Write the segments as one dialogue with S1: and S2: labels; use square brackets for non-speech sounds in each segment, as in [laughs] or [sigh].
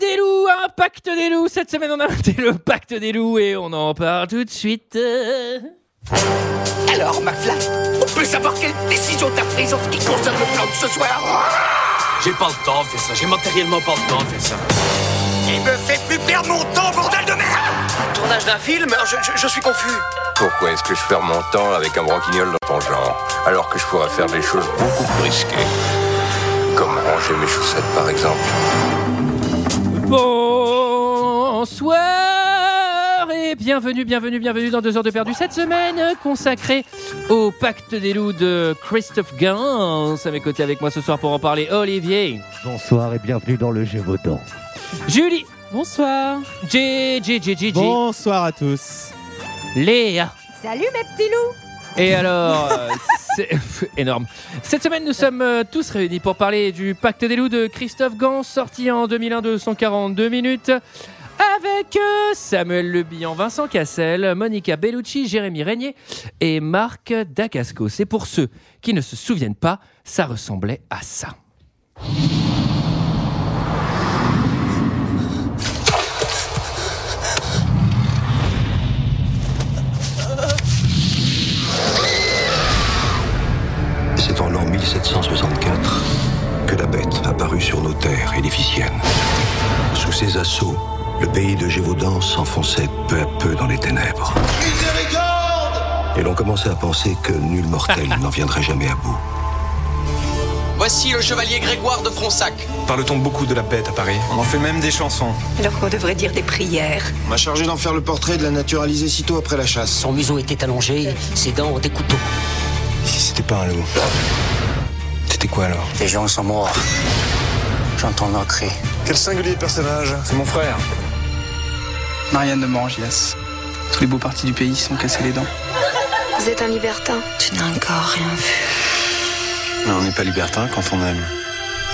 S1: des loups, un pacte des loups. Cette semaine, on a inventé le pacte des loups et on en parle tout de suite.
S2: Alors, McFly, on peut savoir quelle décision t'as prise en ce qui concerne le plan de ce soir
S3: J'ai pas le temps de faire ça, j'ai matériellement pas le temps de faire ça.
S2: Il me fait plus perdre mon temps, bordel de merde
S4: Tournage d'un film je, je- je suis confus.
S5: Pourquoi est-ce que je perds mon temps avec un broquignol dans ton genre, alors que je pourrais faire des choses beaucoup plus risquées Comme ranger mes chaussettes, par exemple.
S1: Bonsoir et bienvenue, bienvenue, bienvenue dans 2 heures de perdu cette semaine consacrée au pacte des loups de Christophe Gans. À mes côtés avec moi ce soir pour en parler, Olivier,
S6: Bonsoir et bienvenue dans le jeu votant.
S1: Julie. Bonsoir. J, J, J, J, J,
S7: Bonsoir à tous.
S1: Léa.
S8: Salut mes petits loups
S1: Et alors, euh, [laughs] c'est énorme. Cette semaine, nous sommes euh, tous réunis pour parler du Pacte des loups de Christophe Gans, sorti en 2001 de 142 minutes. Avec euh, Samuel Le Bihan, Vincent Cassel, Monica Bellucci, Jérémy Régnier et Marc Dacasco. C'est pour ceux qui ne se souviennent pas, ça ressemblait à ça.
S9: C'est en l'an 1764 que la bête apparut sur nos terres édificiennes. Sous ses assauts, le pays de Gévaudan s'enfonçait peu à peu dans les ténèbres. Et l'on commençait à penser que nul
S10: [laughs]
S9: mortel n'en viendrait jamais à bout.
S4: Voici le chevalier Grégoire de Fronsac.
S11: Parle-t-on beaucoup de la bête à Paris On en fait même des chansons.
S8: Alors qu'on devrait dire des prières.
S12: m'a chargé d'en faire le portrait et de la naturaliser sitôt après la chasse.
S2: Son museau était allongé, ses dents ont des couteaux.
S9: Si c'était pas un loup, c'était quoi alors
S2: Les gens sont morts. J'entends leur cri.
S12: Quel singulier personnage
S11: C'est mon frère.
S4: Marianne de Morangias. Tous les beaux partis du pays sont cassés les dents.
S8: Vous êtes un libertin. Tu n'as encore rien vu.
S9: Mais on n'est pas libertin quand on aime.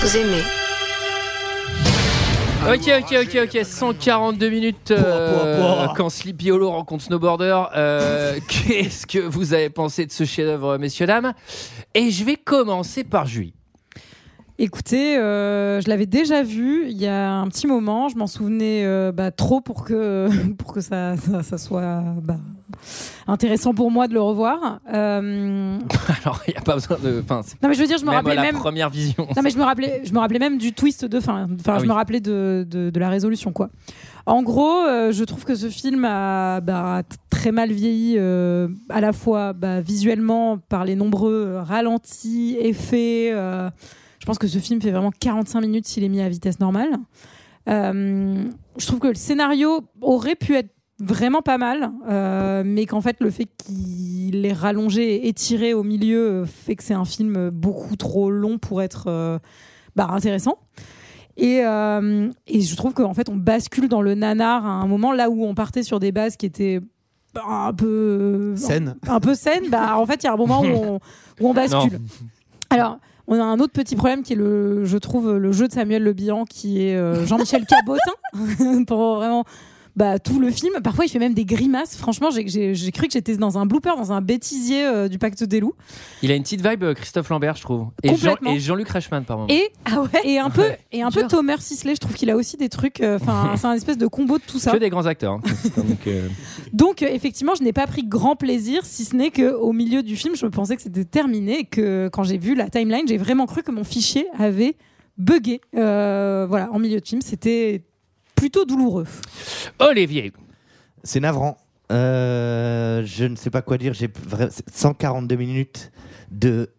S8: Vous aimez.
S1: Ok, ok, ok, ok. 142 minutes euh,
S7: Pouah, pouah, pouah.
S1: quand Sleepy Hollow rencontre Snowboarder.
S7: [laughs]
S1: euh, Qu'est-ce que vous avez pensé de ce chef-d'œuvre, messieurs, dames Et je vais commencer par Julie. [laughs]
S13: Écoutez, euh, je l'avais déjà vu il y a un petit moment. Je m'en souvenais euh, bah, trop pour que, [laughs] pour que ça, ça, ça soit bah, intéressant pour moi de le revoir. Euh,
S1: Alors, il n'y a pas besoin de. Enfin, c'est
S13: non, mais je veux dire, je me
S1: même à
S13: rappelais
S1: la
S13: même.
S1: première vision.
S13: Non, mais je me rappelais, je me rappelais même du twist de fin. Enfin,
S1: Ah
S13: je
S1: oui.
S13: me rappelais de, de, de la résolution, quoi. En gros, euh, je trouve que ce film a bah, t- très mal vieilli, euh, à la fois bah, visuellement par les nombreux euh, ralentis, effets. euh, je pense que ce film fait vraiment 45 minutes s'il est mis à vitesse normale. Euh, je trouve que le scénario aurait pu être vraiment pas mal, euh, mais qu'en fait le fait qu'il est rallongé et étiré au milieu euh, fait que c'est un film beaucoup trop long pour être euh, bah, intéressant. Et, euh, et je trouve qu'en fait on bascule dans le nanar à un moment là où on partait sur des bases qui étaient bah, un peu euh,
S7: Scène.
S13: un peu saines. Bah, en fait il y a un moment où on, où on bascule. Alors, on a un autre petit problème qui est le, je trouve, le jeu de Samuel Le Bihan, qui est euh, Jean-Michel Cabotin [laughs] pour vraiment bah, tout le film. Parfois, il fait même des grimaces. Franchement, j'ai- j'ai j'ai cru que j'étais dans un blooper, dans un bêtisier euh, du Pacte des Loups.
S1: Il a une petite vibe euh, Christophe Lambert, je trouve. Et, Jean,
S13: Complètement.
S1: et Jean-Luc Reichmann, par moment.
S13: Et, et un peu, et un peu
S1: Dur.
S13: Thomas Sisley, je trouve qu'il a aussi des trucs. euh, Enfin, c'est un espèce de combo de tout ça.
S1: Que des grands acteurs. hein. Donc, euh,
S13: Donc euh, effectivement, je n'ai pas pris grand plaisir, si ce n'est que au milieu du film, je pensais que c'était terminé et que quand j'ai vu la timeline, j'ai vraiment cru que mon fichier avait buggé. Euh, voilà, en milieu de film, c'était plutôt douloureux.
S1: [laughs] Olivier.
S6: C'est navrant. Euh, je ne sais pas quoi dire. J'ai vra- 142 minutes de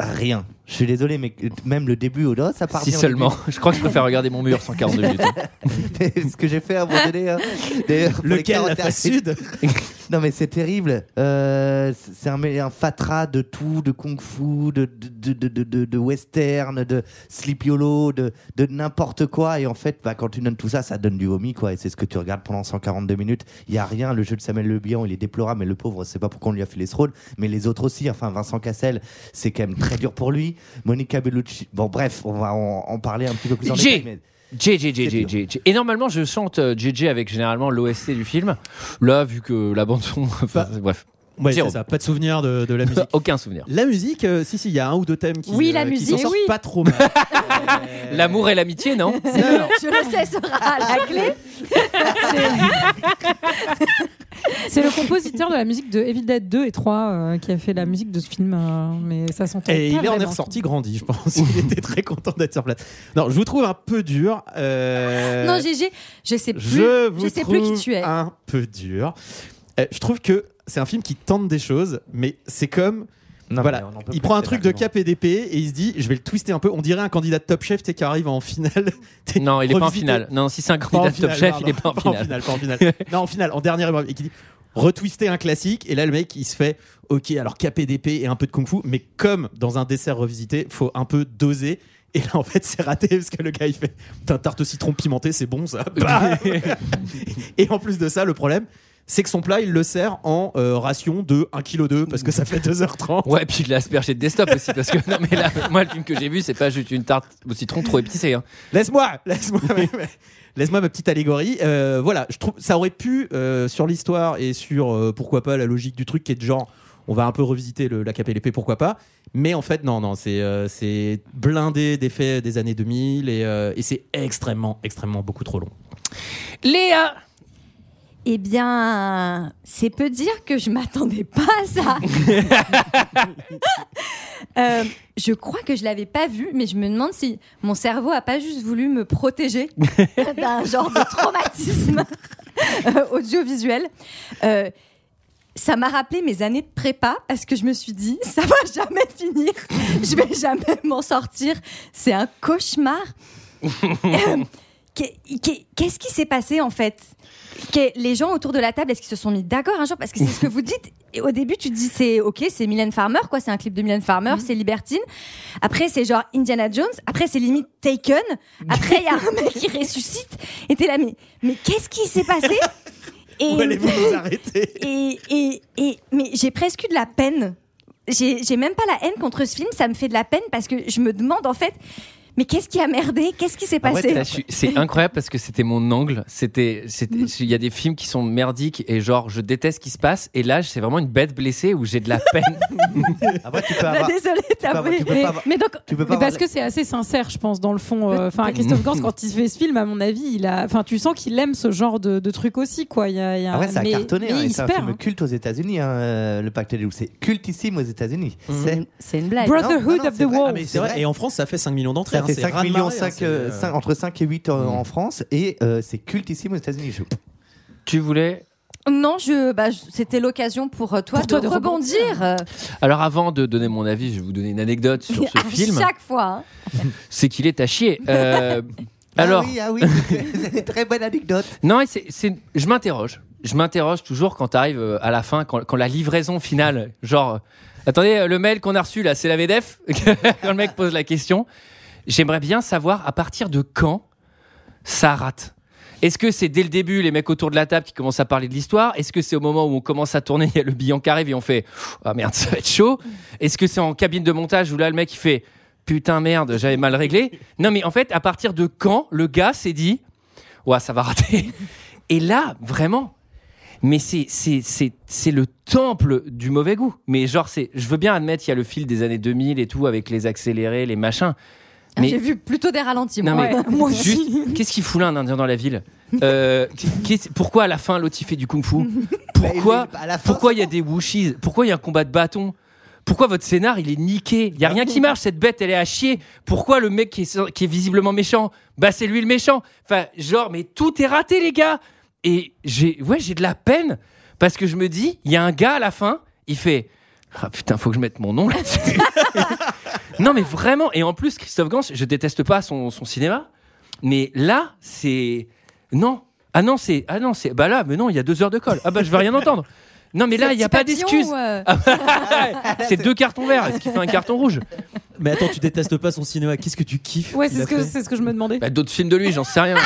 S6: rien. Je suis désolé, mais même le début au dos, ça part.
S1: Si
S6: bien au
S1: seulement. [laughs] Je crois que je préfère regarder mon mur 142 minutes.
S6: début. [laughs] ce que j'ai fait à mon donné. hein. D'ailleurs, pour les
S7: Lequel la
S6: 40
S7: face sud
S6: [laughs] Non mais c'est terrible. Euh, c- c'est un, mé- un fatras de tout, de kung-fu, de, de, de, de, de- de western, de sleepy hollow, de, de n'importe quoi. Et en fait, bah, quand tu donnes tout ça, ça donne du vomi, quoi. Et c'est ce que tu regardes pendant 142 minutes. Il y a rien. Le jeu de Samuel Le Bihan, il est déplorable. Mais le pauvre, c'est pas pourquoi on lui a fait les rôles. Mais les autres aussi. Enfin, Vincent Cassel, c'est quand même très dur pour lui. Monica Bellucci. Bon, bref, on va en, en parler un petit peu plus en
S1: J'ai-
S6: détail. mais-
S1: [laughs] J, J, J,
S6: C'est
S1: J,
S6: dur.
S1: J, J. Et normalement, je chante euh, JJ avec généralement l'OST du film. Là, vu que la bande-son. [laughs] enfin,
S7: Bah,
S1: bref.
S6: Ouais, c'est
S1: Jérôme.
S6: ça. Pas de souvenir de, [laughs] de la musique.
S1: Aucun souvenir.
S6: La musique, euh, si, si, il y a un ou deux thèmes qui,
S13: Oui,
S6: euh,
S13: la
S6: qui
S13: musique,
S6: s'en sortent
S13: oui.
S6: pas trop mal.
S1: Euh, L'amour et l'amitié, non
S13: Je le sais, sera la clé.
S14: C'est le compositeur de la musique de Evil Dead 2 et 3 euh, qui a fait la musique de ce film, euh, mais ça s'entend.
S6: Et
S14: pas
S6: il en est
S14: vraiment.
S6: ressorti grandi, je pense. [laughs] Il était très content d'être sur place. Non, je vous trouve un peu dur. euh,
S13: Non, GG, je sais plus.
S6: je vous
S13: sais
S6: trouve
S13: plus qui tu es.
S6: un peu dur. Euh, je trouve que c'est un film qui tente des choses, mais c'est comme. voilà,
S11: mais on en peut plus
S6: il prend un
S11: de
S6: truc
S11: ces
S6: de cap et d'épée et il se dit je vais le twister un peu. On dirait un candidat de Top Chef tu sais, qui arrive en finale. [laughs]
S1: Non, il est pas en
S6: Revisité.
S1: finale. Non, si c'est un
S6: Pas
S1: candidat
S6: en
S1: de Top Chef,
S6: pardon.
S1: il est pas en finale.
S6: [laughs] pas en finale. non, en finale, en dernière épreuve. Et qui dit retwister un classique. Et là, le mec, il se fait ok, alors cap et d'épée et un peu de kung-fu, mais comme dans un dessert revisité, faut un peu doser. Et là, en fait, c'est raté parce que le gars, il fait Putain, tarte au citron pimentée, c'est
S1: [laughs]
S6: bon ça. Bah et en plus de ça, le problème, c'est que son plat, il le sert en euh, ration de 1,2 kg parce que ça fait 2h30.
S1: Ouais, puis il l'a aspergé de desktop aussi parce que [laughs] non mais là, moi le film que j'ai vu, c'est pas juste une tarte au citron trop épicée. hein.
S6: Laisse-moi, laisse-moi, laisse-moi ma petite allégorie. Euh, voilà, je trouve ça aurait pu euh, sur l'histoire et sur euh, pourquoi pas la logique du truc qui est de genre. On va un peu revisiter le, la KPLP, pourquoi pas. Mais en fait, non, non, c'est euh, c'est blindé d'effets des années 2000 et, euh, et c'est extrêmement, extrêmement beaucoup trop long.
S1: Léa
S13: Eh bien, c'est peu dire que je m'attendais pas à ça. Euh, je crois que je l'avais pas vu, mais je me demande si mon cerveau a pas juste voulu me protéger d'un genre de traumatisme euh, audiovisuel. Euh, ça m'a rappelé mes années de prépa parce que je me suis dit ça va jamais finir, je vais jamais m'en sortir, c'est un cauchemar. Euh, qu'est- qu'est- Qu'est-ce qui s'est passé en fait Qu'est- Les gens autour de la table, est-ce qu'ils se sont mis d'accord un jour Parce que c'est ce que vous dites. Et au début, tu te dis c'est ok, c'est Mylène Farmer, quoi, c'est un clip de Mylène Farmer,
S6: Mm-hmm.
S13: c'est Libertine. Après, c'est genre Indiana Jones. Après, c'est limite Taken. Après, il y a un mec qui ressuscite. Et t'es là, mais, mais qu'est-ce qui s'est passé Et-
S6: Où
S13: [laughs]
S6: allez-vous nous arrêter
S13: et, et, et- mais j'ai presque eu de la peine. J'ai j'ai même pas la haine contre ce film, ça me fait de la peine parce que je me demande en fait, mais qu'est-ce qui a merdé Qu'est-ce qui s'est
S1: En
S13: passé
S1: vrai, Ah t'as su- C'est incroyable parce que c'était mon angle. C'était, c'était- il y a des films qui sont merdiques et genre je déteste ce qui se passe. Et là, c'est vraiment une bête blessée où j'ai de la peine.
S11: Après, Ah
S13: [laughs]
S11: tu peux
S13: Bah,
S11: avoir-
S13: Désolée,
S11: peux
S13: t'as
S11: avoir- tu peux
S13: mais,
S11: pas avoir-
S13: mais donc,
S11: tu peux pas
S14: Mais
S11: avoir
S14: parce que c'est assez sincère, je pense, dans le fond. Euh,
S11: [laughs]
S14: Enfin, Christophe Gans, quand il fait ce film, à mon avis, il a. Enfin, tu sens qu'il aime ce genre de, de truc aussi, quoi. Il y a, il y a-
S11: Ah ouais, ça a
S13: euh,
S14: mais-
S11: cartonné,
S14: mais
S11: hein, et
S14: il
S11: c'est
S14: se
S11: un
S14: perd.
S11: film culte aux États-Unis, hein, euh, le Pacte des Loups. C'est cultissime aux États-Unis.
S13: Mhm.
S11: C'est-
S13: C'est une blague.
S11: Brotherhood Non, non, of the c'est vrai. Wolf.
S6: Ah, mais c'est vrai. Et en France, ça fait 5 millions d'entrées.
S11: Ça
S6: hein,
S11: fait
S6: c'est
S11: 5
S6: raz-de-marée,
S11: millions,
S6: hein,
S11: cinq,
S6: c'est,
S11: euh,
S6: euh,
S11: cinq- entre 5 et 8
S13: Mhm.
S11: en, en France, et euh, c'est cultissime aux États-Unis. je-
S1: tu voulais
S13: Non, je, bah, je- c'était l'occasion pour euh, toi,
S14: Pour toi
S13: de,
S14: de
S13: rebondir. euh,
S1: Alors avant de donner mon avis, je vais vous donner une anecdote sur ce
S13: [laughs] à
S1: film.
S13: chaque fois. hein.
S1: C'est qu'il est à chier. Euh, alors
S11: Ah oui, ah oui, c'est une très bonne anecdote.
S1: Non, et c'est, c'est- je m'interroge. Je m'interroge toujours quand t'arrives euh, à la fin, quand, quand la livraison finale, genre, euh, attendez, euh, le mail qu'on a reçu là, c'est la VDF [laughs] Quand le mec pose la question, j'aimerais bien savoir à partir de quand ça rate. Est-ce que c'est dès le début les mecs autour de la table qui commencent à parler de l'histoire Est-ce que c'est au moment où on commence à tourner, il y a le bilan qui arrive et on fait ah merde ça va être chaud Est-ce que c'est en cabine de montage où là le mec il fait putain merde j'avais mal réglé Non mais en fait à partir de quand le gars s'est dit ouais, ça va rater. Et là, vraiment, mais c'est c'est c'est c'est le temple du mauvais goût. Mais genre, c'est, je veux bien admettre, il y a le fil des années 2000 et tout avec les accélérés, les machins. Mais
S13: Ah, J'ai vu plutôt des ralentis.
S1: non
S13: moi.
S1: mais
S13: Ouais, [laughs] moi aussi.
S1: juste, qu'est-ce qu'il fout là un Indien dans la ville Euh, qu'est-ce- Pourquoi à la fin l'autre il fait du kung-fu Pourquoi
S11: À la fin,
S1: pourquoi il y a des wushies Pourquoi il y a un combat de bâton Pourquoi votre scénar il est niqué Il y a rien qui marche, cette bête elle est à chier. Pourquoi le mec qui est, qui est visiblement méchant Bah c'est lui le méchant. Enfin genre mais tout est raté les gars. Et j'ai ouais j'ai de la peine parce que je me dis il y a un gars à la fin il fait ah putain faut que je mette mon nom là-dessus. non mais vraiment et en plus Christophe Gans je déteste pas son, son cinéma mais là c'est non ah non c'est ah non c'est bah là mais non il y a deux heures de colle ah bah je vais rien entendre. Non mais là il n'y a pas
S13: Papillon
S1: d'excuse.
S13: ou, euh,
S1: Ah ouais, c'est deux cartons verts. Est-ce qu'il fait un carton rouge
S13: Mais attends, tu détestes pas son cinéma. Qu'est-ce que tu kiffes
S15: Ouais,
S13: qu'il
S15: c'est
S13: a
S15: ce, que,
S13: fait
S15: c'est ce que je me demandais.
S1: Bah, D'autres films de lui, j'en sais rien.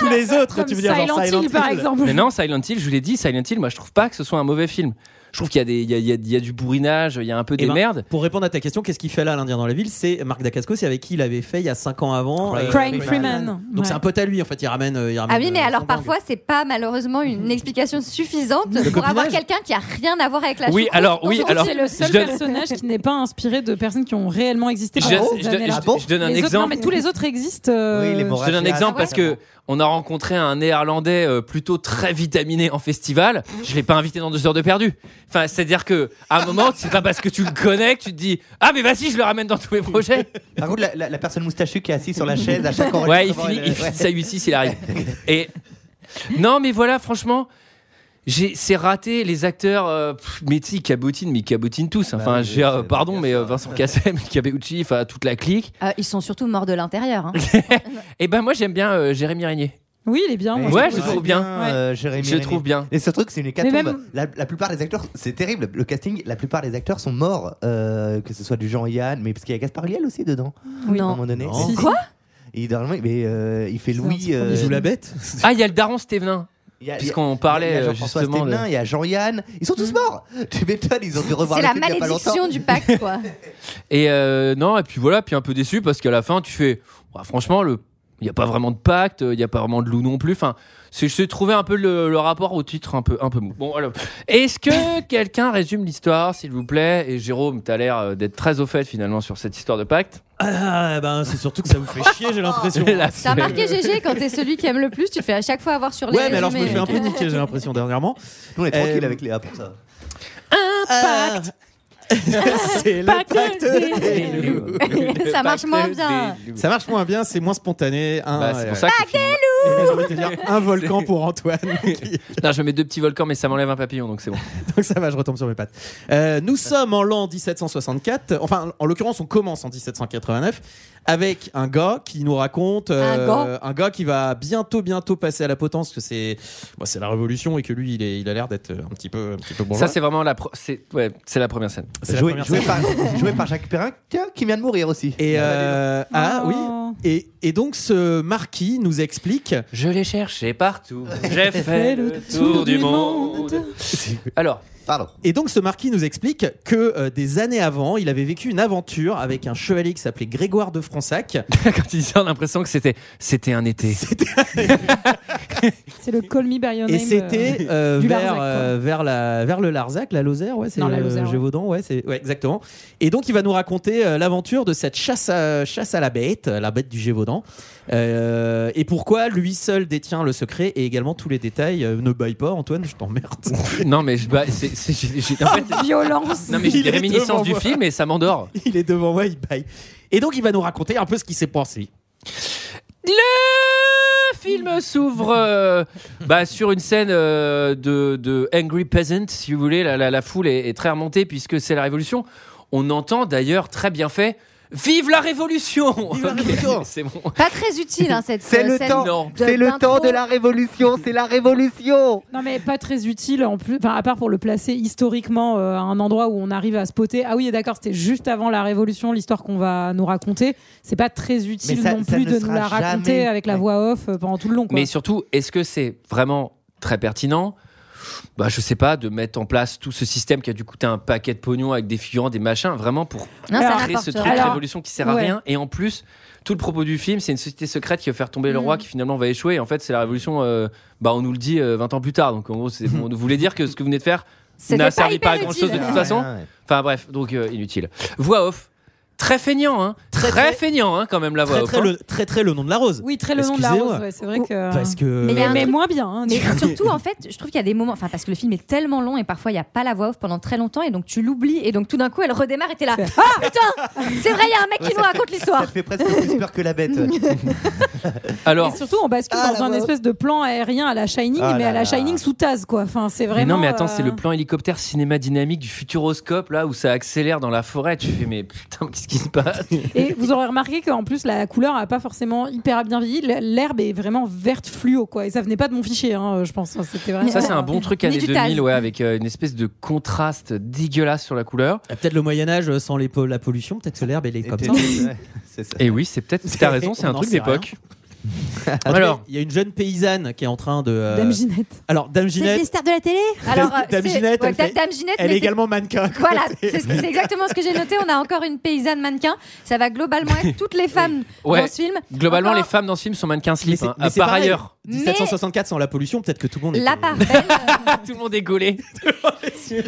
S13: tous les autres,
S15: Comme
S13: tu veux dire genre
S15: Silent Hill, par exemple.
S1: Ah. Mais non, Silent Hill, je vous l'ai dit, Silent Hill, moi je trouve pas que ce soit un mauvais film. Je trouve qu'il y, a des- il y a, il y a- il y a du bourrinage, il y a un peu des
S13: Eh ben,
S1: merdes.
S13: Pour répondre à ta question, qu'est-ce qu'il fait là, l'Indien dans la ville C'est Marc Dacascos, c'est avec qui il avait fait il y a 5 ans avant. euh,
S15: Crying Crying Freeman. Freeman. Ouais.
S13: Donc c'est un pote à lui, en fait. Il ramène. euh, il ramène
S5: Ah oui, mais
S13: euh,
S5: alors
S13: son
S5: parfois, c'est pas malheureusement
S1: Mhm.
S5: une explication suffisante pour avoir quelqu'un qui a rien à voir avec la
S1: Oui,
S5: choucroute
S1: alors,
S5: dans
S1: oui,
S5: son
S1: alors,
S15: C'est le seul
S1: je donne-
S15: personnage qui n'est pas inspiré de personnes qui ont réellement existé
S1: Je
S15: pendant
S1: donne-
S15: ces
S1: je donne-
S15: années-là.
S1: je- Ah bon je donne un
S15: Les autres-
S1: exemple.
S15: non, mais tous les autres existent. euh,
S1: je te donne un
S6: Ah,
S1: exemple parce que on a rencontré un néerlandais euh, plutôt très vitaminé en festival. Je l'ai pas invité dans deux heures de perdu. Enfin, c'est-à-dire que à un moment, c'est pas parce que tu le connais que tu te dis ah mais vas-y, je le ramène dans tous mes projets.
S6: Par contre, la, la- la personne moustachue qui est assise sur la chaise à chaque
S13: [laughs]
S1: [laughs] Ouais, il
S6: enregistrement,
S1: finit,
S6: elle-
S1: il finit
S6: ouais.
S1: sa 8-6, il arrive. Et non, mais voilà, franchement. j'ai- C'est raté, les acteurs, euh, pff, mais tu sais, ils cabotinent, mais ils cabotinent tous. Enfin, je veux dire, euh, pardon, mais euh, Vincent Cassel, [laughs] Cabeucci, enfin, toute la clique.
S5: Euh, ils sont surtout morts de l'intérieur. hein.
S1: Et ben, moi, j'aime bien euh, Jérémy Régnier.
S15: [laughs] Oui, il est bien. moi,
S1: Ouais,
S15: trouve.
S1: je trouve bien.
S6: euh, Jérémy
S1: Je
S6: Renner.
S1: trouve bien.
S6: Et ce truc, c'est une hécatombe.
S15: Mais même-
S6: La, la plupart des acteurs, c'est terrible. Le casting, la plupart des acteurs sont morts, euh, que ce soit du Jean-Yann, mais parce qu'il y a Gaspard Liel aussi dedans.
S5: Oui.
S6: À un moment donné.
S13: Non.
S6: Si, si.
S5: Quoi
S6: Et normalement, mais, euh, il fait Louis. euh,
S13: Il joue la bête
S1: Ah, il y a le daron Stévenin.
S6: il y a-
S1: Puisqu'on
S6: il y a
S1: parlait euh,
S6: Jean-François
S1: justement. de-
S6: Stévenin, il y a Jean-Yann. Ils sont tous morts. [laughs] Tu m'étonnes, ils ont dû revoir
S5: C'est la
S6: le film il y a pas
S5: malédiction
S6: longtemps.
S5: du pacte, quoi.
S1: Et euh, non, et puis voilà, puis un peu déçu parce qu'à la fin, tu fais, Bah, franchement, le. Il n'y a pas vraiment de pacte, il n'y a pas vraiment de loup non plus. Enfin, c'est- je trouvais un peu le, le rapport au titre un peu, un peu mou. Bon, alors, est-ce
S13: [laughs]
S1: que quelqu'un résume l'histoire, s'il vous plaît Et Jérôme, tu as l'air euh, d'être très au fait finalement sur cette histoire de pacte.
S13: [laughs] Ah, ben c'est surtout que ça vous fait chier, j'ai l'impression.
S1: La
S5: Oh. T'as remarqué GG quand t'es celui qui aime le plus, tu te fais à chaque fois avoir sur les.
S13: Ouais, mais alors je me
S5: résumés.
S13: fais un peu niquer, j'ai l'impression, dernièrement.
S6: [laughs] Nous, on est tranquille
S13: Euh,
S6: avec Léa pour ça.
S5: Impact.
S13: [laughs] c'est le
S5: Pacte
S13: pacte
S5: des
S13: des loups.
S5: [laughs] Ça marche moins bien.
S13: Ça marche moins bien, c'est moins spontané. hein,
S1: Bah, c'est pour
S13: ouais.
S1: ça que le film-
S13: Et là, j'ai envie de te dire, un
S1: [laughs]
S13: volcan pour Antoine. [laughs]
S1: Non, je mets deux petits volcans, mais ça m'enlève un papillon, donc c'est bon.
S13: Donc ça va, je retombe sur mes pattes. Euh, nous sommes en l'an 1764. Enfin, en l'occurrence, on commence en 1789 avec un gars qui nous raconte euh,
S5: Un gars.
S13: un gars qui va bientôt, bientôt passer à la potence parce que c'est, bon, c'est la révolution et que lui, il, est, il a l'air d'être un petit peu, un petit peu bourgeois.
S1: Ça, c'est vraiment la, pro- c'est, ouais, c'est la première scène.
S13: C'est la
S6: Joué,
S13: première
S6: joué
S13: scène.
S6: par, [laughs] joué par Jacques Perrin, tiens, qui vient de mourir aussi.
S13: Et
S1: Bah,
S6: Ah,
S13: euh,
S1: Oh.
S13: ah oui. Et, et donc ce marquis nous explique.
S1: Je l'ai cherché partout, j'ai
S15: Fais
S1: fait
S15: le
S1: le tour du monde. Alors,
S6: Pardon.
S13: Et donc ce marquis nous explique que euh, des années avant, il avait vécu une aventure avec un chevalier qui s'appelait Grégoire de Fronsac.
S1: quand il dit ça, on a l'impression que c'était, c'était un été.
S15: C'est le Call Me By Your Name.
S13: Et
S15: euh,
S13: c'était euh,
S15: du
S13: vers,
S15: Larzac, quoi.
S13: euh, vers, la, vers le Larzac, la Lozère, ouais, c'est
S15: Non,
S13: le
S15: la Lozère, ouais.
S13: Gévaudan, ouais, c'est, ouais, exactement. Et donc, il va nous raconter euh, l'aventure de cette chasse à, chasse à la bête, euh, la bête du Gévaudan, Euh, et pourquoi lui seul détient le secret et également tous les détails. Euh, ne baille pas, Antoine, je t'emmerde. [laughs]
S1: Non, mais je, bah, c'est, c'est- j'ai- j'ai- en fait,
S15: Violence.
S1: non, mais j'ai
S13: Il
S1: des
S13: est devant
S1: réminiscences du
S13: moi.
S1: film et ça m'endort.
S13: il est devant moi, il baille. Et donc, il va nous raconter un peu ce qui s'est passé.
S1: Le film s'ouvre euh, bah, sur une scène euh, de, de Angry Peasant, si vous voulez. La, la- la foule est, est très remontée puisque c'est la révolution. On entend d'ailleurs très bien fait Vive la révolution
S13: Vive la
S1: Ok, [laughs]
S13: révolution
S1: C'est bon.
S5: Pas très utile, hein, cette
S6: C'est le
S5: scène
S6: temps.
S1: Non.
S5: de-
S6: C'est le
S5: d'intro.
S6: temps de la révolution, c'est la révolution.
S15: Non mais pas très utile en plus, enfin à part pour le placer historiquement euh, à un endroit où on arrive à spotter. Ah oui, et d'accord, c'était juste avant la Révolution, l'histoire qu'on va nous raconter. C'est pas très utile
S6: Mais ça-
S15: non
S6: ça
S15: plus
S6: ne
S15: de nous
S6: sera
S15: la raconter
S6: jamais-
S15: avec la
S6: Ouais.
S15: voix off euh, pendant tout le long. quoi.
S1: Mais surtout, est-ce que c'est vraiment très pertinent bah, je sais pas, de mettre en place tout ce système qui a dû coûter un paquet de pognon avec des figurants, des machins, vraiment pour
S5: Non, ça
S15: Alors,
S1: créer ce
S5: rapporte
S1: truc
S5: rien.
S1: de
S15: Alors,
S1: révolution qui sert à
S15: ouais.
S1: rien. Et en plus, tout le propos du film, c'est une société secrète qui veut faire
S5: Mm.
S1: tomber le roi qui finalement va échouer. Et en fait, c'est la révolution, euh, bah, on nous le dit euh, 20 ans plus tard. Donc en gros, c'est- on voulait dire que ce que vous venez de faire
S5: [laughs] C'était
S1: n'a
S5: pas
S1: servi
S5: hyper
S1: pas à grand chose de
S5: utile.
S1: toute façon. Enfin bref, donc euh, inutile. Voix off, très feignant, hein. Très,
S13: très-
S1: feignant, hein, quand même, la voix
S13: Très
S1: off.
S13: très,
S1: hein.
S13: le, très, très le nom de la rose.
S15: Oui, très le long de la rose,
S13: Excusez-moi.
S15: ouais, c'est vrai que.
S13: Parce que.
S5: Mais il y a un
S15: Mais
S5: truc-
S15: moins bien. hein,
S5: Mais
S15: du coup.
S5: surtout, en fait, je trouve qu'il y a des moments, enfin, parce que le film est tellement long et parfois il n'y a pas la voix off pendant très longtemps et donc tu l'oublies et donc tout d'un coup elle redémarre
S1: [laughs]
S5: et t'es là. Ah putain C'est vrai, il y a un mec qui nous raconte l'histoire
S6: Ça te fait presque plus peur que la [laughs] bête.
S1: Alors,
S15: Et surtout, on bascule
S6: Ah,
S15: dans
S6: la
S15: un
S6: voix off.
S15: espèce de plan aérien à la Shining,
S6: Ah
S15: mais
S6: là
S15: à la
S6: là.
S15: Shining sous tasse quoi. Enfin, c'est
S1: Mais
S15: vraiment.
S1: non, mais attends, c'est
S15: euh,
S1: le plan hélicoptère cinéma dynamique du futuroscope, là, où ça accélère dans la forêt. Tu fais, mais putain, qu'est-ce qui se passe.
S14: Et vous aurez remarqué qu'en plus, la couleur n'a pas forcément hyper bien vieilli. L- L'herbe est vraiment verte fluo, quoi. Et ça venait pas de mon fichier, hein, je pense. C'était vraiment-
S1: Ça, c'est un bon truc
S14: Mais
S1: années
S14: du taz.
S1: 2000, ouais, avec euh, une espèce de contraste dégueulasse sur la couleur.
S6: Ah, Peut-être le Moyen-Âge sans les po- la pollution, peut-être que l'herbe elle est comme [laughs] ça.
S1: Et oui, c'est peut-être, t'as raison, c'est un
S6: On en
S1: truc
S6: sait
S1: d'époque.
S6: rien.
S1: [laughs] Alors.
S6: Alors, il y a une jeune paysanne qui est en train de. euh,
S14: Dame Ginette.
S6: Alors, Dame
S13: C'est des
S6: Ginette.
S13: stars de la télé
S6: Alors,
S13: euh,
S6: Dame
S13: c'est-
S6: Ginette,
S13: ouais,
S6: elle fait-
S13: Dame Ginette,
S6: Elle
S13: mais
S6: est
S13: c'est-
S6: également mannequin. à côté.
S14: [laughs]
S13: Voilà, c'est
S6: [laughs]
S13: ce que- c'est exactement ce que j'ai noté. On a encore une paysanne mannequin. Ça va globalement être toutes les femmes
S1: Ouais.
S13: dans ce film.
S1: Globalement,
S13: Encore
S1: les femmes dans ce film sont mannequins
S6: Mais
S1: slip.
S6: c'est-
S1: hein.
S6: mais
S1: Ah,
S6: c'est
S1: Par
S6: pareil,
S1: ailleurs,
S6: 1764 sans la pollution, peut-être que tout le monde. est-
S13: La part belle.
S1: Ah, tout le monde est
S13: [laughs]
S1: gaulé.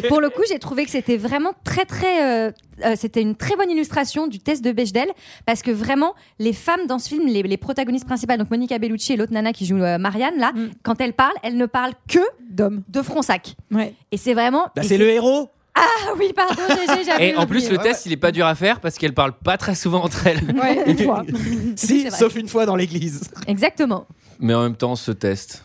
S13: Pour le coup, j'ai trouvé que c'était vraiment très très. euh, euh, c'était une très bonne illustration du test de Bechdel parce que vraiment les femmes dans ce film, les, les protagonistes principales, donc Monica Bellucci et l'autre nana qui joue euh, Marianne là, quand elles parlent, elles ne parlent que
S14: Mm. d'hommes,
S13: de Fronsac.
S14: Ouais.
S13: Et c'est vraiment.
S6: Bah,
S13: et
S6: c'est le
S13: [laughs]
S6: héros.
S13: Ah oui, pardon, GG, j'avais
S1: Et en plus,
S13: oublié.
S1: le test, il est pas dur à faire parce qu'elles parlent pas très souvent entre elles.
S14: [laughs]
S13: Ouais, une [laughs] fois.
S6: Si,
S13: C'est vrai.
S6: sauf une fois dans l'église.
S13: Exactement.
S1: [laughs] Mais en même temps, ce test.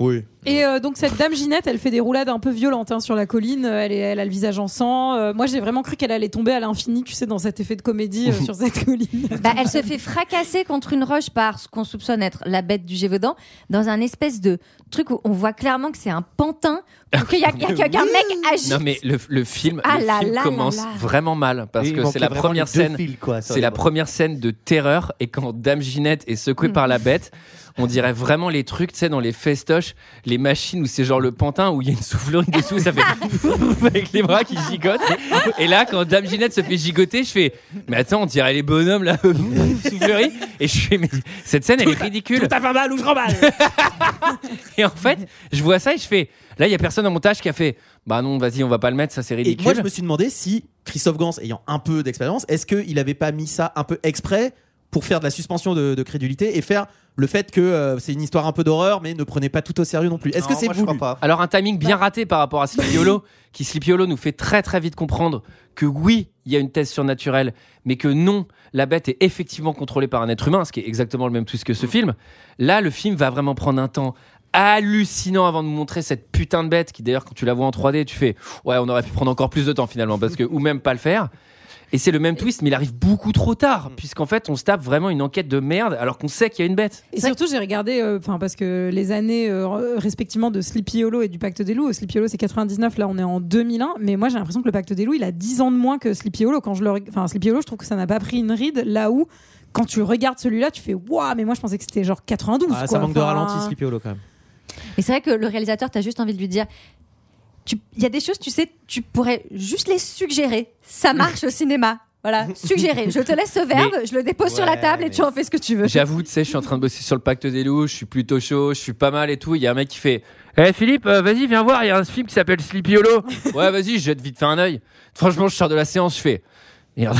S6: Oui.
S14: Et euh, donc cette dame Ginette, elle fait des roulades un peu violentes hein, sur la colline. Euh, Elle, est- elle a le visage en sang. Euh, moi, j'ai vraiment cru qu'elle allait tomber à l'infini, tu sais, dans cet effet de comédie euh,
S1: [laughs]
S14: sur cette colline.
S13: Bah, elle se fait fracasser contre une roche par ce qu'on soupçonne être la bête du Gévaudan dans un espèce de truc où on voit clairement que c'est un pantin, ou qu'il y a, qu'il y a- qu'il y a qu'un mec agite.
S1: [laughs] Non mais le, le film,
S13: Ah
S1: le
S13: là
S1: film
S13: là
S1: commence
S13: là là.
S1: vraiment mal parce
S11: Oui, il
S1: que c'est la
S11: manquait vraiment
S1: première
S11: les deux
S1: scène,
S11: fils, quoi, sur
S1: c'est
S11: les
S1: la
S11: bords.
S1: première scène de terreur et quand Dame Ginette est secouée par
S6: Hmm.
S1: la bête, on dirait vraiment les trucs, tu sais, dans les festoches, les machines où c'est genre le pantin où il y a une soufflerie dessous, ça fait [laughs] avec les bras qui gigotent. Et là, quand Dame Ginette se fait gigoter, je fais, mais attends, on dirait les bonhommes là, [laughs] soufflerie. Et je fais, mais cette scène, elle est ridicule.
S6: Tout à fait mal ou je remballe.
S1: [laughs] Et en fait, je vois ça et je fais, là, il y a personne en montage qui a fait, bah non, vas-y, on va pas le mettre, ça c'est
S6: Et
S1: ridicule.
S6: moi, je me suis demandé si Christophe Gans, ayant un peu d'expérience, est-ce qu'il avait pas mis ça un peu exprès pour faire de la suspension de, de crédulité et faire le fait que euh, c'est une histoire un peu d'horreur, mais ne prenez pas tout au sérieux non plus. Est-ce que c'est voulu
S1: Alors un timing bien raté par rapport à Slipiolo, qui Slipiolo nous fait très très vite comprendre que oui, il y a une thèse surnaturelle, mais que non, la bête est effectivement contrôlée par un être humain, ce qui est exactement le même twist que ce film. Là, le film va vraiment prendre un temps hallucinant avant de montrer cette putain de bête qui d'ailleurs quand tu la vois en 3D tu fais ouais on aurait pu prendre encore plus de temps finalement parce que ou même pas le faire et c'est le même twist mais il arrive beaucoup trop tard puisqu'en fait on se tape vraiment une enquête de merde alors qu'on sait qu'il y a une bête
S14: Et surtout, j'ai regardé, euh, enfin parce que les années euh, respectivement de Sleepy Hollow et du Pacte des Loups, euh, Sleepy Hollow c'est 99, là on est en 2001, mais moi j'ai l'impression que le Pacte des Loups il a 10 ans de moins que Sleepy Hollow. Quand je le, reg- enfin Sleepy Hollow, je trouve que ça n'a pas pris une ride. Là où quand tu regardes celui-là, tu fais waouh, mais moi je pensais que c'était genre 92.
S6: Ah,
S14: quoi.
S6: ça manque de
S14: Enfin,
S6: ralenti, Sleepy Hollow, quand même.
S13: Mais c'est vrai que le réalisateur, t'as juste envie de lui dire. tu- Il y a des choses, tu sais, tu pourrais juste les suggérer. Ça marche au cinéma.
S6: [laughs]
S13: Voilà, suggérer. Je te laisse ce verbe, je le dépose sur la
S1: Ouais,
S13: table et tu en fais ce que tu veux.
S1: J'avoue, tu sais, je suis en train de bosser sur le pacte des loups, je suis plutôt chaud, je suis pas mal et tout. Il y a un mec qui fait Eh Philippe, euh, vas-y, viens voir, il y a un film qui s'appelle Sleepy Hollow. [laughs] ouais, vas-y, je jette vite fait un œil. Franchement, je sors de la séance, je fais [laughs] Merde.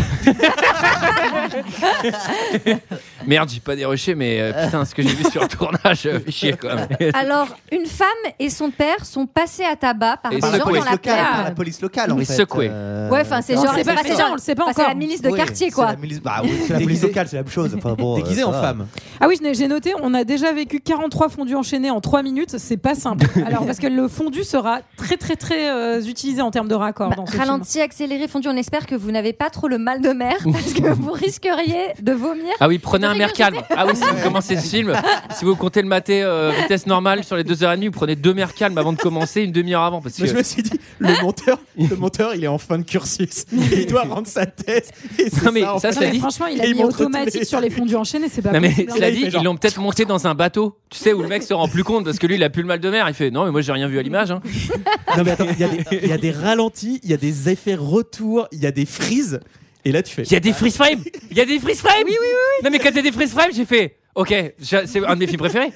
S1: Merde, j'ai pas déroché, mais euh, putain, ce que j'ai vu sur le tournage, euh, fait chier quand même.
S13: Alors, une femme et son père sont passés à tabac par
S1: Et
S13: des
S1: par la
S13: gens dans
S1: police
S13: la
S1: locale,
S13: plaine.
S1: par
S11: la police locale, en
S1: Mais
S11: fait.
S1: secoué.
S13: Ouais, enfin, euh, c'est
S14: On
S13: genre,
S14: sait pas,
S13: pas-
S14: c'est genre, on le sait pas
S13: enfin, c'est
S14: encore.
S13: la milice de
S11: Oui,
S13: quartier,
S11: c'est
S13: quoi.
S11: la milice- bah oui, c'est
S6: [laughs]
S11: la police
S6: Déguisé-
S11: locale, c'est la même chose. Enfin, bon,
S6: Déguisé
S11: euh,
S6: en
S11: ça va.
S6: femme.
S14: Ah oui, je n'ai- j'ai noté, on a déjà vécu 43 fondus enchaînés en 3 minutes, c'est pas simple. Alors parce que le fondu sera très très très euh, utilisé en termes de raccord dans ce film.
S13: Bah, Ralenti, accéléré, fondu. On espère que vous n'avez pas trop le mal de mer [laughs] parce que vous risqueriez de vomir.
S1: Ah oui, prenez un mer calme. Ah oui, si vous commencez ce film, si vous comptez le mater euh, vitesse normale sur les 2h30, vous prenez deux mer calmes avant de commencer, une demi-heure avant. Parce que...
S6: Moi, je me suis dit, le monteur, le monteur, il est en fin de cursus.
S13: [laughs]
S6: Il doit rendre sa thèse. Et c'est
S1: Non, mais
S6: en
S1: ça,
S6: fait.
S1: cela
S14: Mais
S1: dit-
S14: franchement, il a
S6: Et il
S14: mis
S6: montre tous
S14: automatique
S6: les-
S14: sur les fondus enchaînés, c'est pas
S1: Non mais
S14: possible.
S1: cela
S14: hein.
S1: dit, ils l'ont peut-être monté dans un bateau, tu sais, où le mec se rend plus compte parce que lui il a plus le mal de mer. Il fait non mais moi j'ai rien vu à l'image. hein.
S6: Non, mais attends, il y, a des- il y a des ralentis, il y a des effets retour, il y a des frises. Et là,
S1: [laughs]
S6: tu fais.
S1: Il y a des freeze frames, il y a des freeze frames. Oui oui oui. Non mais quand il y a des freeze frames, j'ai fait ok, j'a- c'est un de mes films préférés.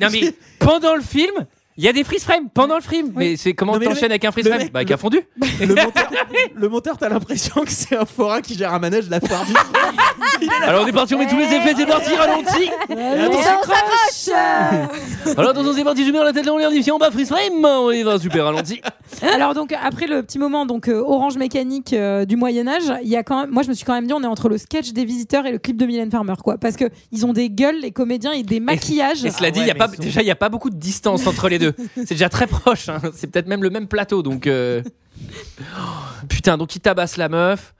S1: Non mais pendant le film. Il y a des freeze frames pendant le film, mais c'est comment
S6: Non, mais le
S1: t'enchaînes
S6: mec-
S1: avec un freeze
S6: le
S1: frame
S6: mec-
S1: Bah, avec un fondu.
S6: Le monteur, le monteur, t'as l'impression que c'est un forain qui gère un manège de la foire du
S1: Alors on est parti, on met tous les effets, c'est parti, ralenti.
S13: Et on s'approche
S1: Alors attention, c'est parti, je mets la tête là, on est en on bat freeze frame, on y va super ralenti.
S14: Alors donc après le petit moment donc euh, orange mécanique euh, du Moyen Âge, il y a quand même, moi je me suis quand même dit on est entre le sketch des visiteurs et le clip de Mylène Farmer quoi parce que ils ont des gueules les comédiens et des maquillages.
S1: Et
S13: Ah
S1: cela dit, il y a pas, déjà, il n'y a pas beaucoup de distance entre les deux. C'est déjà très proche. hein. C'est peut-être même le même plateau. Donc, euh, oh, putain, donc il tabasse la meuf.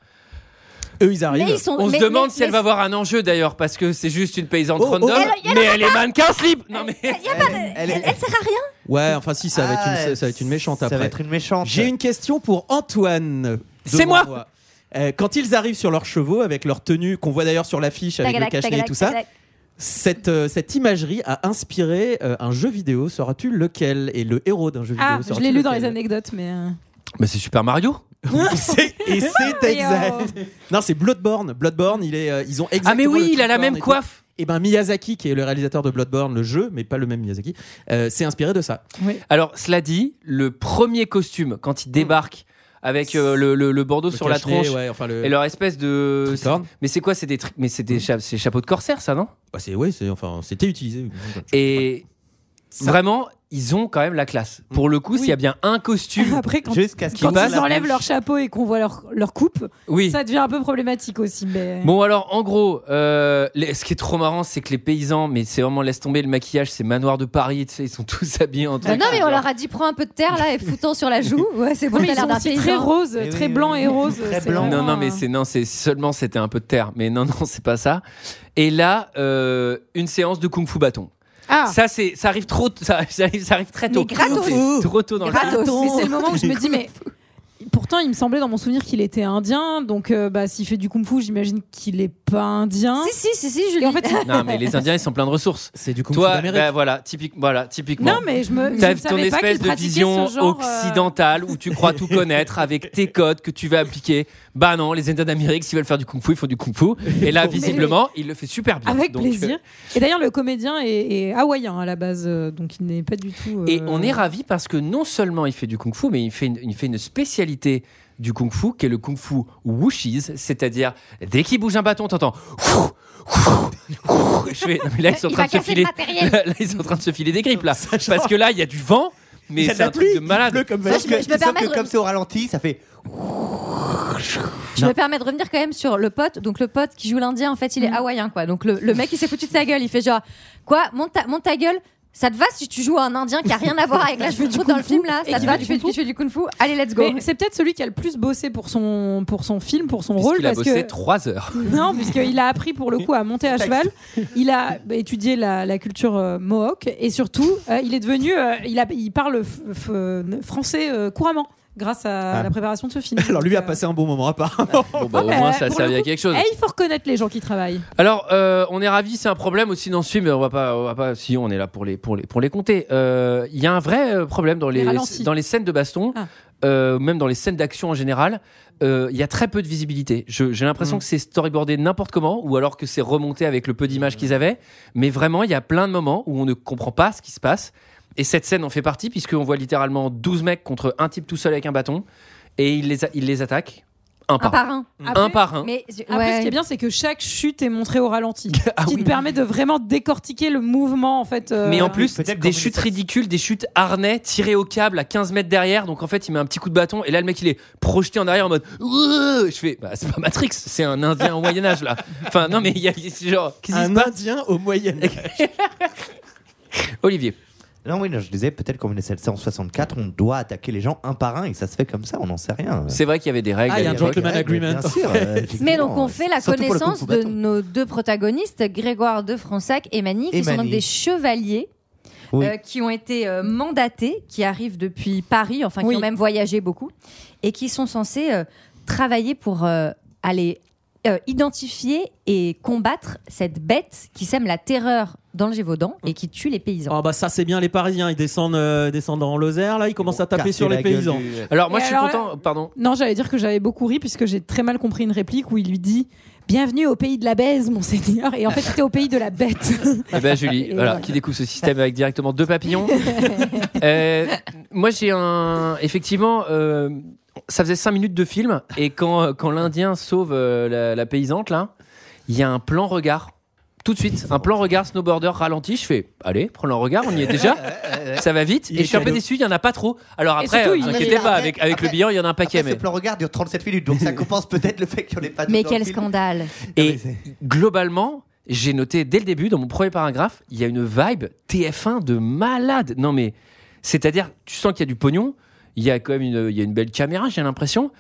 S6: Eux, ils arrivent.
S13: Ah, Mais ils sont-
S1: On se
S13: mais-
S1: demande
S13: mais-
S1: si elle
S13: mais-
S1: va avoir un enjeu d'ailleurs, parce que c'est juste une paysanne
S6: Oh, oh,
S1: random,
S6: elle-
S13: elle
S1: mais
S13: en a
S1: elle est mannequin slip Non mais.
S13: Y a pas de- Elle, elle sert à rien.
S6: Ouais, enfin si, ça va,
S11: Ah,
S6: être, une, ça va être une méchante
S11: ça va
S6: après.
S11: être une méchante.
S6: J'ai une question pour Antoine.
S11: C'est
S6: Devant
S11: moi
S6: Euh, Quand ils arrivent sur leurs chevaux, avec leur tenue, qu'on voit d'ailleurs sur l'affiche avec le
S13: Tagalac,
S6: cachet et
S13: tagalac,
S6: tout ça,
S13: tagalac.
S6: cette, euh, cette imagerie a inspiré euh, un jeu vidéo, sauras-tu lequel Et le héros d'un jeu
S14: Ah,
S6: vidéo,
S14: je
S6: sauras-tu
S14: l'ai lu dans les
S6: lequel
S14: anecdotes, mais. euh,
S1: Mais c'est Super Mario
S6: C'est- [laughs] Et c'est
S14: [laughs] Mais, euh,
S6: exact. Non, c'est Bloodborne. Bloodborne, il est, euh, ils ont exactement.
S1: mais oui,
S6: le
S1: il a la
S6: tricorne
S1: même
S6: et tout.
S1: coiffe.
S6: Et ben Miyazaki, qui est le réalisateur de Bloodborne, le jeu, mais pas le même Miyazaki, euh, s'est inspiré de ça.
S1: Alors, cela dit, le premier costume, quand il débarque avec euh, le, le- le bandeau
S6: Le
S1: sur la
S6: cache-nez,
S1: tronche
S6: ouais, enfin, le-
S1: et leur espèce de.
S6: Tricorne.
S1: Mais c'est quoi C'est des, tri- mais c'est des cha- c'est chapeaux de corsaire, ça, non
S6: Bah, c'est ouais, c'est enfin, c'était utilisé.
S1: Et vraiment, ils ont quand même la classe. Pour le coup, s'il y a bien un costume.
S14: Après, quand,
S1: Jusqu'à ce
S14: quand
S1: qu'ils passent.
S14: ils enlèvent leur chapeau et qu'on voit leur, leur coupe,
S1: Oui.
S14: ça devient un peu problématique aussi. Mais...
S1: Bon alors en gros, euh, les- ce qui est trop marrant, c'est que les paysans, mais c'est vraiment laisse tomber le maquillage, c'est manoir de Paris, tu sais, ils sont [laughs] tous habillés en
S13: Bah
S1: truc.
S13: non, mais on leur a dit prends un peu de terre là et foutons sur
S14: [laughs]
S13: la joue. Ouais, c'est bon,
S14: Mais
S13: t'as
S14: ils sont
S13: l'air d'un
S14: aussi
S13: paysan.
S14: très rose,
S11: Eh
S14: très blanc et rose. c'est
S1: Non
S14: vraiment,
S1: non mais
S14: euh,
S1: c'est non c'est seulement c'était un peu de terre, mais non [laughs] non c'est pas ça. Et là euh, une séance de kung fu bâton.
S14: Ah.
S1: Ça c'est ça arrive trop t- [laughs] ça, ça arrive, ça arrive très tôt.
S14: Mais gratos.
S1: C'est Trop tôt dans le
S14: Gratos.
S1: film.
S14: Mais c'est le moment où je
S1: [laughs]
S14: me dis, mais pourtant, il me semblait dans mon souvenir qu'il était indien. Donc, euh, bah, s'il fait du kung fu, j'imagine qu'il est pas indien.
S13: Si, si, si, si, je
S14: Et en fait,
S1: Non mais les Indiens ils sont pleins de ressources.
S6: C'est du
S1: kung
S6: fu d'Amérique.
S1: voilà typique voilà typiquement.
S14: [laughs] Non, mais je me.
S1: T'as
S14: je ne
S1: ton
S14: savais pas
S1: espèce
S14: qu'il
S1: de
S14: pratiquait
S1: vision
S14: ce genre, euh,
S1: occidentale où tu
S14: [laughs]
S1: crois tout connaître avec tes codes que tu vas appliquer. Bah non, les Indiens d'Amérique, s'ils veulent faire du kung fu, ils font du kung
S14: [laughs]
S1: fu. Et là,
S14: Mais-
S1: visiblement, il le fait super bien.
S14: Avec
S1: Donc,
S14: plaisir.
S1: euh,
S14: Et d'ailleurs, le comédien est, est hawaïen à la base, euh, donc il n'est pas du tout. euh,
S1: Et on est ravis parce que non seulement il fait du kung fu, mais il fait une, il fait une spécialité du kung fu qui est le kung fu wushies, c'est-à-dire dès qu'il bouge un bâton, t'entends. [laughs] Je fais, non, mais là, ils sont en
S13: Il
S1: train
S13: va
S1: de se
S13: casser le
S1: filer.
S13: matériel.
S1: [laughs] Là, ils sont en train de se filer des grippes là, parce que là, il y a du vent. Mais
S11: Il y a de
S1: c'est
S11: la
S1: un truc
S11: pluie,
S1: de malade.
S11: pleut comme
S13: Ça, je me- je me
S11: Sauf
S13: permets
S11: que
S13: de-
S11: comme c'est au ralenti, ça fait.
S13: Je me permets de revenir quand même sur le pote. Donc le pote qui joue l'Indien, en fait, il est
S14: Mm.
S13: hawaïen, quoi. Donc le, le mec, il s'est foutu de sa gueule. Il fait genre, quoi, monte ta, monte ta gueule. Ça te va si tu joues à un Indien qui a rien à voir
S14: [laughs]
S13: avec la
S14: Qui fait
S13: cheveux
S14: du
S13: dans le
S14: kung fu
S13: film là
S14: et
S13: Ça
S14: qui
S13: te va
S14: fait du
S13: tu fais,
S14: kung fu.
S13: tu fais du kung-fu Allez, let's go.
S14: Mais c'est peut-être celui qui a le plus bossé pour son, pour son film, pour son rôle.
S1: Il a
S14: parce
S1: bossé
S14: que...
S1: trois heures.
S14: Non, puisqu'il a appris pour le coup à monter à cheval. Il a bah, étudié la, la culture euh, mohawk et surtout, euh, il est devenu. euh, il, a, il parle f- f- français euh, couramment grâce à
S6: Ah.
S14: la préparation de ce film.
S6: Alors lui a passé un bon moment apparemment.
S1: Bon, bah, au
S14: mais,
S1: moins, ça a
S14: pour
S1: servi
S14: le
S1: à
S14: coup,
S1: quelque chose.
S14: eh, il faut reconnaître les gens qui travaillent.
S1: Alors, euh, on est ravis, c'est un problème aussi dans ce film, mais on va pas, on va pas si on est là pour les, pour les, pour les compter. Euh, Il y a un vrai euh, problème dans les,
S14: Les ralentis.
S1: dans les scènes de baston, euh, même dans les scènes d'action en général. euh, Il y a très peu de visibilité. Je- J'ai l'impression que c'est storyboardé n'importe comment, ou alors que c'est remonté avec le peu d'images qu'ils avaient. Mais vraiment, il y a plein de moments où on ne comprend pas ce qui se passe. Et cette scène en fait partie, puisqu'on voit littéralement 12 mecs contre un type tout seul avec un bâton, et il les, a- il les attaque un par un. Mm. Un par un.
S13: Mais je-
S14: Après,
S13: ouais.
S14: ce qui est bien, c'est que chaque chute est montrée au ralenti,
S1: [laughs]
S14: ce qui te permet de vraiment décortiquer le mouvement en fait. euh,
S1: Ah Mais en plus,
S11: Peut-être
S1: des
S11: qu'en
S1: chutes ridicules, des chutes harnais tirées au câble à 15 mètres derrière. Donc en fait, il met un petit coup de bâton et là, le mec, il est projeté en arrière en mode. Ouh Je fais, bah, c'est pas Matrix, c'est un Indien au Moyen-Âge
S6: [laughs]
S1: là. Enfin, non, mais il y a c'est genre. qu'est-ce qui se
S6: Un
S1: passe
S6: Indien au moyen
S1: Olivier.
S11: Non, oui, non, je disais peut-être qu'en 1964, on doit attaquer les gens un par un et ça se fait comme ça, on n'en sait rien.
S1: C'est vrai qu'il y avait des règles.
S6: Ah, il y a
S1: à
S6: un
S1: l'époque.
S6: gentleman agreement.
S11: Bien sûr. euh,
S13: Mais
S11: effectivement,
S13: donc on fait la
S11: surtout pour le
S13: connaissance
S11: kung fu
S13: de
S11: bâton.
S13: nos deux protagonistes, Grégoire de Fronsac et Mani, qui
S11: Et
S13: sont donc
S11: Mani.
S13: des chevaliers.
S11: Oui.
S13: euh, qui ont été euh, mandatés, qui arrivent depuis Paris, enfin qui
S14: Oui.
S13: ont même voyagé beaucoup, et qui sont censés euh, travailler pour euh, aller euh, identifier et combattre cette bête qui sème la terreur dans le Gévaudan et qui tue les paysans.
S6: Oh bah ça c'est bien les Parisiens, ils descendent, euh, descendent en Lozère là, ils commencent à taper
S11: casser
S6: sur
S11: la
S6: les
S11: gueule
S6: paysans.
S11: du-
S1: Alors moi,
S14: Et
S1: je suis
S14: alors là-
S1: content. Pardon.
S14: Non, j'allais dire que j'avais beaucoup ri puisque j'ai très mal compris une réplique où il lui dit Bienvenue au pays de la baise, monseigneur. Et en fait, c'était au pays de la
S11: [laughs]
S14: bête.
S1: Eh ben Julie,
S14: Et
S1: voilà,
S14: voilà.
S1: qui découvre ce système avec directement deux papillons. Euh, moi, j'ai un. Effectivement, euh, ça faisait cinq minutes de film, et quand, quand l'Indien sauve euh, la, la paysante, là, il y a un plan regard. Tout de suite, un plan regard snowboarder ralenti. Je fais, allez, prends le regard, on y est
S6: [laughs]
S1: déjà. Ça va vite.
S6: Il
S1: et
S6: est
S1: je suis un peu
S6: cadeau.
S1: déçu, il y en a pas trop. Alors
S14: Et
S1: après,
S14: surtout,
S1: euh,
S14: il-
S1: vous inquiétez pas, avec, avec le bilan, il y en a un paquet.
S11: Après,
S1: mais-
S11: ce plan regard dure 37 minutes, donc ça compense peut-être le fait qu'il n'y en ait pas
S13: Mais
S11: dans le
S13: quel
S11: film.
S13: scandale
S1: Et globalement, j'ai noté dès le début, dans mon premier paragraphe, il y a une vibe TF1 de malade. Non mais, c'est-à-dire, tu sens qu'il y a du pognon, Il y a quand même une, il y a une belle caméra, j'ai l'impression,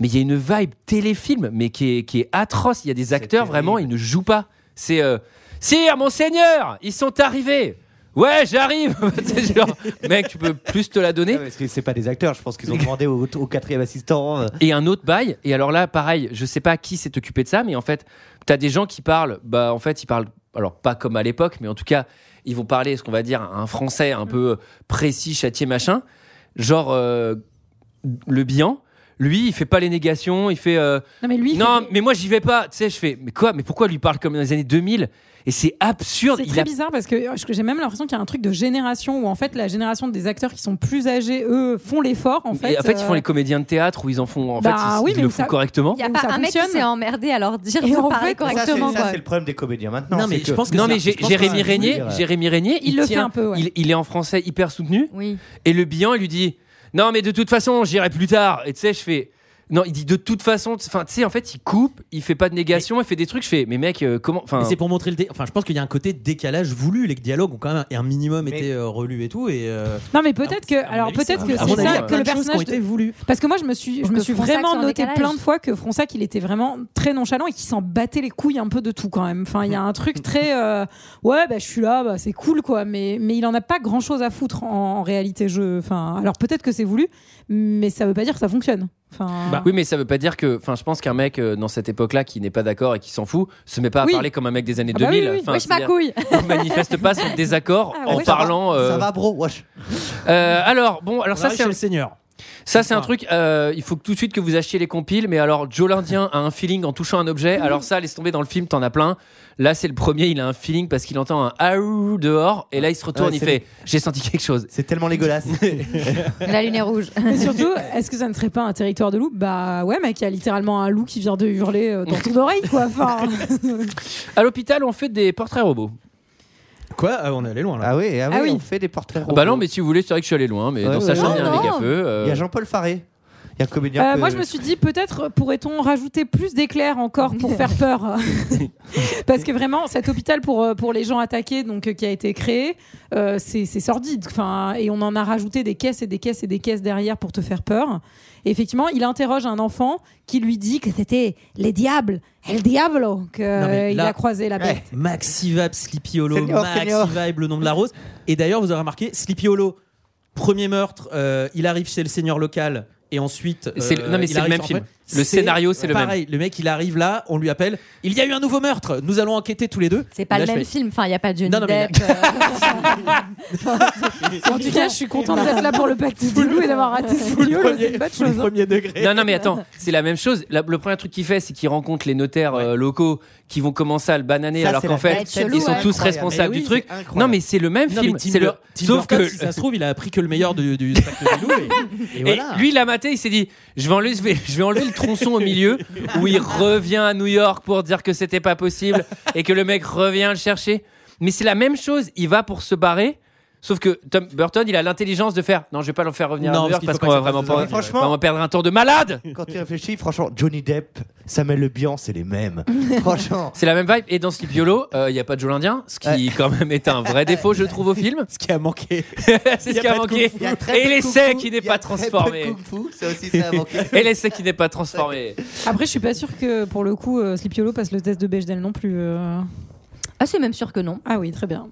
S1: mais il y a une vibe téléfilm, mais qui est, qui est atroce. Il y a des acteurs vraiment, ils ne jouent pas. C'est euh, Sire, monseigneur, ils sont arrivés. Ouais, j'arrive. [laughs] C'est genre, mec, tu peux plus te la donner.
S11: Parce que c'est pas des acteurs, je pense qu'ils ont demandé au, au quatrième
S13: [laughs]
S11: assistant. euh,
S1: Et un autre bail. Et alors là, pareil, je sais pas qui s'est occupé de ça, mais en fait, t'as des gens qui parlent, bah en fait, ils parlent, alors pas comme à l'époque, mais en tout cas, ils vont parler, ce qu'on va dire, un français un peu précis, châtié, machin. Genre, euh, le bilan, lui, il fait pas les négations, il fait. euh,
S13: Non, mais lui, il
S1: Non,
S13: fait-
S1: mais moi, j'y vais pas. Tu sais, je fais, mais quoi, mais pourquoi lui parle comme dans les années 2000 Et c'est absurde.
S13: C'est
S1: il
S13: très
S1: a-
S13: bizarre parce que je- j'ai même l'impression qu'il y a un truc de génération où en fait la génération des acteurs qui sont plus âgés, eux, font l'effort en fait.
S1: Et en fait, ils font
S13: euh,
S1: les comédiens de théâtre où ils en font. En
S13: Bah
S1: fait, ils,
S13: oui,
S1: ils
S13: mais
S1: le
S13: où
S1: font
S13: ça-
S1: correctement.
S16: Il n'y a
S13: Où
S16: pas
S13: ça
S16: un mec qui
S13: fonctionne.
S16: s'est emmerdé à leur dire
S13: Et
S16: de
S13: en
S16: parler
S13: fait, ça,
S11: Ça, c'est-
S16: correctement.
S11: ça,
S16: quoi.
S11: c'est le problème des comédiens maintenant.
S6: Non, mais
S11: c'est
S6: je pense que
S1: non
S6: c'est
S1: mais
S6: un-
S1: Jé-
S6: je pense que c'est
S1: Jérémy
S6: un-
S1: Régnier,
S11: dire, euh,
S1: Jérémy Régnier,
S13: il le fait
S1: tient-
S13: un peu, ouais.
S1: il, il est en français hyper soutenu
S16: Oui.
S1: et le bilan il lui dit non mais de toute façon j'irai plus tard et tu sais je fais non il dit de toute façon enfin tu sais en fait il coupe, il fait pas de négation, il fait des trucs je fais mais mec euh, comment enfin
S6: Mais c'est pour montrer le. dé- Enfin, je pense qu'il y a un côté décalage voulu. Les dialogues ont quand même un, un minimum été euh, relus et tout. Et euh,
S13: Non mais peut-être que
S6: à mon
S13: alors
S6: avis,
S13: peut-être
S6: un-
S13: que
S6: à mon avis, il
S13: c'est
S6: y
S13: ça
S6: a
S13: que
S6: plein
S13: le
S6: de choses qui ont
S13: personnage
S6: été
S13: de-
S6: voulues.
S13: parce que moi je me suis je
S16: Pour
S13: me
S16: que
S13: suis
S16: Fronsac soit
S13: vraiment
S16: en
S13: noté
S16: décalage.
S13: plein de fois que Fronsac il était vraiment très nonchalant et qu'il s'en battait les couilles un peu de tout quand même. Enfin il y a un truc très euh, ouais bah je suis là bah, c'est cool quoi mais mais il en a pas grand chose à foutre en, en réalité je enfin alors peut-être que c'est voulu mais ça veut pas dire que ça fonctionne. Enfin
S1: oui mais ça veut pas dire que enfin je pense qu'un mec euh, dans cette époque là qui n'est pas d'accord et qui s'en fout se met pas à
S13: Oui.
S1: parler comme un mec des années
S13: Ah bah oui,
S1: 2000
S13: oui, oui.
S1: Enfin,
S16: Wesh, ma
S1: c'est-à-dire, [laughs]
S16: couille.
S1: il manifeste pas son désaccord
S13: [laughs] Ah,
S1: en
S13: oui, ça va.
S1: parlant euh,
S11: Ça va, bro Wesh.
S1: euh, alors bon alors ça c'est un-
S6: le Seigneur.
S1: Ça, c'est un
S6: Enfin.
S1: truc, euh, il faut que tout de suite que vous achetiez les compiles, mais alors Joe l'Indien a un feeling en touchant un objet, alors ça, laisse tomber dans le film, t'en as plein. Là, c'est le premier, il a un feeling parce qu'il entend un aou dehors, et là, il se retourne,
S11: Ouais,
S1: il
S11: c'est
S1: fait J'ai senti quelque chose.
S11: C'est tellement dégueulasse.
S16: La lune est rouge.
S13: [laughs] Mais surtout, est-ce que ça ne serait pas un territoire de loup Bah ouais, mec, il y a littéralement un loup qui vient de hurler
S1: [laughs]
S13: euh, dans ton oreille, quoi. Enfin,
S1: À l'hôpital, on fait des portraits robots.
S6: Quoi Ah, On est allé loin là.
S11: Ah oui, ah oui,
S13: Ah oui.
S11: on fait des portraits robots.
S1: Bah non, mais si vous voulez, c'est vrai que je suis allé loin, mais
S11: Ouais,
S1: dans
S11: ouais,
S1: sa
S11: ouais.
S1: chambre, il y a
S16: Non,
S1: un euh.
S16: non.
S1: méga feu.
S11: Il y a Jean-Paul Faré. Il y a un comédien.
S13: Euh,
S11: que-
S13: moi, je me suis dit peut-être euh, pourrait-on rajouter plus d'éclairs encore pour
S16: [laughs]
S13: faire peur, [laughs] parce que vraiment cet hôpital pour euh, pour les gens attaqués, donc euh, qui a été créé, euh, c'est c'est sordide. Enfin, et on en a rajouté des caisses et des caisses et des caisses derrière pour te faire peur. Et effectivement, il interroge un enfant qui lui dit que c'était les diables, El Diablo, que
S6: Non, mais
S13: euh, il
S6: là-
S13: a croisé la bête.
S6: Maxi Vibe, Sleepy Hollow,
S11: Seigneur,
S6: Maxi
S11: seigneur.
S6: Vibe, le nom de la rose. Et d'ailleurs, vous aurez remarqué, Sleepy Hollow, premier meurtre, euh, il arrive chez le seigneur local. Et ensuite, euh,
S1: C'est le- non, mais
S6: il
S1: c'est le
S6: arrive
S1: même
S6: sur-
S1: film.
S6: après,
S1: Le scénario, c'est le même.
S6: Pareil, le mec, il arrive là, on lui appelle. Il y a eu un nouveau meurtre. Nous allons enquêter tous les deux.
S16: C'est pas le
S6: Là, je
S16: même
S6: fais-
S16: film. Enfin, il n'y a pas Johnny
S6: Non, non, mais
S16: Depp.
S13: En tout cas, je suis contente d'être là pour le pacte du loup et d'avoir raté ce lieu. C'est une bonne chose. hein.
S6: Premier degré.
S1: Non, non, mais attends, c'est la même chose. La- le premier truc qu'il fait, c'est qu'il rencontre les notaires euh, locaux qui vont commencer à le bananer,
S11: Ça,
S1: alors
S11: c'est
S1: qu'en
S11: la
S1: fait,
S11: belle
S16: ils
S11: scène.
S1: ils sont
S16: Ouais.
S1: tous responsables
S6: Mais
S1: du
S6: oui,
S1: truc.
S11: c'est incroyable.
S1: Non, mais c'est le même
S6: Non, mais
S1: film.
S6: Tim
S1: C'est le...
S6: Bur- Tim
S1: Sauf
S6: Burton,
S1: que euh,
S6: si ça se trouve, il a appris que le meilleur du, du spectre
S1: [laughs]
S6: du loup. Et, et
S1: Et
S6: voilà.
S1: lui, il a maté, il s'est dit je vais, enlever, je vais enlever le tronçon au milieu, où il revient à New York pour dire que c'était pas possible et que le mec revient le chercher. Mais c'est la même chose, il va pour se barrer, sauf que Tom Burton, il a l'intelligence de faire non, je vais pas le faire revenir à
S6: Non,
S1: New York parce
S6: parce qu'il
S1: qu'on va
S6: faut
S1: vraiment
S6: pas que ça se
S1: pas.
S11: fasse. Franchement-
S1: on va perdre un temps de malade
S11: Quand tu réfléchis, franchement, Johnny Depp, Samuel Le Bihan, c'est les
S13: [laughs]
S11: mêmes. franchement.
S1: C'est la même vibe. Et dans Sleepy Hollow, euh, il y a pas de Joe l'Indien, ce qui, quand même, est un vrai défaut, je trouve, au
S11: [laughs]
S1: film.
S6: Ce qui a manqué.
S1: c'est ce qui a manqué.
S11: Il y a très
S1: Et
S11: peu de
S1: l'essai
S11: kung-fu,
S1: qui n'est
S11: il y a
S1: pas
S11: très peu de
S1: transformé.
S11: kung-fu, Ça aussi, ça a manqué.
S1: Et l'essai qui
S11: [laughs]
S1: n'est pas transformé.
S13: Après, je suis pas sûre que pour le coup, euh, Sleepy Hollow passe le test de Bechdel non plus. euh.
S16: Ah, c'est même sûr que non.
S13: Ah oui, très bien.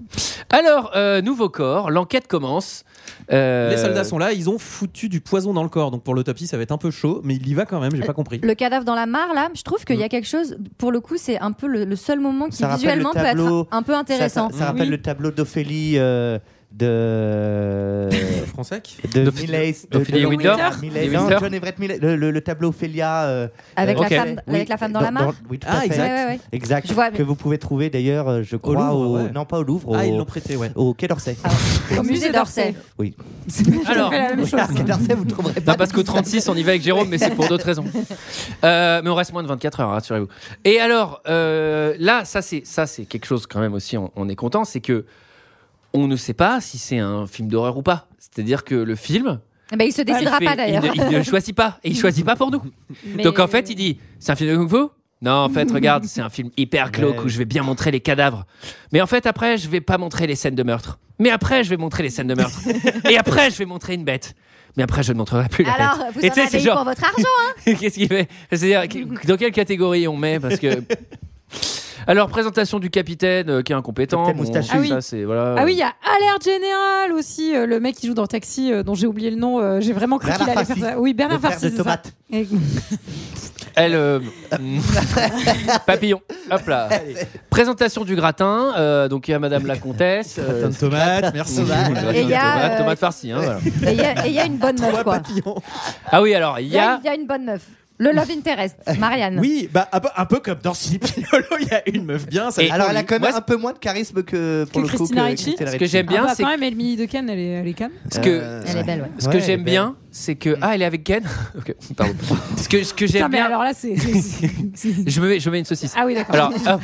S1: Alors, euh, nouveau corps, l'enquête commence. Euh,
S6: Les soldats sont là, ils ont foutu du poison dans le corps. Donc pour l'autopsie, ça va être un peu chaud, mais il y va quand même, j'ai pas compris.
S16: Le cadavre dans la mare, là, je trouve qu'il
S1: Mm.
S16: y a quelque chose. Pour le coup, c'est un peu le, le seul moment qui
S11: Ça rappelle
S16: visuellement
S11: le tableau.
S16: peut être un peu intéressant.
S11: Ça, ça rappelle
S16: Oui.
S11: le tableau d'Ophélie euh, de.
S1: [laughs]
S14: Euh,
S6: Français
S11: De
S1: D'Ophélie-
S11: Millais.
S1: d'Ophélie
S13: Winter.
S11: Millais.
S1: De
S11: Non,
S1: Winter.
S11: John Everett Millais. Le, le- le tableau Ophélia. euh,
S16: Avec,
S1: Ok.
S16: la femme,
S11: oui,
S16: avec la femme dans, la mare.
S11: oui, tout
S6: Ah,
S11: à fait.
S6: exact.
S16: Ouais, ouais, ouais.
S11: Exact.
S16: Je vois, mais-
S11: Que vous pouvez trouver d'ailleurs, euh, je crois,
S6: Louvre,
S11: au,
S6: ouais.
S11: non pas au Louvre,
S6: Ah, ils l'ont
S11: au,
S6: prêté, ouais.
S11: au Quai d'Orsay.
S16: Au
S11: [laughs]
S16: musée d'Orsay.
S11: Oui.
S1: Alors,
S11: Oui, au Quai d'Orsay, vous trouverez pas.
S1: Non, parce
S11: de-
S1: qu'au 36, on y va avec Jérôme, mais c'est pour
S16: [laughs]
S1: d'autres raisons. Euh, mais on reste moins de 24 heures, rassurez-vous. Et alors, euh, là, ça c'est, ça, c'est quelque chose quand même aussi, on, on est content, c'est que on ne sait pas si c'est un film d'horreur ou pas. C'est-à-dire que le film.
S16: Eh ben, il se décidera
S1: il fait-
S16: pas d'ailleurs.
S1: Il, ne- il ne choisit pas. Et il choisit pas pour nous. Donc en
S14: euh,
S1: fait, il dit c'est un film de Kung Fu Non,
S14: [laughs]
S1: en fait, regarde, c'est un film hyper glauque
S11: Ouais.
S1: où je vais bien montrer les cadavres. Mais en fait,
S14: [laughs]
S1: après, je vais pas montrer les scènes de meurtre. Mais après, je vais montrer les scènes de meurtre. Et après, je vais montrer une bête. mais après, je ne montrerai plus la
S13: Alors,
S1: bête.
S13: vous
S1: Et
S13: en
S1: tu sais,
S13: avez
S1: c'est
S13: eu
S1: genre-
S13: pour votre argent, hein
S1: [laughs] Qu'est-ce qu'il fait C'est-à-dire, qu- dans quelle catégorie on
S14: [laughs]
S1: met Parce que. Alors, présentation du capitaine euh, qui est incompétent.
S11: Capitaine
S1: Bon,
S11: moustachu.
S1: ça, c'est- voilà.
S14: Ah oui, il y a Alerte Générale aussi, euh, le mec qui joue dans Taxi, euh, dont j'ai oublié le nom. euh, j'ai vraiment cru
S1: Bernard
S14: qu'il allait faire
S1: Farcy.
S14: ça. Oui, Bernard
S1: Le frère
S14: Farcy.
S1: de
S14: c'est
S1: Tomate.
S14: ça. Et-
S1: Elle. euh, [laughs] mm, papillon. Hop là. Présentation du gratin. euh, donc, il y a Madame la comtesse. euh,
S6: de tomates, merci.
S1: Mm,
S14: [laughs]
S1: gratin
S13: Et il
S1: de
S13: y a,
S1: tomate,
S13: euh,
S1: tomate farcie. hein, voilà.
S13: Et il y a- et il y, a une bonne meuf, quoi.
S1: Ah oui, alors, il
S13: Il
S1: y a.
S13: il y a une bonne meuf. Le
S1: [laughs]
S13: Love Interest, Marianne.
S6: Oui, bah, un, peu, un peu comme dans Sleepy Hollow, il y a une meuf bien. ça
S1: Et-
S6: dépend
S11: Alors, elle a
S6: du-
S11: quand même
S6: Moi,
S11: un peu moins de charisme que pour
S14: que
S11: le coup
S14: Christina
S11: que
S14: Ricci.
S11: Christina
S1: Ce que j'aime bien,
S14: Ah bah,
S1: c'est
S14: quand même, Elmini de Cannes, elle est, elle est calme.
S1: Ce que,
S13: Elle est belle, Euh, ouais.
S1: ce
S11: Ouais,
S1: que
S11: elle est
S1: j'aime
S11: belle.
S1: bien, c'est que ah, elle est avec Ken. [laughs] Ok, pardon. Ce que ce que
S14: Putain,
S1: j'aime
S14: mais
S1: bien.
S14: alors là, c'est. c'est- c'est-
S1: [laughs] Je me mets, je mets une saucisse.
S14: Ah oui, d'accord.
S1: Alors, ah,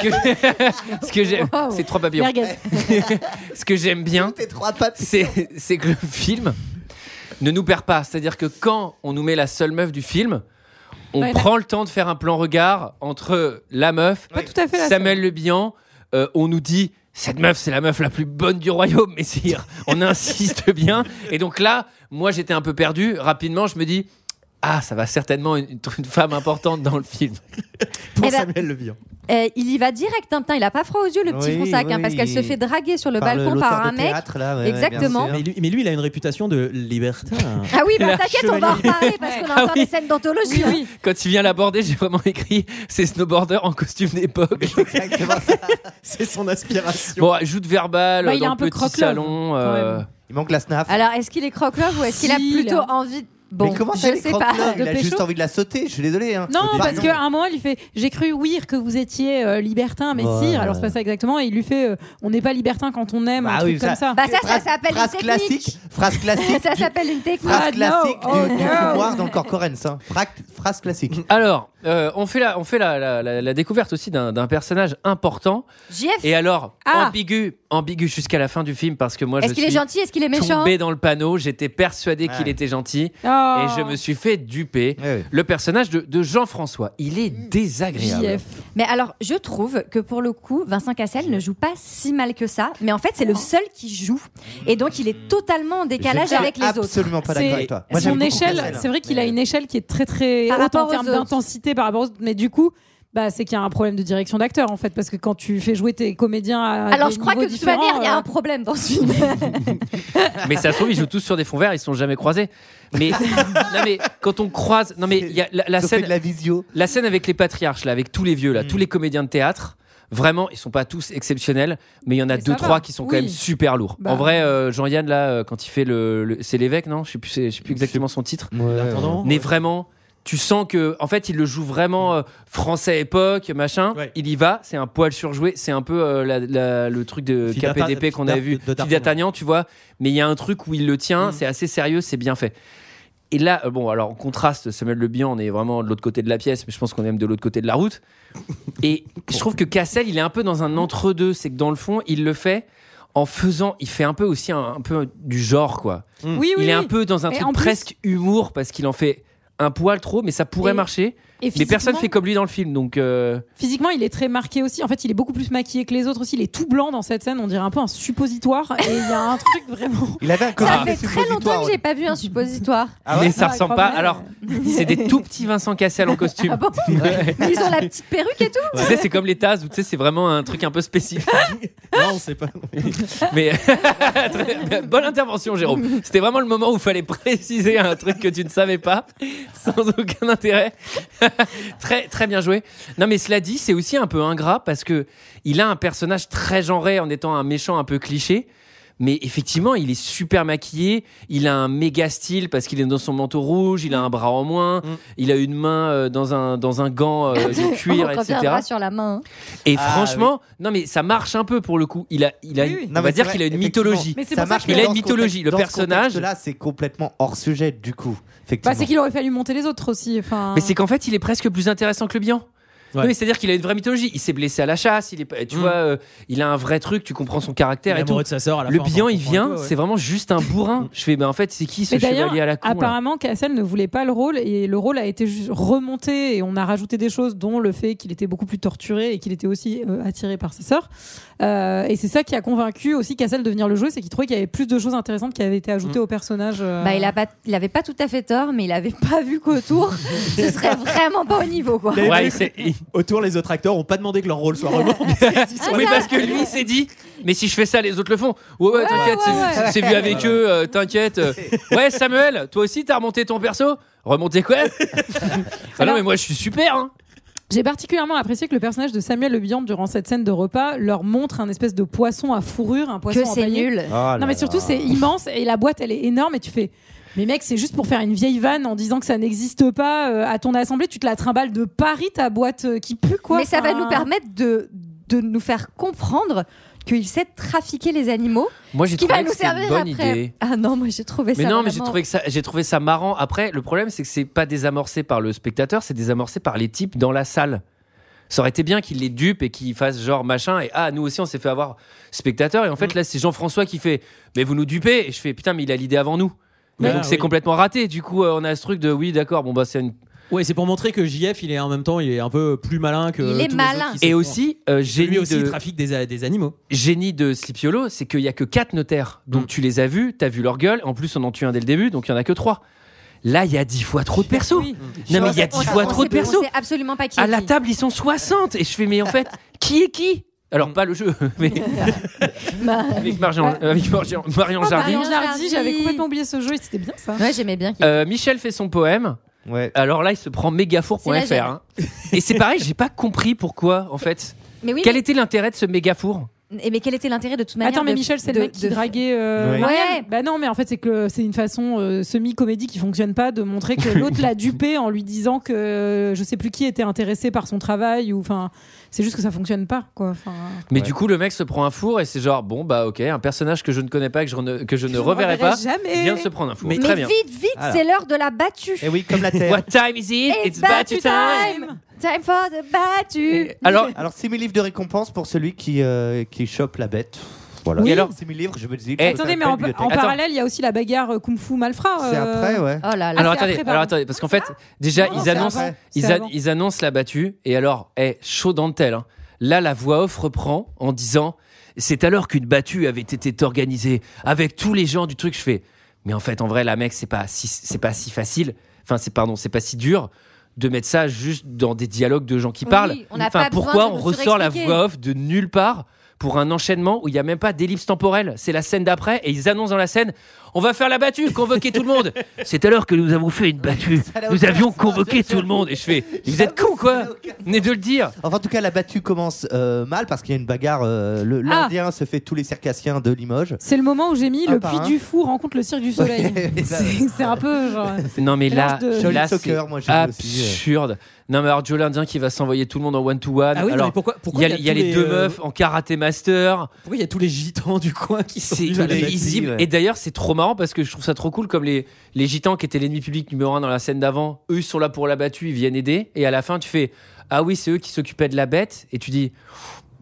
S1: ce [laughs] que, ce que j'aime,
S14: Wow.
S1: c'est trois papillons.
S14: Merguez.
S1: ce que j'aime bien, c'est c'est que le film ne nous perd pas. C'est-à-dire que quand on nous met la seule meuf du film, on
S14: Ouais, là-
S1: prend le temps de faire un plan regard entre la meuf,
S14: tout à fait la
S1: Samuel Le Bihan. euh, on nous dit cette meuf, c'est la meuf la plus bonne du royaume, messire. On insiste [laughs] bien. Et donc là, moi, j'étais un peu perdu. Rapidement, je me dis. Ah, ça va certainement une, une femme importante dans le film.
S6: Pour
S13: Eh ben-
S6: Samuel Le Bihan.
S13: Eh, il y va direct, hein, putain, il a pas froid aux yeux, le petit
S6: Oui,
S13: Fonsac, hein,
S6: oui,
S13: parce qu'elle se
S6: oui.
S13: fait draguer sur le
S6: Par
S13: balcon
S6: l'auteur
S13: par
S6: de
S13: un mec.
S6: théâtre, là, ouais, ouais,
S13: Exactement.
S6: bien sûr. mais, lui, mais lui, il a une réputation de libertin.
S13: ah oui,
S1: [laughs]
S13: bah
S1: La
S13: t'inquiète, on va en
S1: chevalier.
S13: reparler parce qu'on a
S1: Ah
S13: encore
S1: oui.
S13: des scènes d'anthologie. hein.
S1: Quand il vient l'aborder, j'ai vraiment écrit c'est snowboarder en costume d'époque.
S6: [laughs] C'est son aspiration.
S1: Bon, joute verbale
S13: Bah, il est
S1: dans
S13: un
S1: le
S13: peu
S1: petit
S13: croque-love,
S1: salon.
S13: quand
S1: euh,
S11: Il manque la snap.
S13: Alors, est-ce qu'il est croque-love ou est-ce qu'il a
S14: Si,
S13: plutôt
S14: là.
S13: envie de- Bon,
S11: mais comment ça,
S13: je
S11: les
S13: sais pas.
S11: croque-love Il a
S14: Pécho
S11: juste envie de la sauter, je suis désolé. hein.
S14: Non,
S11: Mais
S14: parce
S11: non.
S14: qu'à un moment, il lui fait J'ai cru ouïr que vous étiez euh, libertin, mais
S11: Ouais.
S14: sire. Alors, c'est pas ça exactement. Et il lui fait euh, On n'est pas libertin quand on aime,
S11: Bah
S14: un
S11: oui,
S14: truc comme ça.
S13: Bah, ça, ça s'appelle
S11: Phrase
S13: une
S11: classique,
S13: technique.
S11: phrase classique,
S13: [laughs] ça s'appelle une technique.
S11: phrase
S14: Ah, no.
S11: classique
S14: Oh,
S11: du, du
S14: no.
S11: couloir dans le corps Corens, hein. Frac- Phrase classique.
S1: Alors, euh, on fait la, on fait la, la- la- la découverte aussi d'un d'un personnage important.
S13: JF,
S1: Et alors,
S13: Ah.
S1: ambigu, ambigu jusqu'à la fin du film parce que moi je
S13: est-ce qu'il est
S1: suis
S13: gentil Est-ce qu'il est méchant
S1: tombé dans le panneau. J'étais persuadé qu'il était gentil
S14: Oh.
S1: et je me suis fait duper. Le personnage de, de Jean-François, il est désagréable.
S14: [laughs] JF.
S13: Mais alors, je trouve que pour le coup, Vincent Cassel ne joue pas si mal que ça. Mais en fait, c'est le seul qui joue. Et donc, il est totalement en décalage
S11: Je suis
S13: avec les autres.
S11: Absolument pas d'accord avec toi. Moi, j'aime
S14: Son
S11: beaucoup
S14: échelle,
S11: Cassel, hein.
S14: c'est vrai qu'il a une échelle qui est très très
S13: Par
S14: haute
S13: rapport
S14: en
S13: aux
S14: termes
S13: autres.
S14: d'intensité par rapport aux autres. Mais du coup. Bah, c'est qu'il y a un problème de direction d'acteur en fait parce que quand tu fais jouer tes comédiens à
S13: Alors,
S14: des
S13: je crois que
S14: niveaux
S13: de toute
S14: différents,
S13: manière, il y a
S14: euh,
S13: un problème dans ce film.
S1: Mais ça se trouve, ils jouent tous sur des fonds verts, ils se sont jamais croisés.
S14: [laughs]
S1: Mais, non, mais quand on croise. Non, mais il y a la, la
S11: Ça fait
S1: scène,
S11: de la visio.
S1: la scène avec les patriarches, là, avec tous les vieux, là, tous les comédiens de théâtre. Vraiment, ils sont pas tous exceptionnels, mais il y en a
S14: Mais
S1: deux
S14: ça va,
S1: trois qui sont
S14: oui.
S1: quand même super lourds.
S14: Bah.
S1: En vrai, euh, Jean-Yann là, euh, quand il fait le, le- c'est l'évêque, non Je sais plus, c'est- je sais plus exactement son titre.
S6: L'intendant
S1: Mais vraiment, tu sens que, en fait, il le joue
S6: Mm.
S1: vraiment euh, français époque, machin. Il y va, c'est un poil surjoué, c'est un peu euh, la- la- le truc de
S6: Fille d'Arta-
S1: KPDP qu'on
S6: de-
S1: avait vu,
S6: de- de
S1: Fille
S6: D'Artagnan. Mm.
S1: d'Artagnan, tu vois. Mais il y a un truc où il le tient, c'est assez sérieux, c'est bien fait. Et là, euh, bon, alors en contraste, Samuel Le Bihan, on est vraiment de l'autre côté de la pièce, mais je pense qu'on est même de l'autre côté de la route. Et je trouve que Cassel, il est un peu dans un entre-deux, c'est que dans le fond, il le fait en faisant, il fait un peu aussi un, un peu du genre, quoi.
S14: [laughs] Oui, oui,
S1: il est un
S14: oui.
S1: peu dans un
S14: Et
S1: truc
S14: en plus-
S1: presque humour parce qu'il en fait un poil trop, mais ça pourrait
S14: Et-
S1: marcher.
S14: et
S1: mais personne
S14: physiquement-
S1: fait comme lui dans le film, donc. euh,
S14: Physiquement, il est très marqué aussi. En fait, il est beaucoup plus maquillé que les autres aussi. Il est tout blanc dans cette scène. On dirait un peu un suppositoire. Et il y a un truc vraiment.
S11: Il avait un
S13: Ça
S11: costume
S13: fait très longtemps
S11: suppositoire.
S13: que j'ai pas vu
S1: [laughs]
S13: un suppositoire.
S11: Ah ouais
S1: mais ça
S14: Ah,
S1: ressemble
S14: quand
S1: pas.
S14: même.
S1: Alors, c'est des tout petits Vincent Cassel en costume.
S13: Ah bon Mais Ils ont la petite perruque et tout.
S1: Tu sais, c'est comme les tasses, où tu sais, c'est vraiment un truc un peu spécifique.
S6: Non, on sait pas.
S1: Mais [laughs] Très- bonne intervention, Jérôme. C'était vraiment le moment où il fallait préciser un truc que tu ne savais pas, sans aucun intérêt. [laughs] très, très bien joué. Non, mais cela dit, c'est aussi un peu ingrat parce que il a un personnage très genré en étant un méchant un peu cliché. Mais effectivement, il est super maquillé. Il a un méga style parce qu'il est dans son manteau rouge. Il a un bras en moins. Il a une main euh, dans un dans un gant euh, de cuir,
S13: [laughs] on
S1: etc.
S13: reviendra sur la main. hein.
S1: Et
S11: Ah,
S1: franchement, non mais ça marche un peu pour le coup. Il a, il a,
S14: Oui, oui.
S1: on
S11: Non,
S1: va
S11: mais
S1: dire
S11: c'est
S1: qu'il a
S11: vrai,
S1: une
S11: effectivement.
S1: mythologie.
S14: Mais c'est
S11: Ça
S14: pour ça
S11: marche,
S14: que-
S1: Il
S11: mais
S1: a une
S11: dans ce
S1: mythologie.
S11: contexte-
S1: Le
S11: dans ce
S1: personnage.
S11: contexte-là, c'est complètement hors sujet, du coup.
S14: Bah,
S11: Effectivement.
S14: c'est qu'il aurait fallu monter les autres aussi. Enfin.
S1: Mais c'est qu'en fait, il est presque plus intéressant que le Bihan. Oui, c'est-à-dire qu'il a une vraie mythologie. Il s'est blessé à la chasse, il est, pas- tu vois, euh, il a un vrai truc, tu comprends son caractère
S6: Mm. Il est
S1: et tout.
S6: amoureux de sa sœur, à la
S1: le
S6: fin,
S1: bilan,
S6: on
S1: il
S6: comprend
S1: vient,
S6: tout, ouais. Mm.
S1: c'est vraiment juste un bourrin. Je fais, ben en fait, c'est qui ce
S14: Mais d'ailleurs,
S1: chevalier à la con là
S14: apparemment, Cassel ne voulait pas le rôle et le rôle a été ju- remonté et on a rajouté des choses, dont le fait qu'il était beaucoup plus torturé et qu'il était aussi euh, attiré par ses sœurs. Euh, et c'est ça qui a convaincu aussi Cassel de venir le jouer, c'est qu'il trouvait qu'il y avait plus de choses intéressantes qui avaient été ajoutées
S1: Mm.
S14: au personnage. euh.
S13: Bah, il, a pas, il avait pas tout à fait tort, mais il avait pas
S1: [laughs]
S13: vu qu'autour, ce serait vraiment pas au niveau, quoi.
S6: Autour, les autres acteurs ont pas demandé que leur rôle [laughs] soit remonté.
S1: oui, parce que lui, il s'est dit, mais si je fais ça, les autres le font. Ouais, ouais, t'inquiète,
S6: ouais,
S1: c'est-
S6: ouais.
S1: c'est vu avec
S6: [laughs] Ouais, ouais.
S1: eux, euh,
S6: [laughs]
S1: t'inquiète. euh. Ouais, Samuel, toi aussi, t'as remonté ton perso Remonté
S6: [laughs]
S1: quoi Ah non, mais moi, je suis super. hein.
S14: J'ai particulièrement apprécié que le personnage de Samuel Le Bihan, durant cette scène de repas, leur montre un espèce de poisson à fourrure, un poisson
S13: Que c'est
S14: empaillé.
S13: nul. Oh là
S14: non, mais surtout,
S13: là.
S14: c'est immense et la boîte, elle est énorme et tu fais. Mais mec, c'est juste pour faire une vieille vanne en disant que ça n'existe pas. euh, à ton assemblée, tu te la trimbales de Paris, ta boîte euh, qui pue, quoi.
S13: Mais ça va
S14: Enfin,
S13: nous permettre de, de nous faire comprendre qu'il sait trafiquer les animaux.
S1: Moi, j'ai
S13: ce qui
S1: trouvé
S13: va
S1: que
S13: nous
S1: c'est une
S13: servir
S1: bonne
S13: après.
S1: idée.
S13: Ah non, moi j'ai trouvé
S1: Mais
S13: ça.
S1: non, mais j'ai
S13: vraiment-
S1: trouvé que ça, j'ai trouvé ça marrant. Après, le problème, c'est que c'est pas désamorcé par le spectateur, c'est désamorcé par les types dans la salle. Ça aurait été bien qu'ils les dupent et qu'ils fassent genre machin et ah nous aussi on s'est fait avoir spectateur et en fait
S13: Mm.
S1: là c'est Jean-François qui fait mais vous nous dupez et je fais putain mais il a l'idée avant nous
S6: Ouais,
S1: donc c'est
S6: oui.
S1: complètement raté du coup euh, on a ce truc de oui d'accord bon bah c'est une
S6: Ouais, c'est pour montrer que JF, il est en même temps, il est un peu plus malin que.
S1: Il est
S6: tous les
S1: malin.
S6: autres qui
S1: Et
S6: sont-
S1: aussi, euh, génie
S6: Lui aussi, il
S1: de-
S6: trafique des, des animaux.
S1: génie de Slipiolo, c'est qu'il y a que quatre notaires. Donc tu les as vus, tu as vu leur gueule. En plus, on en tue un dès le début, donc il y en a que trois. Là, il y a dix fois trop de persos. Non, mais il y a
S13: On-
S1: dix fois
S13: on
S1: trop de
S13: sait- on
S1: persos.
S13: sait absolument pas qui.
S1: À
S13: est
S1: la
S13: qui.
S1: table, ils sont 60. Et je fais, mais en
S13: [laughs]
S1: fait, qui est qui Alors, pas le jeu, [laughs] mais
S13: Bah,
S1: avec Marion, euh, avec Marion, Marion
S14: Oh,
S1: Jardy.
S14: Marion Jardy, j'avais complètement oublié ce jeu et c'était bien ça.
S13: Ouais, j'aimais bien.
S1: Euh, Michel fait son poème. Alors là, il se prend
S13: C'est la
S1: mégafour.fr.
S13: gêne.
S1: hein. Et c'est pareil, j'ai pas compris pourquoi, en fait.
S13: Mais oui,
S1: Quel
S13: mais-
S1: était l'intérêt de ce mégafour
S13: Et mais quel était l'intérêt de toute manière
S14: Attends, mais
S13: de-
S14: Michel, c'est
S13: de-
S14: le mec qui
S13: de-
S14: draguait. euh,
S1: Ouais.
S14: Marianne. Bah non, mais en fait, c'est que c'est une façon euh, semi-comédie qui fonctionne pas de montrer que l'autre l'a dupé en lui disant que euh, je sais plus qui était intéressé par son travail ou enfin. C'est juste que ça fonctionne pas, quoi. Enfin,
S1: Mais du coup, le mec se prend un four et c'est genre, bon, bah ok, un personnage que je ne connais pas, que je ne, que je ne reverrai pas,
S13: jamais.
S1: vient de se prendre un four.
S13: Mais,
S1: Très bien.
S13: vite, vite,
S1: Voilà.
S13: c'est l'heure de la battue.
S1: Et oui, comme la Terre. What time is it
S13: Eh
S1: It's
S13: bah,
S1: battue
S13: time. Time for the battue.
S11: Alors, alors 6 000 livres de récompense pour celui qui, euh, qui chope la bête. Voilà.
S1: Oui. Et alors
S11: 6 000 livres, je me dis.
S1: Eh,
S14: Attendez, mais en, en parallèle, il y a aussi la bagarre euh, Kung Fu Malfra.
S11: C'est après, ouais.
S14: Oh là là.
S1: alors attendez, alors attendez, parce qu'en fait, déjà
S14: Non,
S1: ils
S14: c'est
S1: annoncent,
S14: avant.
S1: ils,
S14: C'est
S1: a-
S14: avant.
S1: ils annoncent la battue et alors, eh, chaud dans le tel. hein. Là, la voix off reprend en disant, c'est alors qu'une battue avait été organisée avec tous les gens du truc. Je fais, mais en fait, en vrai, la mec, c'est pas si, c'est pas si facile. Enfin, c'est pardon, c'est pas si dur de mettre ça juste dans des dialogues de gens qui
S13: Oui,
S1: parlent.
S13: on n'a
S1: enfin,
S13: pas besoin
S1: pourquoi
S13: de
S1: on
S13: nous
S1: ressort la
S13: surexpliquer.
S1: voix off de nulle part pour un enchaînement où il n'y a même pas d'ellipse temporelle. C'est la scène d'après et ils annoncent dans la scène on va faire la battue, convoquer tout le monde. C'est alors que nous avons fait une battue. Nous avions convoqué tout le monde. Et je fais mais vous êtes con quoi Né de le dire.
S11: Enfin, en tout cas, la battue commence euh, mal parce qu'il y a une bagarre. euh, le-
S14: Ah.
S11: L'Indien se fait tous les circassiens de Limoges.
S14: C'est le moment où j'ai mis
S11: Un
S14: le
S1: Ah,
S11: par
S14: puits
S11: un.
S1: hein.
S14: du fou rencontre le cirque du
S1: [laughs]
S14: soleil.
S11: Ouais.
S14: c'est c'est un peu genre.
S1: Non mais là,
S14: mélange de- Jolly
S1: là c'est
S11: Soccer, moi, j'ai vu aussi, euh.
S1: absurde. Non mais alors Joe l'Indien qui va s'envoyer tout le monde en one to one.
S6: Ah oui, non,
S1: alors
S6: mais pourquoi- pourquoi
S1: il y a, il y a
S6: tous
S1: les deux
S6: euh,
S1: meufs en karaté master.
S6: Pourquoi il y a tous les gitans du coin qui sont
S1: C'est
S6: venus à la bête
S1: illisible.
S6: Ouais.
S1: Et d'ailleurs, c'est trop marrant parce que je trouve ça trop cool. Comme les, les gitans qui étaient l'ennemi public numéro un dans la scène d'avant, eux ils sont là pour la battue, ils viennent aider. Et à la fin, tu fais Ah oui, c'est eux qui s'occupaient de la bête. Et tu dis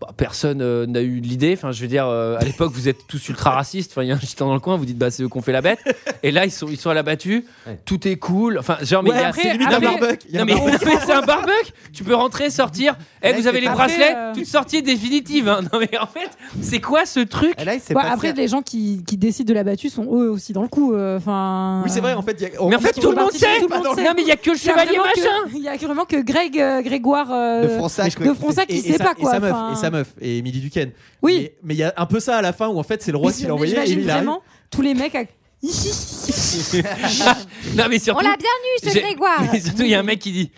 S1: Bah, Personne euh, n'a eu l'idée. Enfin, je veux dire, euh, à l'époque, vous êtes tous ultra racistes. Enfin, il y a un gitan dans le coin, vous dites Bah, c'est eux qui ont fait la bête. Et là, ils sont, ils sont à la battue, tout est cool. Enfin, genre, mais
S6: Ouais,
S1: il y a-
S6: après, c'est limite un
S1: Non, Ah, mais-
S6: barbecue. Il y a
S1: Non,
S6: un
S1: mais
S6: barbecue.
S1: mais [laughs] c'est un barbecue. Tu peux rentrer, sortir. Eh,
S6: Là, il
S1: vous
S6: s'est
S1: avez les
S6: pas-
S1: bracelets.
S6: Après, euh,
S1: Toute sortie est définitive. hein. [laughs] Non, mais en fait, c'est quoi ce truc
S14: Ouais, après, les gens qui, qui décident de la battue sont eux aussi dans le coup. euh, Enfin.
S6: Oui, c'est vrai, en fait. il Y a...
S1: Mais en fait, tout le monde sait.
S14: Tout le monde sait.
S1: Non, mais il y a que le
S14: Il y a
S1: chevalier
S14: vraiment que-
S1: machin.
S14: Il y a vraiment que Greg euh, Grégoire euh,
S6: de Fronsac,
S14: de Fronsac qui sait pas quoi.
S6: Et sa meuf,
S14: enfin.
S6: et sa meuf, et Émilie Duquesne.
S14: Oui.
S6: Mais- Mais il y a un peu ça à la fin où en fait c'est le roi qui l'a envoyé. et
S14: J'imagine
S6: il arrive.
S14: vraiment tous les mecs. à-
S1: non, mais surtout,
S13: On l'a bien eu, ce
S1: j'ai-
S13: Grégoire. [laughs]
S1: Mais surtout, il y a un mec qui dit.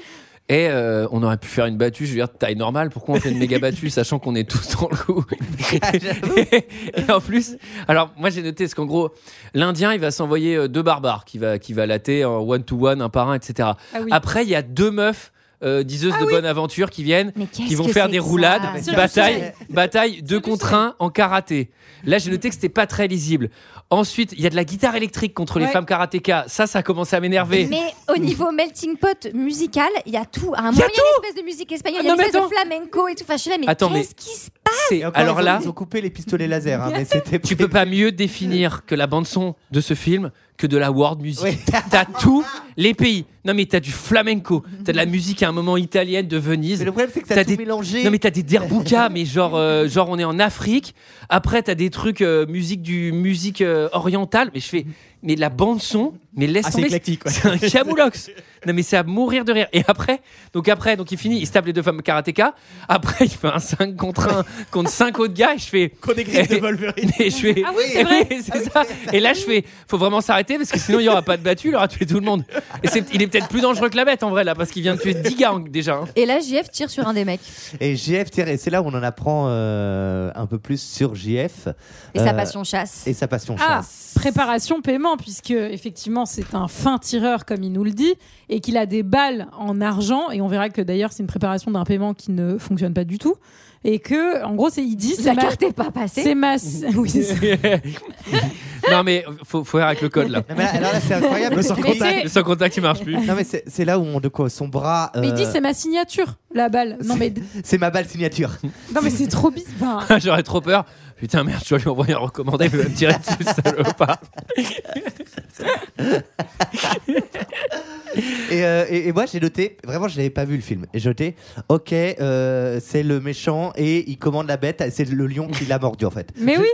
S1: Eh, euh, on aurait pu faire une battue, je veux dire, de taille normale, pourquoi on fait une méga battue, sachant qu'on est tous dans le coup Et en plus, alors moi j'ai noté, parce qu'en gros, l'Indien, il va s'envoyer euh, deux barbares qui va, qui va latter en one-to-one, un par un, etc.
S6: Ah oui.
S1: Après, il y a deux meufs euh, diseuses de bonne aventure qui viennent, qui vont faire des roulades,
S17: Sur-
S1: bataille, bataille deux contre un en karaté. Là, j'ai noté que c'était pas très lisible. Ensuite, il y a de la guitare électrique contre les
S13: Ouais.
S1: femmes karatéka. Ça, ça a commencé à m'énerver.
S13: Mais au niveau melting pot musical, il y a tout. À un
S1: Il y a
S13: moment, il y a
S1: tout Ah,
S13: une espèce de musique espagnole, il y
S1: Non,
S13: a
S1: mais
S13: une espèce de
S1: attends.
S13: flamenco et tout. Enfin, je suis là, mais
S1: Attends, mais-
S13: qu'est-ce qui se
S1: C'est-
S11: Encore,
S1: alors
S11: ils ont-
S1: là,
S11: ils ont coupé les pistolets laser, hein, mais c'était
S1: tu peux pas mieux définir que la bande son de ce film que de la world music. [laughs] T'as tous les pays. Non mais t'as du flamenco, t'as de la musique à un moment italienne de Venise. Mais le
S11: problème c'est que t'as tout mélangé.
S1: Non mais t'as des derboukas, [laughs] mais genre euh, genre on est en Afrique. Après t'as des trucs euh, musique du musique euh, orientale. Mais je fais mais la bande son, mais laisse
S6: Ah, c'est
S1: tomber.
S6: éclectique,
S1: [laughs]
S6: ouais.
S1: C'est un camoulox. Non mais c'est à mourir de rire. Et après, donc après, donc il finit, il se tape les deux femmes karatéka. Après, il fait un 5 contre 1 contre 5 autres gars. Et je fais.
S6: [laughs] Qu'on
S1: griffes de
S6: Wolverine.
S1: Et je fais.
S6: Ah oui, c'est vrai. Ah
S1: c'est ça. Et là, je fais. Faut vraiment s'arrêter parce que sinon, il y aura pas de battu, il aura tué tout le monde. Et c'est, il est peut-être plus dangereux que la bête en vrai là parce qu'il vient de tuer 10 gars en- déjà. hein.
S13: passe Et là, JF tire sur un des mecs.
S11: Et JF, tiens, et c'est là où on en apprend euh, un peu plus sur JF.
S13: Et sa
S11: Euh,
S13: passion chasse.
S11: Et sa passion
S14: Ah,
S11: chasse.
S14: préparation paiement, puisque effectivement c'est un fin tireur comme il nous le dit, et qu'il a des balles en argent, et on verra que d'ailleurs c'est une préparation d'un paiement qui ne fonctionne pas du tout, et que en gros c'est il dit
S13: La
S14: c'est ma-
S13: carte est pas passée.
S14: C'est ma... oui, c'est ça.
S1: [laughs] non mais faut, faut faire avec le code là.
S11: Mais là, alors là, c'est incroyable.
S1: Le sans
S11: Mais
S1: contact,
S11: c'est-
S1: le sans contact, il marche plus. [laughs]
S11: Non, mais c'est c'est là où on, de quoi, son bras.
S14: Mais il dit
S11: euh,
S14: c'est ma signature la balle. Non
S13: [laughs]
S14: mais
S11: c'est ma balle signature.
S14: non mais c'est trop bizarre.
S1: J'aurais trop peur. Putain, merde, je dois lui envoyer un recommandé, il va me tirer dessus, ça le pas.
S11: et, euh, et- et moi j'ai noté, vraiment je l'avais pas vu le film, et j'ai noté, ok, euh, c'est le méchant et il commande la bête, c'est le lion qui l'a mordu en fait.
S14: Mais oui.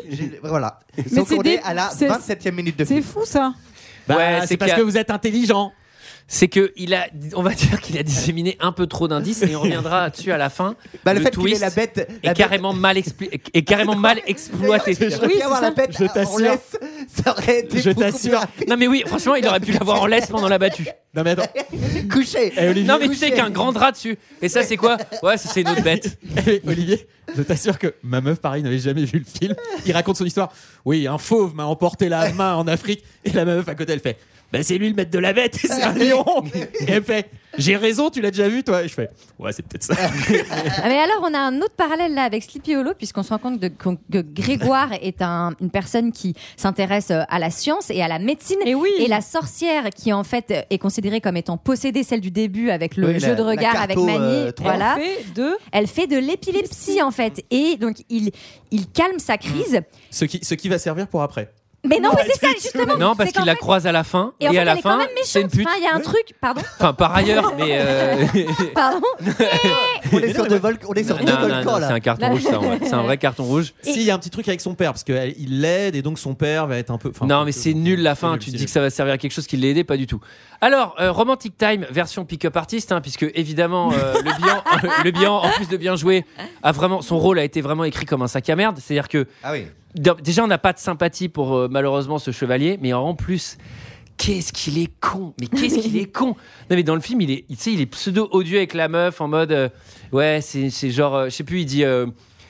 S11: Voilà.
S14: Mais
S11: Sauf
S14: c'est
S11: qu'on
S14: des-
S11: est à la
S14: c'est-
S11: 27e minute de
S14: C'est
S11: film.
S14: fou ça.
S1: Ouais,
S11: Bah,
S6: Ah, c'est parce que vous êtes intelligent.
S1: C'est que il a, on va dire qu'il a disséminé un peu trop d'indices et on reviendra dessus à la fin.
S11: Bah, le fait qu'il
S1: twist
S11: ait la bête- la
S1: est
S11: bête- [laughs]
S1: carrément mal expli- est- est carrément mal exploité.
S11: Je préfère Oui, avoir c'est la ça. bête
S6: Je t'assure.
S11: en laisse, ça aurait été
S6: Je
S11: beaucoup plus
S6: t'assure.
S1: Non mais oui, franchement, il aurait pu l'avoir en laisse pendant la battue.
S6: Non mais attends.
S14: [laughs]
S6: Eh,
S11: Couché.
S1: non mais tu sais qu'un grand drap dessus. Et ça c'est quoi Ouais, ça, c'est une autre bête.
S6: Eh, Olivier, je t'assure que ma meuf, pareil, n'avait jamais vu le film. Il raconte son histoire. Oui, un fauve m'a emporté la main en Afrique. Et la meuf à côté, elle fait Bah, c'est lui le maître de la bête, c'est un lion. Et elle fait J'ai raison, tu l'as déjà vu, toi. Et je fais Ouais, c'est peut-être ça.
S13: Ah, Mais alors, on a un autre parallèle là avec Sleepy Hollow, puisqu'on se rend compte de- qu'on- que Grégoire est un- une personne qui s'intéresse euh, à la science et à la médecine. Et
S14: oui.
S13: la sorcière, qui en fait euh, est considérée comme étant possédée, celle du début avec le
S14: Oui, la-
S13: jeu de
S14: la
S13: regard
S14: carto,
S13: avec Manny.
S14: euh, trois.
S13: voilà.
S14: Elle fait de...
S13: l'épilepsie en fait. Et donc, il, il calme sa crise.
S6: Ce qui, ce qui va servir pour après.
S13: Mais non, mais c'est ça, justement.
S1: Non parce
S13: C'est qu'en
S1: qu'il la
S13: fait-
S1: croise à la fin
S13: Et,
S1: et,
S13: en fait,
S1: à la
S13: elle est quand
S1: fin
S13: même
S1: c'est une
S13: méchante.
S1: pute.
S13: Enfin, il y a un truc, pardon.
S1: Enfin par ailleurs [laughs] mais euh,
S13: Pardon.
S11: On est sur deux, volc- on est sur
S1: non,
S11: deux
S1: non,
S11: volcans
S1: non,
S11: là.
S1: c'est un carton rouge ça. ouais. C'est un vrai carton rouge.
S6: S'il y a un petit truc avec son père, parce qu'il l'aide et donc son père va être un peu. enfin,
S1: non, mais c'est nul la fin. Tu te dis que ça va servir à quelque chose qui l'a aidé, pas du tout. Alors, euh, Romantic Time, version pick-up artiste, hein, puisque évidemment, euh, le, bilan, [laughs] le bilan, en plus de bien jouer, a vraiment, son rôle a été vraiment écrit comme un sac à merde. C'est-à-dire que.
S11: Ah
S1: dans- Déjà, on n'a pas de sympathie pour euh, malheureusement ce chevalier, mais en plus. Qu'est-ce qu'il est con
S14: [laughs]
S1: Mais qu'est-ce qu'il est con Non mais dans le film, il est, tu sais, il est pseudo odieux avec la meuf en mode, euh, ouais, c'est c'est genre, euh, je sais plus, il dit, euh,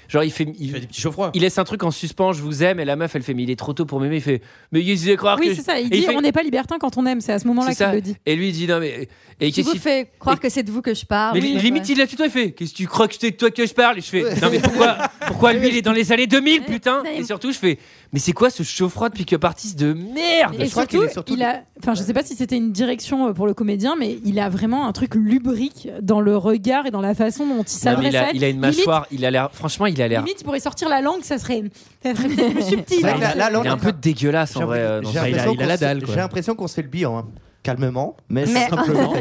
S1: genre il fait, il,
S6: des petits chauffrois.
S1: Il laisse un truc en suspens, je vous aime, et la meuf, elle fait, mais il est trop tôt pour m'aimer. Il fait, mais il faisait croire que,
S14: Oui, c'est ça.
S1: et
S14: Il dit
S1: fait-
S14: on n'est pas libertin quand on aime. C'est à ce moment-là
S1: c'est ça.
S14: qu'il le dit.
S1: Et lui, il dit, non mais, et
S13: Qui
S1: qu'est-ce
S13: vous
S1: qu'il
S13: fait croire que c'est de vous que je parle.
S1: mais limite, il a tutoie, il fait Qu'est-ce que tu crois que c'est de toi que je parle Et je fais Non, mais pourquoi, pourquoi lui, il est dans les années 2000, putain Et surtout, je fais Mais c'est quoi ce chaud-froid de pick-up artist de merde
S14: Et surtout, il a, enfin, je sais pas si c'était une direction euh, pour le comédien, mais il a vraiment un truc lubrique dans le regard et dans la façon dont il
S1: Non, mais
S14: s'adresse.
S1: il, a,
S14: à elle.
S1: il a une
S14: Limite-
S1: mâchoire, il a l'air. Franchement, il a l'air.
S14: Limite, il pourrait sortir la langue, ça serait, ça serait peut-être plus subtil.
S1: Il a- il est un peu dégueulasse en vrai. euh, dans
S11: J'ai
S1: ça.
S11: l'impression qu'on se- J'ai l'impression qu'on se fait le bilan, hein. calmement, mais,
S13: Mais-
S11: simplement.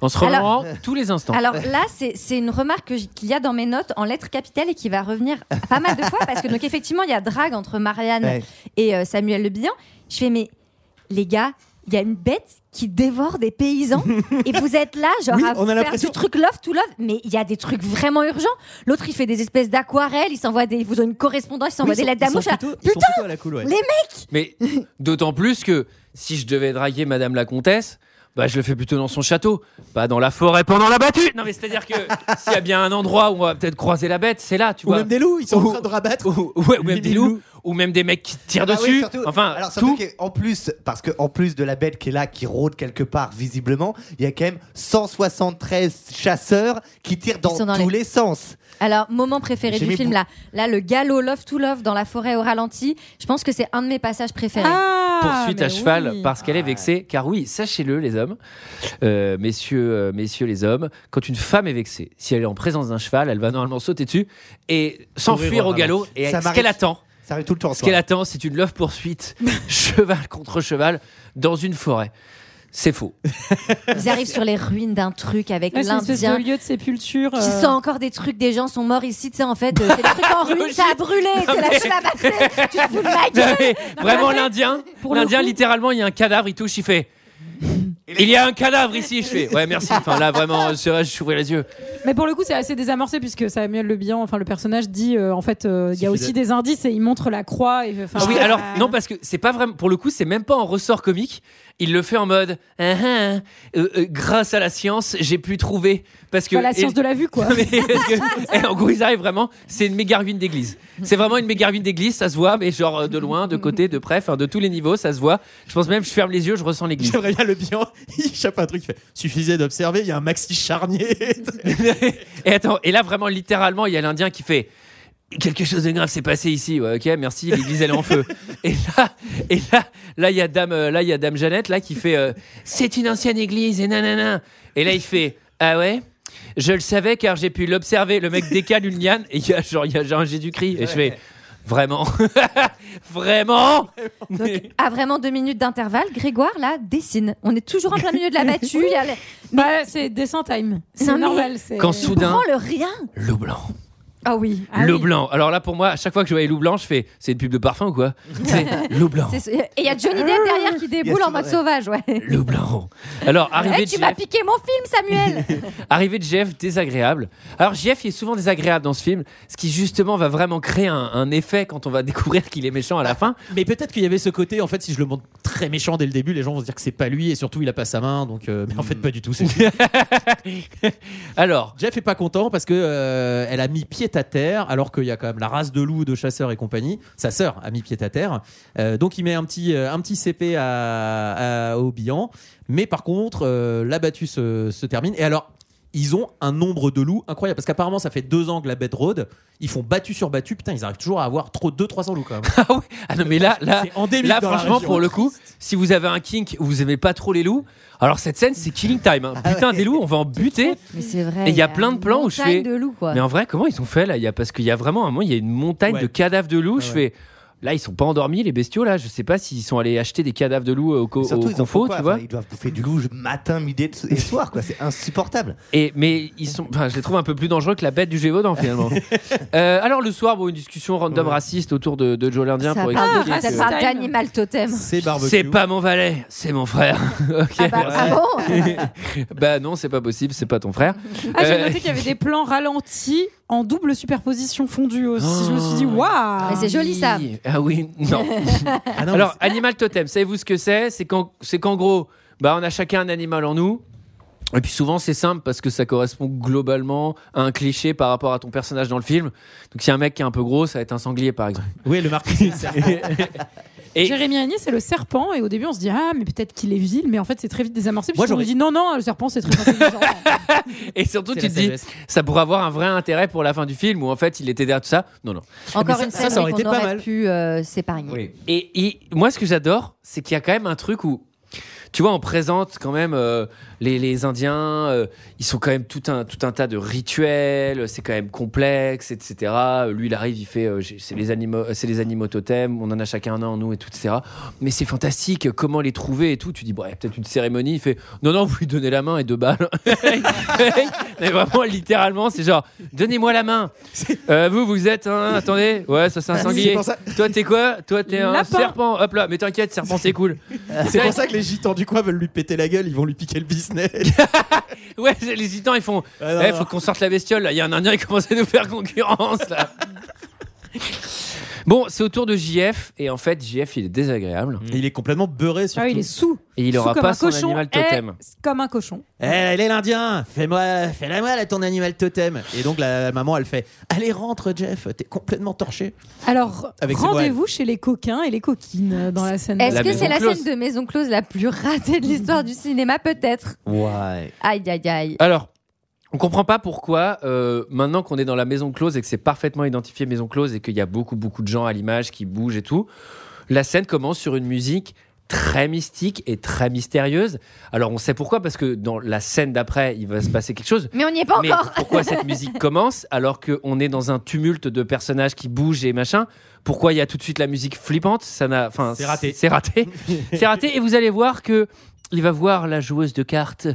S1: On se remet
S13: Alors-
S1: en tous les instants.
S13: Alors là, c'est c'est une remarque que j- qu'il y a dans mes notes en lettres capitales et qui va revenir pas mal de fois parce que donc effectivement, il y a drague entre Marianne
S1: Ouais.
S13: et euh, Samuel Le Bihan. Je fais mais les gars, il y a une bête qui dévore des paysans et vous êtes là genre
S6: Oui,
S13: à
S6: on a
S13: faire
S6: l'impression-
S13: du truc love to love, mais il y a des trucs vraiment urgents. L'autre, il fait des espèces d'aquarelles, il s'envoie des, ils vous ont une correspondance, il s'envoie
S6: Oui,
S13: des
S6: ils
S13: lettres
S6: sont- ils
S13: d'amour.
S6: sont
S13: Je suis là,
S6: plutôt- ils sont
S13: Putain,
S6: plutôt à la cool, ouais.
S13: les mecs.
S1: Mais d'autant plus que si je devais draguer Madame la Comtesse, Bah, je le fais plutôt dans son château, pas dans la forêt pendant la battue. Non, mais c'est-à-dire que [laughs] s'il y a bien un endroit où on va peut-être croiser la bête, c'est là, tu
S6: Ou
S1: vois.
S6: même des loups, ils sont
S1: Ou-
S6: en train de rabattre.
S1: Ouais, [laughs] ou même des loups, ou même des mecs qui tirent
S11: Bah oui,
S1: dessus.
S11: surtout-
S1: enfin,
S11: alors, surtout
S1: tout.
S11: qu'en plus, parce que en plus de la bête qui est là, qui rôde quelque part visiblement, il y a quand même 173 chasseurs qui tirent dans,
S13: sont dans
S11: tous
S13: les-
S11: les, sens.
S13: Alors, moment préféré
S11: J'ai
S13: du
S11: mis
S13: film,
S11: bou-
S13: là. Là, le galop Love to Love dans la forêt au ralenti. Je pense que c'est un de mes passages préférés.
S11: Ah,
S1: Poursuite à cheval parce qu'elle est vexée. Car oui, sachez-le, les hommes, euh, messieurs, euh, messieurs les hommes, quand une femme est vexée, si elle est en présence d'un cheval, elle va normalement sauter dessus et s'enfuir
S11: Courir au
S1: au galop.
S11: ralenti.
S1: Et
S11: Ça
S1: ce
S11: m'arrive.
S1: qu'elle attend,
S11: Ça arrive tout le temps.
S1: ce
S11: toi.
S1: qu'elle attend, c'est une love poursuite, [laughs] cheval contre cheval, dans une forêt. C'est faux.
S13: Ils arrivent sur les ruines d'un truc avec
S14: Ouais, c'est une espèce
S13: l'Indien.
S14: de lieu de sépulture.
S13: Qui
S14: euh,
S13: sent encore des trucs, des gens sont morts ici, tu sais, en fait, euh, c'est des trucs
S14: [laughs]
S13: en ruine, ça a brûlé,
S1: Non,
S13: c'est la
S1: mais-
S13: cheval passée, tu te fous de
S1: [laughs]
S13: ma
S1: Non,
S13: gueule.
S1: mais vraiment, l'Indien,
S13: le
S1: l'Indien, littéralement, il y a un cadavre, il touche, il fait. Il y a un cadavre ici, je fais. Ouais, merci. Enfin, là, vraiment, je, je s'ouvrais les yeux.
S14: Mais pour le coup, c'est assez désamorcé puisque Samuel Le Bihan, enfin le personnage, dit euh, en fait, euh, il y a aussi
S1: fidèle.
S14: des indices et il montre la croix. Et, enfin,
S1: Ah oui,
S14: euh,
S1: alors non parce que c'est pas vraiment pour le coup, c'est même pas en ressort comique. Il le fait en mode Ah, ah, euh, euh, grâce à la science, j'ai pu trouver parce que
S14: Bah, [laughs] la science de la vue, quoi.
S1: Non, [laughs] mais parce que- eh, en gros, ils arrivent vraiment, c'est une méga ruine d'église. C'est vraiment une méga ruine d'église, ça se voit mais genre euh, de loin, de côté, de près, enfin de tous les niveaux, ça se voit. Je pense même je ferme les yeux, je ressens l'église.
S6: J'aimerais bien [laughs] le bilan. Il chape un truc, il fait suffisait d'observer, il y a un maxi charnier.
S1: Et attends, et là vraiment littéralement, il y a l'Indien qui fait quelque chose de grave s'est passé ici. Ouais, ok, merci. L'église elle est en
S13: [laughs]
S1: feu. Et là, et là, là il y a dame, euh, là il y a dame Jeannette là qui fait euh, c'est une ancienne église et nanana. Et là il fait ah ouais. Je le savais car j'ai pu l'observer. Le mec décale une liane et il y a genre il y a genre un Jésus-Christ et je fais vraiment, [laughs] vraiment.
S13: À Ah, vraiment deux minutes d'intervalle, Grégoire, là, dessine. On est toujours en
S14: [laughs]
S13: plein milieu de la battue. il y a le-
S14: bah, c'est dessin time.
S13: Non,
S14: C'est
S13: mais-
S14: normal. c'est-
S1: Quand soudain-
S13: Prends le rien.
S1: L'eau blanc.
S13: Ah oui.
S1: L'eau blanc. Alors là pour moi, à chaque fois que je voyais l'eau blanc, je fais c'est une pub de parfum ou
S13: [laughs]
S1: quoi C'est l'eau blanc.
S13: C'est- Et il y a Johnny Depp derrière qui déboule en mode sauvage, ouais.
S1: L'eau blanc. Alors arrivé
S13: Eh,
S1: de
S13: tu m'as
S1: Jeff-
S13: piqué mon film,
S1: [laughs]
S13: Samuel.
S1: Arrivée de Jeff, désagréable. Alors, Jeff, il est souvent désagréable dans ce film, ce qui justement va vraiment créer un, un effet quand on va [laughs] découvrir qu'il est méchant à la fin.
S6: Mais peut-être qu'il y avait ce côté, en fait, si je le montre très méchant dès le début, les gens vont se dire que c'est pas lui et surtout il a pas sa main. Donc, euh, mais en
S1: Hmm.
S6: fait, pas du
S1: [laughs]
S6: tout. c'est lui.
S1: alors,
S6: Jeff est pas content parce que euh, elle a mis pied à terre, alors qu'il y a quand même la race de loups, de chasseurs et compagnie. Sa sœur a mis pied à terre, Euh, donc il met un petit euh, un petit CP à, à- au bilan. Mais par contre, euh, la battue se, se termine. Et alors. Ils ont un nombre de loups incroyable parce qu'apparemment ça fait deux ans que la bête rôde. Ils font battu sur battu. Putain, ils arrivent toujours à avoir trop 2 300 loups quand même.
S1: Ah non, mais là, [laughs] là,
S6: C'est endémique
S1: là
S6: dans la
S1: franchement,
S6: région.
S1: pour le coup, si vous avez un kink où vous aimez pas trop les loups, alors cette scène, c'est killing time. hein.
S13: Ah
S1: Putain, des loups, on va en buter.
S13: Mais c'est vrai.
S1: Et il y a plein de plans où je
S13: montagne
S1: fais.
S13: de loups, quoi.
S1: Mais en vrai, comment ils ont fait là Il y a- Parce qu'il y a vraiment un moment, il y a une montagne de cadavres de loups. Je fais. Là, ils sont pas endormis, les bestiaux. Là, je sais pas s'ils sont allés acheter des cadavres de loups euh, au, co-
S11: Surtout,
S1: au
S11: ils, en
S1: confo,
S11: font quoi
S1: tu vois.
S11: Enfin, ils doivent bouffer du loup matin, midi et
S1: [laughs]
S11: soir, quoi. C'est insupportable.
S1: Et mais ils sont, enfin, je les trouve un peu plus dangereux que la bête du Gévaudan finalement. Euh, alors le soir, bon, une discussion random raciste autour de, de Joe l'Indien
S13: Ça
S1: pour
S13: parle,
S1: expliquer.
S13: ça
S1: que-
S14: Ah,
S13: parle d'animal totem.
S6: C'est barbecue.
S1: C'est pas mon valet, c'est mon frère. [laughs] Ok.
S13: Ah bah, ah bon
S1: [laughs] Bah non, c'est pas possible, c'est pas ton frère.
S14: Ah, j'ai
S1: Euh,
S14: noté qu'il y avait des plans ralentis en double superposition fondue aussi. je me suis dit,
S1: Oh.
S14: waouh
S13: Ah, Mais c'est joli ça.
S1: Ah oui, non.
S6: Ah non,
S1: Alors animal totem, savez-vous ce que c'est C'est qu'en c'est qu'en gros, bah on a chacun un animal en nous. Et puis souvent c'est simple parce que ça correspond globalement à un cliché par rapport à ton personnage dans le film. Donc si y a un mec qui est un peu gros, ça va être un sanglier par exemple.
S6: Oui, le [laughs] marquis.
S1: Et-
S14: Jérémy Agni, c'est le serpent, et au début on se dit ah mais peut-être qu'il est vil, mais en fait c'est très vite désamorcé.
S6: Moi,
S14: Puis on nous
S6: j'aurais-
S14: dit non non le serpent c'est très intelligent.
S1: Et surtout,
S6: C'est
S1: tu
S6: la
S1: te dis,
S6: sagesse.
S1: ça pourrait avoir un vrai intérêt pour la fin du film où en fait il était derrière tout ça. Non, non.
S13: [laughs] Encore
S6: Mais ça-
S13: une
S6: ça,
S13: scène
S6: ça aurait
S13: qu'on
S6: été pas
S13: aurait
S6: mal.
S13: pu euh,
S14: Ah
S13: s'épargner.
S1: Et, et moi, ce que j'adore, c'est qu'il y a quand même un truc où. Tu vois, on présente quand même euh, les, les Indiens, euh, ils sont quand même tout un, tout un tas de rituels, c'est quand même complexe, etc. Euh, Lui, il arrive, il fait, euh, j'ai- c'est les, animaux, euh, c'est les animaux totems, on en a chacun un en nous, et tout, etc. Mais c'est fantastique, comment les trouver et tout. Tu dis, bon, il y a peut-être une cérémonie, il fait, non, non, vous lui donnez la main et deux balles. [laughs] Mais vraiment, littéralement, c'est genre, donnez-moi la main. Euh, vous, vous êtes, un- attendez, ouais, ça c'est un
S6: Ah, C'est
S1: sanglier.
S6: pour ça-
S1: Toi, t'es quoi Toi, t'es un
S14: Lapin.
S1: serpent. Hop là, mais t'inquiète, serpent, c'est cool.
S6: [laughs] C'est pour ça que les gitans du coin veulent lui péter la gueule, ils vont lui piquer le business.
S1: Ouais, les hésitants, ils font. Eh,
S6: non, non.
S1: faut qu'on sorte la bestiole. là. Il y a un indien qui commence à nous faire concurrence. Là. Bon, c'est au tour de JF, et en fait, JF, il est désagréable.
S6: [laughs] il est complètement beurré, surtout.
S14: Ah, il est sous.
S1: Et il
S14: Sous
S1: aura
S14: comme
S1: pas
S14: un
S1: son
S14: cochon,
S1: animal
S14: eh,
S1: totem.
S14: comme un cochon.
S6: Eh, il est l'Indien Fais-moi, fais-la moi, là, ton animal totem Et donc, la maman, elle fait Allez, rentre, Jeff, t'es complètement torché.
S14: Alors,
S6: Avec ses
S14: rendez-vous chez les coquins et les coquines euh, dans la scène.
S13: Est-ce
S6: La
S13: que
S6: Maison
S13: c'est la
S6: Close.
S13: scène de Maison Close la plus ratée de l'histoire du cinéma Peut-être.
S6: Ouais.
S13: Aïe, aïe, aïe.
S1: Alors, on comprend pas pourquoi, euh, maintenant qu'on est dans la maison close et que c'est parfaitement identifié maison close et qu'il y a beaucoup, beaucoup de gens à l'image qui bougent et tout, la scène commence sur une musique très mystique et très mystérieuse. Alors, on sait pourquoi, parce que dans la scène d'après, il va se passer quelque chose.
S13: Mais on n'y est pas
S1: Mais
S13: encore.
S14: [laughs]
S1: pourquoi cette musique commence alors qu'on est dans un tumulte de personnages qui bougent et machin Pourquoi il y a tout de suite la musique flippante Ça n'a, enfin,
S6: C'est raté.
S1: C'est
S6: [laughs]
S1: raté. c'est raté. Et vous allez voir que il va voir la joueuse de cartes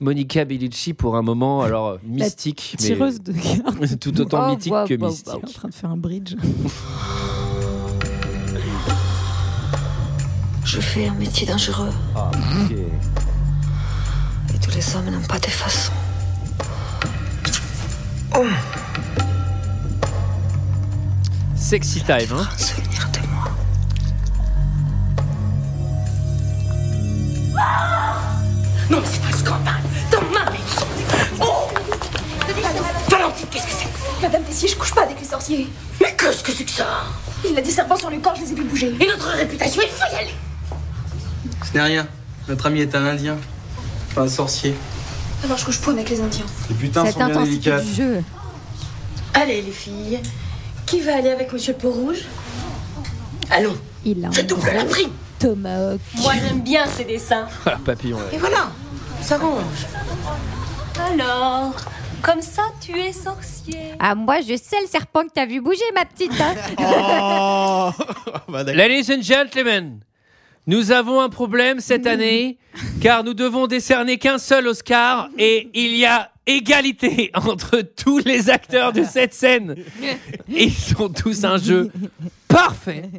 S1: Monica Bellucci pour un moment alors euh, mystique, mais
S14: Tireuse de cartes.
S1: tout autant
S14: Oh,
S1: mythique
S14: wow,
S1: que
S14: wow, wow.
S1: mystique.
S14: en train de faire un bridge.
S8: Je fais un métier dangereux. Et tous les hommes n'ont pas de façon.
S1: Sexy time. hein.
S2: Ah Non, mais c'est pas un scandale. Dans ma maison. Oh Valentine, qu'est-ce que c'est Madame Tessier, je couche pas avec les sorciers. Mais qu'est-ce que c'est que ça Il a des serpents sur le corps, je les ai vus bouger. Et notre réputation, il faut y aller.
S4: Ce n'est rien. Notre ami est un indien. Pas un sorcier.
S8: Alors je couche point avec les Indiens.
S6: Oh,
S4: Les putains sont bien
S6: Ah,
S4: délicates.
S13: jeu.
S17: Allez, les filles, qui va aller avec Monsieur le Peau-Rouge Allons,
S14: Il a
S17: je double la prime.
S14: Tomahawk.
S17: Moi, j'aime bien ces dessins.
S1: Ah, papillon. ouais.
S17: Et voilà, ça range.
S13: Alors, comme ça, tu es sorcier. Ah, moi, je sais le serpent que t'as vu bouger, ma petite. hein.
S14: [laughs]
S1: Ladies and gentlemen, nous avons un problème cette année car nous devons décerner qu'un seul Oscar et il y a égalité [laughs] entre tous les acteurs de cette scène. Et ils ont tous un jeu parfait.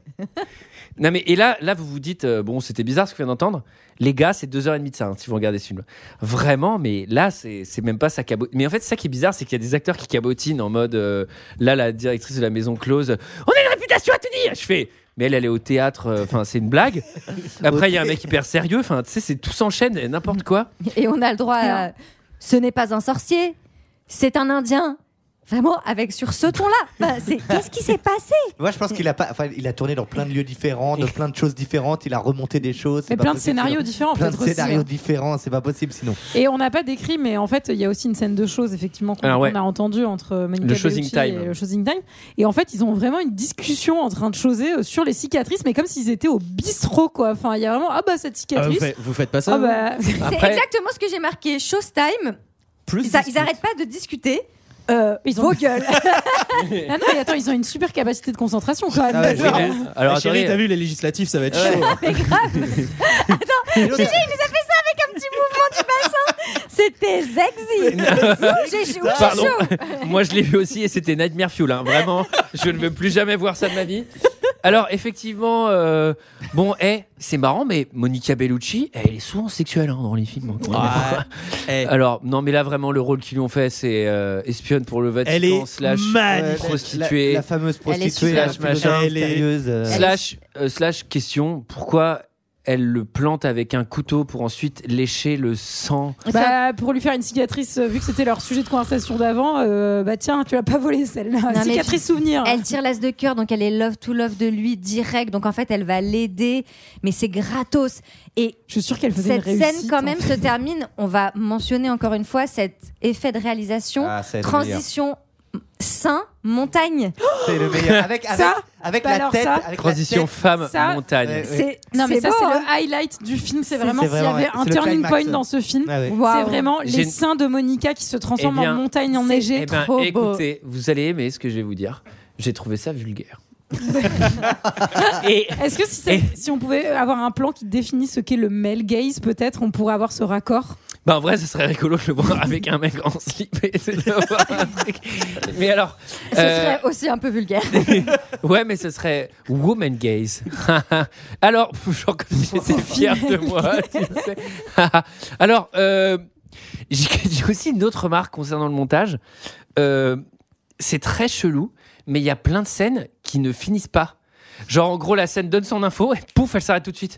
S1: Non mais et là, là vous vous dites euh, bon c'était bizarre ce que je viens d'entendre. Les gars, c'est deux heures et demie de ça hein, si vous regardez ce film. Vraiment, mais là c'est c'est même pas ça cabotine. Mais en fait, ça qui est bizarre, c'est qu'il y a des acteurs qui cabotinent en mode euh, là la directrice de la maison close. On a une réputation à tenir. Je fais. Mais elle, elle est au théâtre. euh, Enfin, c'est une
S6: [laughs]
S1: blague. Après, il y a un mec hyper sérieux. Enfin, tu sais, c'est tout s'enchaîne, et n'importe quoi.
S13: Et on a le droit à. Ce n'est pas un sorcier, c'est un indien. Vraiment, avec sur ce ton-là. Enfin,
S14: [laughs]
S13: c'est- Qu'est-ce qui s'est passé
S11: Moi, je pense qu'il a pas. Enfin, il a tourné dans plein de lieux différents, de plein de choses différentes. Il a remonté des choses. c'est
S14: Mais
S11: pas
S14: plein de
S11: possible,
S14: scénarios
S11: sinon.
S14: différents,
S11: Plein de
S14: peut-être aussi,
S11: scénarios
S14: hein.
S11: différents. C'est pas possible sinon.
S14: Et on n'a pas décrit, mais en fait, il y a aussi une scène de choses, effectivement, qu'on
S11: Alors ouais.
S14: qu'on a entendue entre euh, Monica
S11: Le Showing
S14: Bellucci
S11: Time.
S14: et le Showing Time. Et en fait, ils ont vraiment une discussion en train de choser euh, sur les cicatrices, mais comme s'ils étaient au bistrot, quoi. Enfin, il y a vraiment, ah bah, cette
S6: Ah, vous,
S14: cicatrice.
S6: faites, vous faites pas ça
S14: Ah
S6: vous
S14: bah.
S13: C'est exactement ce que j'ai marqué. Showtime.
S6: Plus
S13: ils, a- ils arrêtent pas de discuter. Euh,
S14: ils
S13: Vos gueules.
S14: [laughs] Ah non, mais attends, ils ont une super capacité de concentration, quand
S1: Ah,
S14: même.
S11: Euh,
S6: Ouais,
S14: Genre,
S6: ouais.
S1: Alors,
S6: Eh, chérie,
S1: attendez.
S6: t'as vu les législatives, ça va être chaud. hein.
S1: [laughs]
S13: Gigi, il nous a fait ça avec un petit mouvement du bassin. C'était
S1: [laughs]
S13: sexy. J'ai- j'ai- oui, j'ai
S1: Pardon. [laughs]
S13: chaud.
S1: Moi, je l'ai vu aussi et c'était Nightmare Fuel. hein. Vraiment, je ne veux plus jamais voir ça de ma vie. Alors, effectivement, euh, bon, eh, c'est marrant, mais Monica Bellucci, elle est souvent sexuelle hein, dans les films. hein, quand
S6: Ah,
S1: même. Alors, non, mais là, vraiment, le rôle qu'ils lui ont fait, c'est euh, espionne pour le Vatican,
S6: Elle est
S1: slash
S6: magnifique.
S1: prostituée.
S11: La- la fameuse Elle est prostituée,
S1: slash
S11: la philosophe
S1: machin,
S11: mystérieuse, euh.
S1: slash, euh, slash question, pourquoi elle le plante avec un couteau pour ensuite lécher le sang
S14: Bah, pour lui faire une cicatrice, euh, vu que c'était leur sujet de conversation d'avant, euh, bah tiens, tu l'as pas volé celle-là.
S13: Non, mais
S14: cicatrice
S13: puis,
S14: souvenir. hein.
S13: Elle tire l'as de cœur, donc elle est love to love de lui direct. Donc en fait, elle va l'aider, mais c'est gratos. Et
S14: je suis sûre qu'elle faisait une
S13: Cette scène
S14: réussite,
S13: quand
S14: en
S13: même se
S14: fait.
S13: termine. On va mentionner encore une fois cet effet de réalisation,
S11: Ah, c'est le
S13: transition sain montagne.
S1: Ah,
S11: Ah, C'est le meilleur. Avec, avec,
S14: Ça
S11: avec
S14: Bah
S11: la
S14: alors
S11: tête.
S14: ça
S11: avec la
S1: Transition
S11: tête.
S1: femme-montagne.
S11: Ouais, ouais.
S14: C'est- Non, mais
S13: C'est
S14: ça,
S13: beau,
S14: c'est
S13: hein.
S14: le highlight du film. C'est vraiment
S11: c'est
S14: s'il y
S11: vraiment,
S14: avait
S11: ouais,
S14: un
S11: c'est le
S14: turning
S11: climax.
S14: point dans ce film.
S11: Ah ouais.
S14: C'est
S11: Waouh.
S14: vraiment
S1: J'ai
S14: les
S1: une-
S14: seins de Monica qui se
S1: Eh
S14: transforment
S1: bien,
S14: en montagne enneigée.
S1: eh ben,
S14: Trop beau.
S1: écoutez, vous allez aimer ce que je vais vous dire. J'ai trouvé ça
S14: [laughs]
S1: vulgaire.
S14: Est-ce que si, ça- si on pouvait avoir un plan qui définit ce qu'est le male gaze, peut-être on pourrait avoir ce raccord
S1: Bah en vrai, ce serait rigolo de le voir avec un mec en slip. et de voir un truc. Mais alors,
S13: Ce
S1: euh,
S13: serait aussi un peu vulgaire.
S1: ouais, mais ce serait woman gaze. [laughs] alors, [laughs] genre comme si j'étais fier de moi. tu sais. [laughs] alors, euh, j'ai j'ai aussi une autre remarque concernant le montage. Euh, c'est très chelou, mais il y a plein de scènes qui qui ne finissent pas. Genre, en gros, la scène donne son info et pouf, elle s'arrête tout de suite.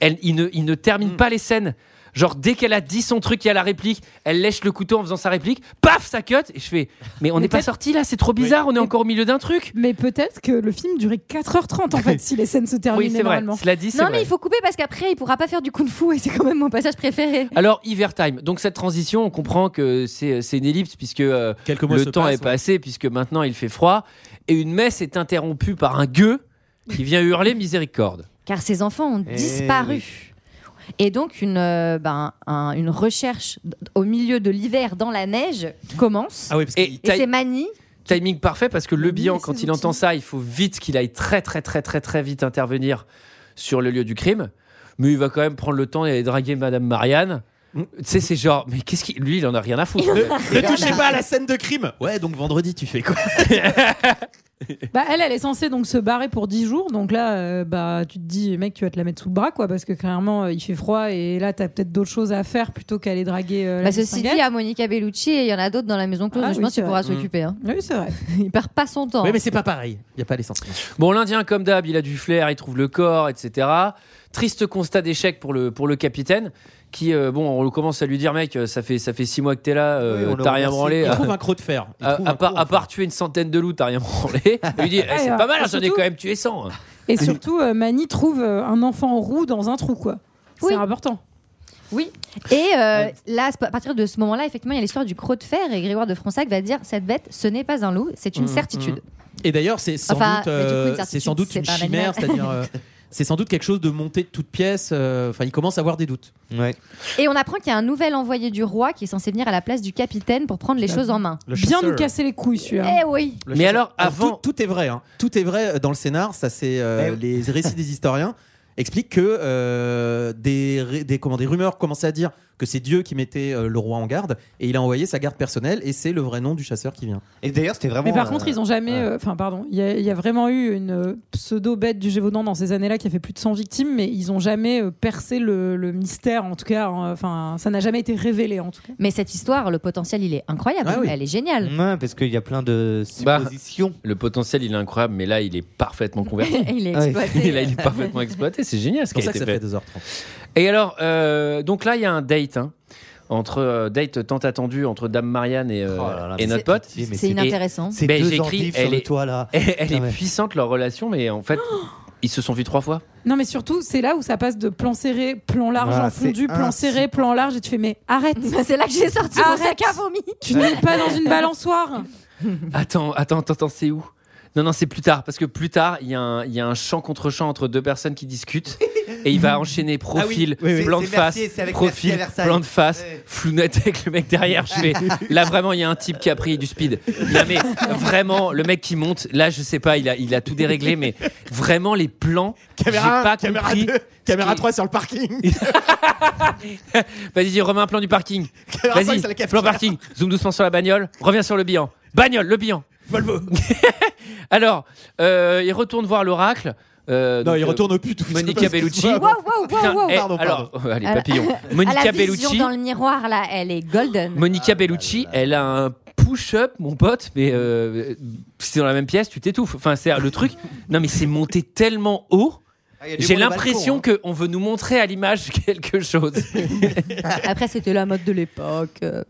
S1: Elle, il, ne, il ne termine pas les scènes. Genre, dès qu'elle a dit son truc, il y a la réplique, elle lèche le couteau en faisant sa réplique, paf, ça cut. Et je fais, mais on n'est pas sorti là, c'est trop bizarre, on est encore au milieu d'un truc.
S14: Mais peut-être que le film durait 4h30 en fait, si les scènes se terminaient
S1: c'est vrai.
S14: normalement.
S1: Cela dit, c'est
S13: Non,
S1: vrai.
S13: mais il faut couper parce qu'après, il pourra pas faire du kung-fu et c'est quand même mon passage préféré.
S1: Alors, Hiver Time. Donc, cette transition, on comprend que c'est c'est une ellipse puisque euh,
S6: mois
S1: le
S6: se
S1: temps
S6: passent, hein.
S1: est passé, puisque maintenant il fait froid. Et une messe est interrompue par un gueux qui vient hurler miséricorde.
S13: Car ces enfants ont
S1: Eh
S13: disparu. Et donc, une, euh, ben, un- une recherche d- au milieu de l'hiver dans la neige commence.
S1: Ah oui, parce
S13: et
S1: qu'il-
S13: c'est Mani.
S1: Timing parfait parce que Le Bihan, quand il entend ça, il faut vite qu'il aille très, très, très, très, très vite intervenir sur le lieu du crime. Mais il va quand même prendre le temps d'aller draguer Madame Marianne. Tu sais, c'est genre, mais qu'est-ce qu'il. Lui, il en a rien à foutre.
S6: Ne, ne touchez pas à la scène de crime. Ouais, donc vendredi, tu fais quoi
S14: Bah, elle, elle est censée donc se barrer pour 10 jours. Donc là, euh, bah, tu te dis, mec, tu vas te la mettre sous le bras, quoi, parce que clairement, euh, il fait froid et là, t'as peut-être d'autres choses à faire plutôt qu'aller draguer. euh, la
S13: Bah, ceci dit,
S14: distinguette.
S13: à Monica Bellucci, et il y en a d'autres dans la maison close.
S14: Ah
S13: donc je
S14: oui,
S13: pense
S14: c'est
S13: qu'il pourra
S1: vrai.
S13: s'occuper. hein.
S14: Oui, c'est vrai.
S13: [laughs] Il perd pas son temps.
S6: Oui, mais c'est pas pareil. Il n'y a pas les sentiments.
S1: Bon, l'Indien, comme d'hab, il a du flair, il trouve le corps, etc. Triste constat d'échec pour le, pour le capitaine, qui, euh, bon, on commence à lui dire, mec, euh, ça fait, ça fait six mois que t'es là, euh,
S6: Oui, on le
S1: t'as rien
S6: remercie.
S1: branlé.
S6: Il
S1: À-
S6: trouve un croc de fer. Il
S1: à,
S6: trouve
S1: à
S6: un
S1: part, à part tuer une centaine de loups, t'as rien branlé.
S6: [laughs]
S1: Et il dit, eh, c'est
S14: Ouais,
S1: pas mal,
S14: et
S1: j'en ai
S14: surtout-
S1: quand même tué 100.
S14: Et surtout, euh, Mani trouve euh, un enfant roux dans un trou, quoi. C'est
S13: Oui.
S14: important.
S13: Oui. Et euh, là, à partir de ce moment-là, effectivement, il y a l'histoire du croc de fer et Grégoire de Fronsac va dire cette bête, ce n'est pas un loup, c'est une
S6: Mhm,
S13: certitude.
S6: Et d'ailleurs, c'est sans
S13: Enfin,
S6: doute,
S13: mais du coup, une
S6: euh,
S13: certitude,
S6: c'est sans doute
S13: c'est
S6: une
S13: pas un
S6: chimère,
S13: animal.
S6: c'est-à-dire, euh, c'est sans doute quelque chose de monté de toutes pièces. euh, Enfin, il commence à avoir des doutes.
S11: Ouais.
S13: Et on apprend qu'il y a un nouvel envoyé du roi qui est censé venir à la place du capitaine pour prendre les choses en main.
S6: le Bien chasseur. nous casser
S14: les couilles,
S6: celui-là.
S13: Eh oui.
S6: Mais alors, avant, tout, tout est vrai. hein. Tout est vrai dans le scénar. Ça, c'est euh,
S11: Mais-
S6: les récits
S1: [laughs]
S6: des historiens expliquent que euh, des, ré- des, comment, des rumeurs commençaient à dire que c'est Dieu qui mettait euh, le roi en garde et il a envoyé sa garde personnelle et c'est le vrai nom du chasseur qui vient.
S11: Et d'ailleurs, c'était vraiment.
S14: Mais par contre, ils ont jamais. euh, Enfin, pardon. Il y, a- il y a vraiment eu une euh, pseudo-bête du Gévaudan dans ces années-là qui a fait plus de 100 victimes, mais ils ont jamais euh, percé le, le mystère, en tout cas. hein. Enfin, ça n'a jamais été révélé, en tout cas.
S13: Mais cette histoire, le potentiel, il est incroyable.
S11: Ah oui.
S13: Elle est géniale.
S11: Ouais, parce qu'il y a plein de
S1: Bah,
S11: suppositions.
S1: le potentiel, il est incroyable, mais là, il est parfaitement converti.
S14: [laughs]
S13: Il est exploité.
S1: Et là, Mm. [laughs] il est parfaitement exploité. C'est génial ce
S6: C'est pour
S1: qui a
S6: ça
S1: été
S6: que ça
S1: fait.
S6: fait 2h30.
S1: Et alors, euh, donc là, il y a un date. hein, entre euh, date tant attendu entre Dame Marianne et,
S6: Oh
S11: Oh
S1: euh, et notre pote.
S13: mais c'est inintéressant.
S1: Et-
S11: Ces
S1: ben,
S11: deux
S1: j'écris,
S11: endives sur le
S1: est,
S11: toit, là.
S1: Elle, elle
S11: Ah ouais.
S1: est puissante leur relation, mais en [gasps] fait, ils se sont vus trois fois.
S14: Non, mais surtout, c'est là où
S13: [laughs]
S14: ça passe de plan serré, plan large
S1: Ah,
S14: en fondu,
S1: c'est
S14: plan serré, plan large, et tu fais, mais arrête
S13: C'est là que j'ai sorti mon
S14: Arrête.
S13: sac à vomi.
S14: Tu n'es pas dans une balançoire
S1: Attends, attends, attends, attends, c'est où Non, non, c'est plus tard parce que plus tard, il y, a un- il y a un champ contre champ entre deux personnes qui
S11: [laughs]
S1: discutent et il va enchaîner profil,
S11: Ah oui, oui.
S1: plan
S11: C'est-
S1: de
S11: c'est
S1: face,
S11: Mercier, c'est avec Mercier à
S1: profil,
S11: Versailles.
S1: plan de face, flounette avec le mec derrière. Je fais là vraiment, il y a un type qui a pris du speed. Non, mais vraiment, le mec qui monte, là, je sais pas, il a, il a tout déréglé, mais vraiment les plans, j'ai
S6: Caméra
S1: pas
S6: un, caméra
S1: compris.
S6: deux, caméra 3 sur
S14: [laughs]
S6: le parking.
S1: Vas-y, dis, remets un plan du
S6: [laughs]
S1: parking.
S6: Caméra cinq,
S1: Vas-y,
S6: c'est la cafetière.
S1: plan parking. Zoom doucement sur la bagnole. Reviens sur le bilan. Bagnole, le bilan.
S6: Volvo.
S1: Alors, euh, il retourne voir l'oracle. Euh,
S6: Non,
S1: donc,
S6: il
S1: euh,
S6: retourne au pute. tout
S1: Monica
S6: simplement.
S1: Bellucci.
S13: Waouh, waouh,
S1: Putain,
S13: waouh, waouh.
S1: eh,
S13: Pardon,
S1: alors,
S13: pardon.
S1: euh, les
S13: À la-
S1: papillons.
S13: [laughs] à
S1: Monica
S13: la
S1: Bellucci.
S13: vision dans le miroir, là, elle est golden.
S1: Monica Bellucci, elle a un push-up, mon pote, mais euh, si t'es dans la même pièce, tu t'étouffes. Enfin, c'est le
S6: [laughs]
S1: truc. Non, mais c'est monté tellement haut.
S11: y a du
S1: J'ai
S11: monde au
S6: hein.
S1: l'impression qu'on veut nous montrer à l'image [laughs] quelque chose.
S13: Après, c'était la mode de l'époque. euh.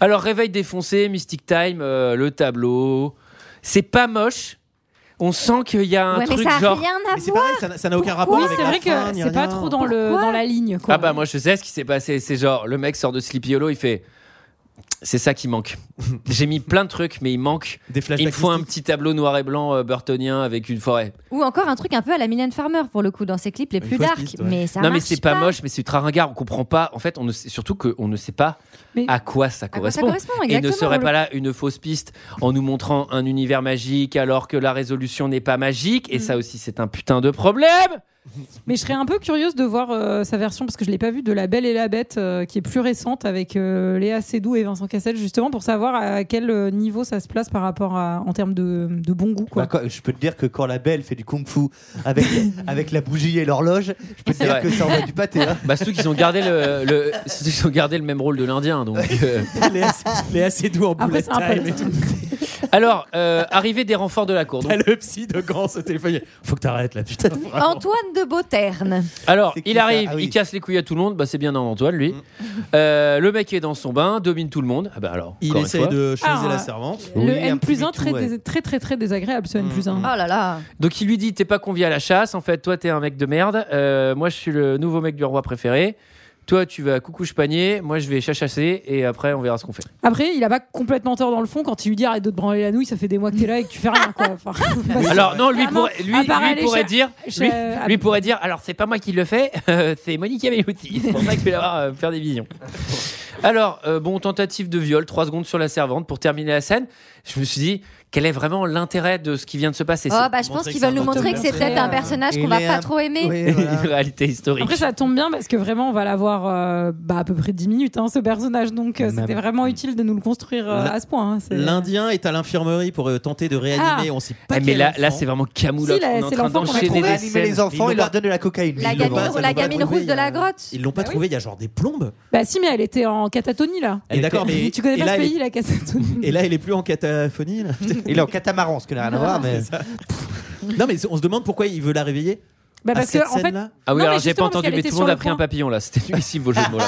S1: Alors, réveil défoncé, Mystic Time, euh, le tableau. C'est pas moche. On sent qu'il y a un
S13: Ouais, mais
S1: truc
S13: ça a
S1: genre.
S13: rien à
S6: Mais c'est
S13: voir.
S6: pareil, ça n'a- ça n'a aucun rapport
S14: Oui,
S6: avec
S14: c'est
S6: la
S14: vrai
S6: fin,
S14: que
S6: ni
S14: c'est pas
S6: rien.
S14: trop dans, le, dans la ligne, quoi.
S1: Ah bah moi je sais ce qui s'est passé. C'est genre le mec sort de Sleepy Hollow, il fait. C'est ça qui manque. [laughs] J'ai mis plein de trucs, mais il manque.
S6: Des
S1: il me faut un petit tableau noir et blanc euh, burtonien avec une forêt.
S13: Ou encore un truc un peu à la Mylène Farmer, pour le coup, dans ses clips les plus
S1: fausse
S13: dark.
S1: piste, ouais.
S13: Mais ça
S1: non mais
S13: marche
S1: c'est pas, moche, mais c'est ultra ringard. On comprend pas. En fait, on ne sait, surtout qu'on ne sait pas
S14: Mais-
S1: à quoi ça
S13: quoi Ah bah, ça
S1: correspond.
S13: correspond,
S1: et ne
S13: exactement,
S1: serait
S13: le-
S1: pas là une fausse piste en nous montrant un univers magique alors que la résolution n'est pas magique.
S13: Mm.
S1: Et ça aussi, c'est un putain de problème.
S14: Mais je serais un peu curieuse de voir euh, sa version, parce que je l'ai pas vue, de La Belle et la Bête, euh, qui est plus récente, avec euh, Léa Seydoux et Vincent Cassel, justement, pour savoir à quel euh, niveau ça se place par rapport à, en termes de, de bon goût, quoi.
S11: Bah, quand- je peux te dire que quand la belle fait du kung-fu
S14: [laughs]
S11: avec, avec la bougie et l'horloge, je peux te
S1: C'est
S11: dire
S1: vrai.
S11: que ça envoie du pâté. hein.
S1: Bah surtout qu'ils ont gardé le, le- surtout qu'ils ont gardé le même rôle de l'Indien. Donc. euh,
S6: Léa, Léa, c'est doux en
S14: Après, [laughs]
S6: bullet
S14: c'est un
S6: time.
S1: Alors, euh, arrivée des renforts de la cour.
S6: T'as le psy de Gans au téléphone. il dit, Faut que t'arrêtes là, putain. vraiment.
S13: Antoine de Beauterne.
S1: Alors,
S13: C'est qui,
S1: il
S13: ça
S1: arrive,
S13: Ah oui. Mm.
S1: il casse les couilles à tout le monde. Bah, c'est bien dans Antoine, lui. Euh, le mec est dans son bain, domine tout le monde. Ah bah alors,
S6: Il
S1: encore une
S6: essaye
S1: fois.
S6: de
S14: Alors, euh, Le N plus 1, très, dés- très, très, très désagréable,
S6: Mm.
S14: ce N plus
S1: Mmh.
S14: 1.
S13: Oh là là.
S1: Donc il lui dit t'es pas convié à la chasse. En fait, toi t'es un mec de merde. Euh, moi je suis le nouveau mec du roi préféré. Toi tu vas coucou je panier. Moi je vais chachasser et après on verra ce qu'on fait.
S14: Après, il a pas complètement tort dans le fond quand il lui dit arrête de te branler la nouille, ça fait des mois que t'es là et que tu fais rien quoi.
S1: [laughs]
S14: Enfin, parce que-
S1: alors non lui
S14: Clairement,
S1: pourrait, lui,
S14: à part
S1: lui
S14: aller
S1: pourrait
S14: cher-
S1: dire
S14: cher-
S1: lui, lui pourrait dire alors c'est pas moi qui le fais euh, c'est Monica Bellucci. C'est pour ça que je vais la voir euh, faire des visions. Alors euh, bon tentative de viol 3 secondes sur la servante pour terminer la scène. Je me suis dit quel est vraiment l'intérêt de ce qui vient de se passer.
S13: Oh,
S1: C'est-
S13: bah, je pense qu'ils veulent nous montrer que c'est peut-être
S14: euh,
S13: un personnage qu'on va pas trop aimer.
S1: [laughs] Une réalité historique.
S14: Après, ça tombe bien parce que vraiment, on va l'avoir euh, bah, à peu près 10 minutes, hein, ce personnage. Donc, euh,
S6: Même.
S14: c'était vraiment utile de nous le construire euh,
S6: La-
S14: à ce point. hein, c'est-
S6: L'Indien est à l'infirmerie pour euh, tenter de réanimer.
S14: Ah.
S6: On sait
S1: Ah,
S6: pas.
S1: mais là- là, c'est vraiment Camoulox.
S14: Si, là, On est en c'est train l'enfant qu'on va d'enchaîner trouver. des
S11: scènes. les enfants, il leur donne de la cocaïne.
S13: La gamine, la gamine rousse de la grotte.
S6: Ils l'ont pas trouvé. Il y a genre des plombes.
S14: Bah, si, mais elle était en catatonie là.
S6: Et d'accord, mais-
S14: tu connais
S6: et
S14: pas
S6: là,
S14: ce
S6: elle
S14: pays,
S6: est-
S14: la catatonie.
S6: [laughs] Et là, elle est plus
S14: [laughs]
S6: en cataphonie.
S11: Il est en catamaran, ce que n'a rien à
S6: Ah,
S11: voir, mais-
S6: [laughs] non, mais on se demande pourquoi il veut la réveiller.
S14: Bah,
S6: à
S14: parce que,
S6: cette
S14: en fait-
S6: scène-là
S1: Ah oui,
S14: Non, mais
S1: alors j'ai pas
S14: justement, parce
S1: entendu,
S14: qu'elle
S1: mais
S14: était
S1: tout le
S14: sur
S1: monde
S14: le
S1: a pris un
S14: point.
S1: papillon là. C'était
S14: [laughs]
S1: nullissime vos jeux de mots là.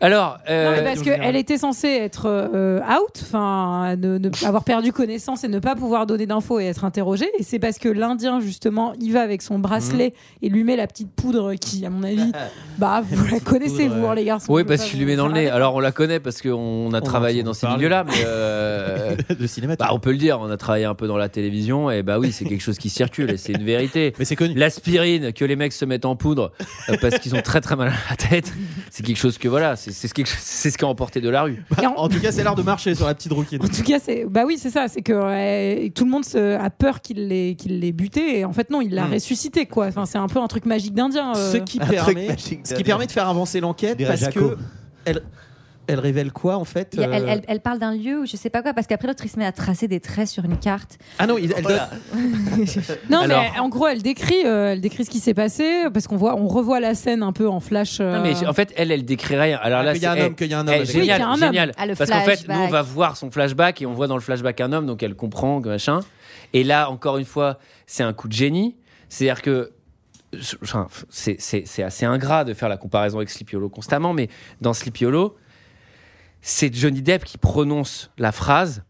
S1: Alors,
S14: Non, mais
S1: euh,
S14: parce qu'elle était censée être euh, out, enfin, ne, ne- avoir perdu connaissance et ne pas pouvoir donner d'infos et être interrogée. Et c'est parce que l'Indien, justement, il va avec son bracelet et lui met la petite poudre qui, à mon avis, bah, vous
S6: [laughs]
S14: la connaissez,
S6: euh,
S14: vous, hein, les garçons.
S1: Oui,
S14: je
S1: parce
S14: veux pas
S1: qu'il lui met dans le nez. Alors, on la connaît parce qu'on a travaillé dans ces milieux-là, mais. euh,
S11: [laughs]
S6: de cinéma.
S1: Bah, on peut le dire, on a travaillé un peu dans la télévision, et bah oui, c'est quelque chose qui circule, et c'est une vérité.
S6: Mais c'est connu.
S1: L'aspirine que les mecs se mettent en poudre euh, parce qu'ils ont très très mal à la tête, c'est quelque chose que voilà, c'est c'est ce, quelque- c'est ce qui a emporté de la rue.
S14: Bah, en-
S6: En tout cas, c'est l'art de marcher sur la petite rouquine.
S14: En tout cas, c'est bah oui, c'est ça, c'est que euh, tout le monde se- a peur qu'il l'ait qu'il l'ait buté et en fait non, il l'a
S6: Mm.
S14: ressuscité quoi. Enfin, c'est un peu un truc magique d'indien. euh.
S6: ce qui, permet, ce qui permet de faire avancer l'enquête
S11: dirait
S6: parce
S11: Jaco.
S6: que elle, elle révèle quoi en fait
S13: Il y a- elle,
S6: euh,
S13: elle- elle parle d'un lieu ou je sais pas quoi, parce qu'après l'autre il se met à tracer des traits sur une carte.
S6: Ah non, il- elle donne.
S14: Non,
S6: Alors-
S14: mais en gros, elle décrit euh, elle décrit ce qui s'est passé parce qu'on voit on revoit la scène un peu en flash. euh,
S1: Non, mais en fait, elle, elle décrit rien. Alors là,
S6: qu'il Ah, y a
S1: c'est-
S6: un
S1: eh,
S6: homme, qu'il y a un homme
S1: eh,
S6: avec-
S1: Génial,
S14: Oui, qu'il y a un homme.
S1: génial.
S14: Ah, le
S1: Parce qu'en fait, nous,
S14: flashback.
S1: on va voir son flashback et on voit dans le flashback un homme, donc elle comprend, que machin. Et là, encore une fois, c'est un coup de génie. C'est-à-dire que. euh, enfin, c'est- c'est c'est assez ingrat de faire la comparaison avec Sleepy Hollow constamment, mais dans Sleepy Hollow, c'est Johnny Depp qui prononce la phrase.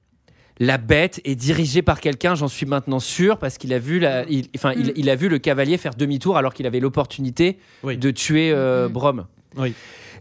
S1: La bête est dirigée par quelqu'un, j'en suis maintenant sûr, parce qu'il a vu la, il, enfin, il, il a vu le cavalier faire demi-tour alors qu'il avait l'opportunité de tuer euh, Brom.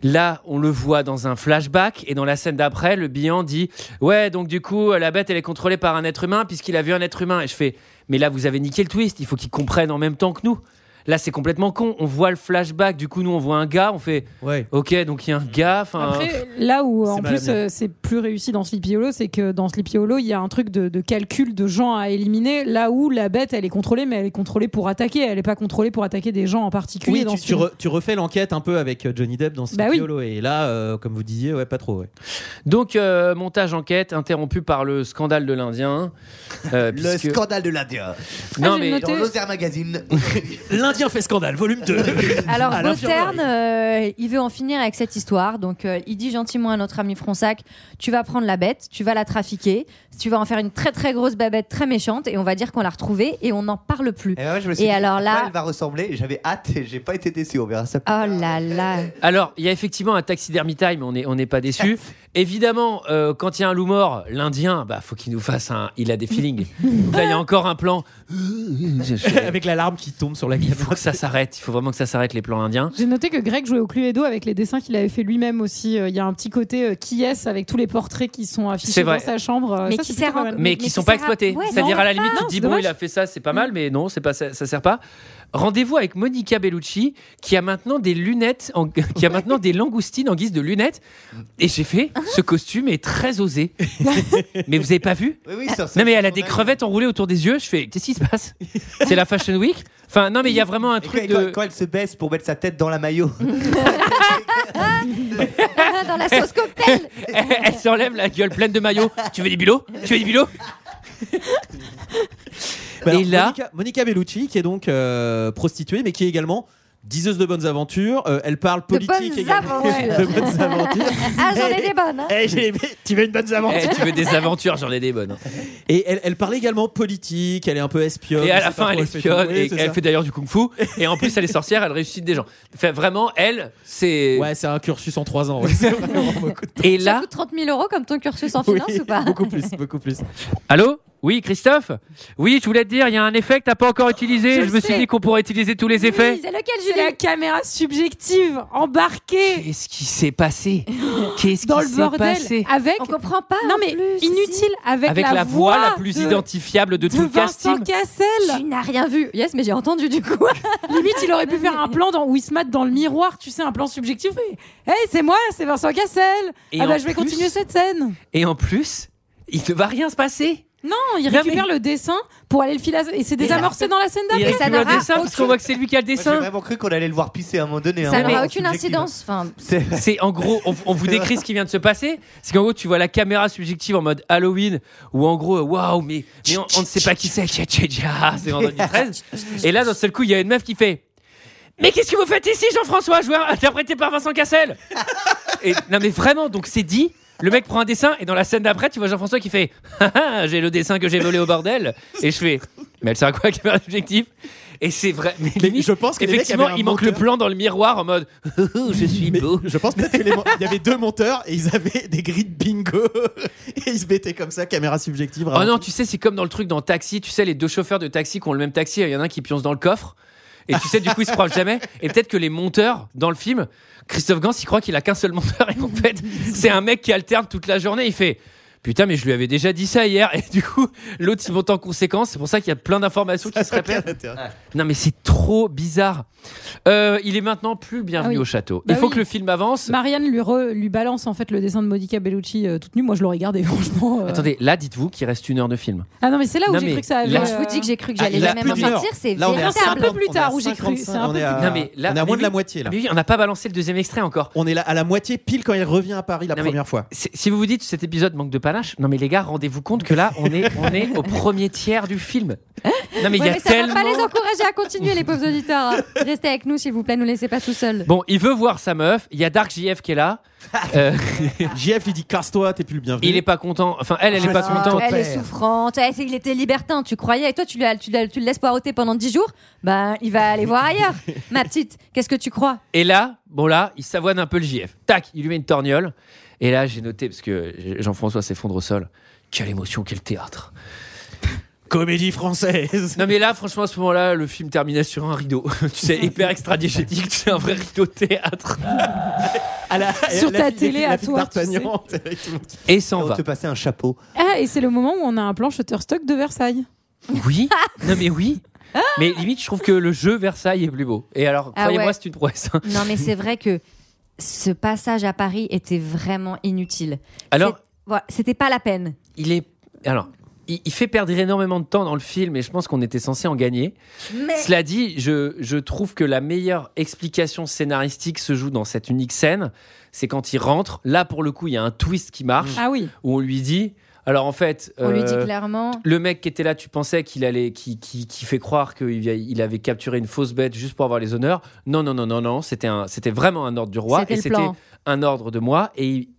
S1: Là, on le voit dans un flashback et dans la scène d'après, le bilan dit ouais, donc du coup, la bête elle est contrôlée par un être humain puisqu'il a vu un être humain. Et je fais mais là vous avez niqué le twist, il faut qu'ils comprennent en même temps que nous. Là, c'est complètement con. On voit le flashback, du coup, nous on voit un gars, on fait ok, donc il y
S11: Mmh.
S1: a un gars. enfin,
S6: euh,
S14: Après, là où en
S1: mal
S14: plus
S1: amené.
S14: euh, c'est plus réussi dans Sleepy Hollow, c'est que dans Sleepy Hollow, il y a un truc de, de calcul de gens à éliminer. Là où la bête, elle est contrôlée, mais elle est contrôlée pour attaquer. Elle est pas contrôlée pour attaquer des gens en particulier.
S6: Oui,
S14: dans
S6: tu,
S14: ce
S6: tu
S14: film.
S6: re- tu refais l'enquête un peu avec euh, Johnny Depp dans ce
S14: Bah oui.
S6: et là, euh, comme vous disiez, ouais, pas trop. ouais.
S1: Donc, euh, montage enquête interrompu par le scandale de l'Indien.
S11: [laughs]
S1: euh,
S11: Le
S1: puisque-
S11: scandale de l'Indien.
S14: Ah,
S1: Non, mais
S11: Dans l'Auxerre Magazine. [laughs]
S6: L'Indien fait scandale, volume 2. [laughs]
S13: Alors,
S11: À
S13: Beauterne, euh, il veut en finir avec cette histoire. Donc, euh, il dit gentiment à notre ami Fronsac Tu vas prendre la bête, tu vas la trafiquer, tu vas en faire une très très grosse babette très méchante, et on va dire qu'on l'a retrouvée et on n'en parle plus.
S11: Et, ouais, ben je me suis dit,
S13: alors
S11: à
S13: là.
S11: quoi elle va ressembler. J'avais hâte et j'ai pas été déçu. On verra ça. plus
S13: Oh là là
S1: Alors, il y a effectivement un taxidermy time, on n'est on n'est
S14: [laughs]
S1: pas déçu. Évidemment, euh, quand il y a un loup mort, l'Indien, bah, faut qu'il nous fasse un. Il a
S14: [laughs]
S1: des feelings. Donc Là, il y a encore un
S11: [laughs]
S1: plan.
S6: [laughs] Avec la larme qui tombe sur la
S1: Il faut que ça s'arrête. Il faut vraiment que ça s'arrête, les plans indiens.
S14: J'ai noté que Greg jouait au Cluedo avec les dessins qu'il avait fait lui-même aussi. Euh, Il y a un petit côté euh, qui est avec tous les portraits qui sont affichés
S1: C'est vrai.
S14: dans sa chambre. Euh,
S13: Mais
S14: ça,
S13: qui
S14: c'est plutôt
S13: sert
S14: pas
S13: à-
S14: mal.
S1: Mais, qui sont pas exploités. C'est-à-dire, à la limite, tu te dis, bon,
S13: [laughs]
S1: il a fait ça, c'est Mm. pas mal, mais non, c'est pas, ça, ça sert pas. Rendez-vous avec Monica Bellucci, qui a maintenant des lunettes, en- [laughs] qui a maintenant des langoustines en guise de lunettes. Et j'ai fait, ce costume est très [laughs] osé. mais vous avez pas vu
S11: oui, ça, ça,
S1: Non, mais elle a des crevettes enroulées autour des yeux. Je fais, qu'est-ce qui se passe C'est la Fashion Week Enfin, non, mais il y a vraiment un
S11: Et
S1: truc
S11: quand,
S1: de.
S11: quand- quand elle se baisse pour mettre sa tête dans la maillot.
S13: Ah, Dans la sauce cocktail
S1: elle [laughs] elle s'enlève la gueule pleine de maillots. Tu veux des bilots Tu veux des bilots
S6: Bah alors,
S1: Et là-
S6: Monica, Monica Bellucci, qui est donc euh, prostituée, mais qui est également diseuse de bonnes aventures, euh, elle parle politique
S13: bonnes
S6: également.
S13: aventures.
S6: [laughs] de bonnes aventures.
S13: Ah, j'en ai des bonnes. hein.
S6: Eh, j'ai- tu veux une bonne aventure
S1: Eh, tu veux des aventures, j'en ai des bonnes. hein.
S6: Et elle, elle parle également politique, elle est un peu espionne.
S1: Et
S6: on
S1: à
S6: sait
S1: la
S6: pas
S1: fin,
S6: trop,
S1: elle
S6: fait
S1: espionne
S6: tout.
S1: et
S6: Oui, c'est
S1: elle
S6: ça.
S1: fait d'ailleurs du kung-fu. Et en plus, elle est sorcière, elle ressuscite des gens. Enfin, vraiment, elle, c'est.
S6: Ouais, c'est un cursus en 3 ans. ouais, [laughs] c'est vraiment beaucoup de temps.
S1: Et là,
S13: Ça coûte 30 000 euros comme ton cursus en
S6: Oui,
S13: finance ou pas
S6: Beaucoup plus,
S1: [laughs]
S6: beaucoup plus.
S1: Allô Oui, Christophe Oui, je voulais te dire, il y a un effet que t'as pas encore utilisé.
S14: Je
S1: Je,
S14: le
S1: me suis
S14: sais.
S1: dit qu'on pourrait utiliser tous les effets.
S14: C'est lequel C'est la caméra subjective embarquée
S1: Qu'est-ce qui s'est passé Qu'est-ce
S14: dans
S1: qui
S14: le
S1: s'est
S14: bordel
S1: passé
S14: avec. On comprend pas. Non mais inutile avec,
S1: Avec la, voix la plus
S14: de-
S1: identifiable de,
S14: de
S1: tout le
S14: Vincent
S1: casting.
S14: Cassel.
S13: Tu n'as rien vu. Yes, mais j'ai entendu du coup.
S14: [laughs] Limite, il aurait pu faire un plan dans, où il se mate dans le miroir, tu sais, un plan subjectif. Et, Hey, c'est moi, c'est Vincent Cassel.
S1: Et
S14: ah
S1: en
S14: bah, je vais
S1: plus-
S14: continuer cette scène.
S1: Et en plus, il ne va rien se passer.
S14: Non, il récupère le dessin pour aller le filer à- et c'est désamorcé dans la scène
S1: Il
S14: d'après.
S1: récupère le dessin parce qu'on voit que c'est lui qui a le
S11: J'ai
S1: dessin.
S11: vraiment cru qu'on allait le voir pisser à un moment donné.
S13: Ça
S11: hein,
S13: n'aura
S11: en
S13: aucune
S11: subjectif. hein.
S13: incidence. Enfin,
S1: [laughs] C'est en gros, on, on vous décrit ce qui vient de se passer. C'est qu'en gros, tu vois la caméra subjective en mode Halloween, ou en gros, euh, waouh, mais, mais on, on ne sait pas qui c'est. Tcha, tcha, tcha, C'est vendredi 13. Et là, d'un seul coup, il y a une meuf qui fait Mais qu'est-ce que vous faites ici, Jean-François, joueur interprété par Vincent Cassel et, Non, mais vraiment, donc c'est dit. Le mec prend un dessin et dans la scène d'après, tu vois Jean-François qui fait [laughs] Ah, ah, J'ai le dessin que j'ai volé au bordel. Et je fais Mais elle sert à quoi la caméra subjective et c'est vrai. Mais limite,
S6: je pense que les mecs
S1: effectivement,
S6: avaient un
S1: il manque le
S6: menteur.
S1: plan dans le miroir en mode [laughs] Oh, je suis beau.
S6: Je pense peut-être qu'il y avait deux monteurs et ils avaient des grilles de bingo [laughs] et ils se mettaient comme ça, caméra subjective.
S1: Oh non, tu sais, c'est comme dans le truc dans Taxi. Tu sais, les deux chauffeurs de taxi qui ont le même taxi, il y en a un qui pionce dans le coffre. Et tu sais, du coup, ils se croient jamais. Et peut-être que les monteurs dans le film, Christophe Gans, il croit qu'il a qu'un seul monteur. Et en fait, c'est un mec qui alterne toute la journée. Il fait. Putain, mais je lui avais déjà dit ça hier. Et du coup, l'autre, il monte en conséquence. C'est pour ça qu'il y a plein d'informations qui se
S6: [laughs]
S1: répètent. Non, mais c'est trop bizarre. Euh, il est maintenant plus bienvenu
S14: Ah oui.
S1: au château.
S14: Bah
S1: il faut
S14: oui.
S1: que le film avance.
S14: Marianne lui, re- lui balance en fait le dessin de Modica Bellucci euh, toute nue. Moi, je l'aurais gardé, franchement. euh.
S1: Attendez, là, dites-vous qu'il reste une heure de film.
S14: Ah non, mais c'est là où
S1: Non,
S14: j'ai
S1: mais
S14: cru que ça avait. euh,
S1: là-
S13: je vous dis que j'ai cru que
S1: Ah,
S13: j'allais
S1: il a
S13: jamais
S1: plus
S13: m'en
S1: d'une heure.
S13: sortir. C'est
S6: Là, on est à
S13: véritable.
S14: C'est un peu plus
S6: on est
S14: tard
S6: à
S14: où j'ai cru. C'est
S6: 55,
S14: un
S6: on
S14: peu
S6: est
S14: plus
S6: à-
S14: tard.
S1: Non, mais là,
S6: Ah, on est à
S1: mais
S6: moins de la
S1: oui.
S6: moitié là.
S1: Mais oui, on n'a pas balancé le deuxième extrait encore.
S6: On est là à la moitié pile quand il revient à Paris la
S1: Non, mais-
S6: première fois.
S1: C'est- Si vous vous dites cet épisode manque de panache, non mais les gars, rendez-vous compte que là, on est, on est au premier tiers du film. Non mais il
S13: Ouais,
S1: y a
S13: mais ça
S1: tellement.
S13: va pas les encourager à continuer, les pauvres
S1: [laughs]
S13: auditeurs. hein. Restez avec nous, s'il vous plaît, nous laissez pas tout seuls.
S1: Bon, il veut voir sa meuf. Il y a Dark JF qui est là. Euh,
S6: JF lui dit casse-toi, t'es plus le bienvenu.
S1: il est pas content. Enfin, elle, elle est Bah, pas
S13: Ah,
S1: contente.
S13: Elle est souffrante. Ouais, c'est- il était libertin, tu croyais. Et toi, tu, l'as- tu, l'as- tu le laisses poireauter pendant 10 jours. Ben, il va aller voir
S1: [laughs]
S13: ailleurs. Ma petite, qu'est-ce que tu crois
S1: Et là, bon là, il savoine un peu le JF. Tac, il lui met une torgnole. Et là, j'ai noté parce que Jean-François s'effondre au sol. Quelle émotion, quel théâtre. [laughs]
S6: Comédie française.
S1: Non mais là, franchement, à ce moment-là, le film terminait sur un rideau. [laughs] tu sais, hyper extra-diégétique. C'est un vrai rideau de théâtre.
S6: À la-
S14: Sur
S6: la
S14: ta
S6: fille-
S14: télé
S6: la
S14: à
S6: fille
S14: toi, tu sais.
S6: d'Artagnan, avec tout le monde.
S1: Et s'en
S11: On
S1: va.
S11: te passait un chapeau.
S14: Ah, et c'est le moment où on a un plan Shutterstock de Versailles.
S1: Oui, [laughs] non mais oui. Mais limite, je trouve que le jeu Versailles est plus beau. Et alors,
S13: Ah
S1: croyez-moi,
S13: ouais.
S1: c'est une prouesse. hein.
S13: Non, mais c'est vrai que ce passage à Paris était vraiment inutile.
S1: Alors-
S13: C'est- voilà, c'était pas la peine.
S1: Il est. Alors, il, il fait perdre énormément de temps dans le film et je pense qu'on était censé en gagner.
S13: Mais
S1: Cela dit, je, je trouve que la meilleure explication scénaristique se joue dans cette unique scène. C'est quand il rentre. Là, pour le coup, il y a un twist qui marche
S14: Ah oui.
S1: où on lui dit. Alors en fait.
S13: Mm. on lui
S1: euh,
S13: dit clairement.
S1: le mec qui était là, tu pensais qu'il allait, qui, qui, qui fait croire qu'il vi- il avait capturé une fausse bête juste pour avoir les honneurs. Non, non, non, non, non. C'était un, c'était vraiment un ordre du roi
S13: C'était
S1: et
S13: le
S1: c'était
S13: plan.
S1: un ordre de moi. Et il,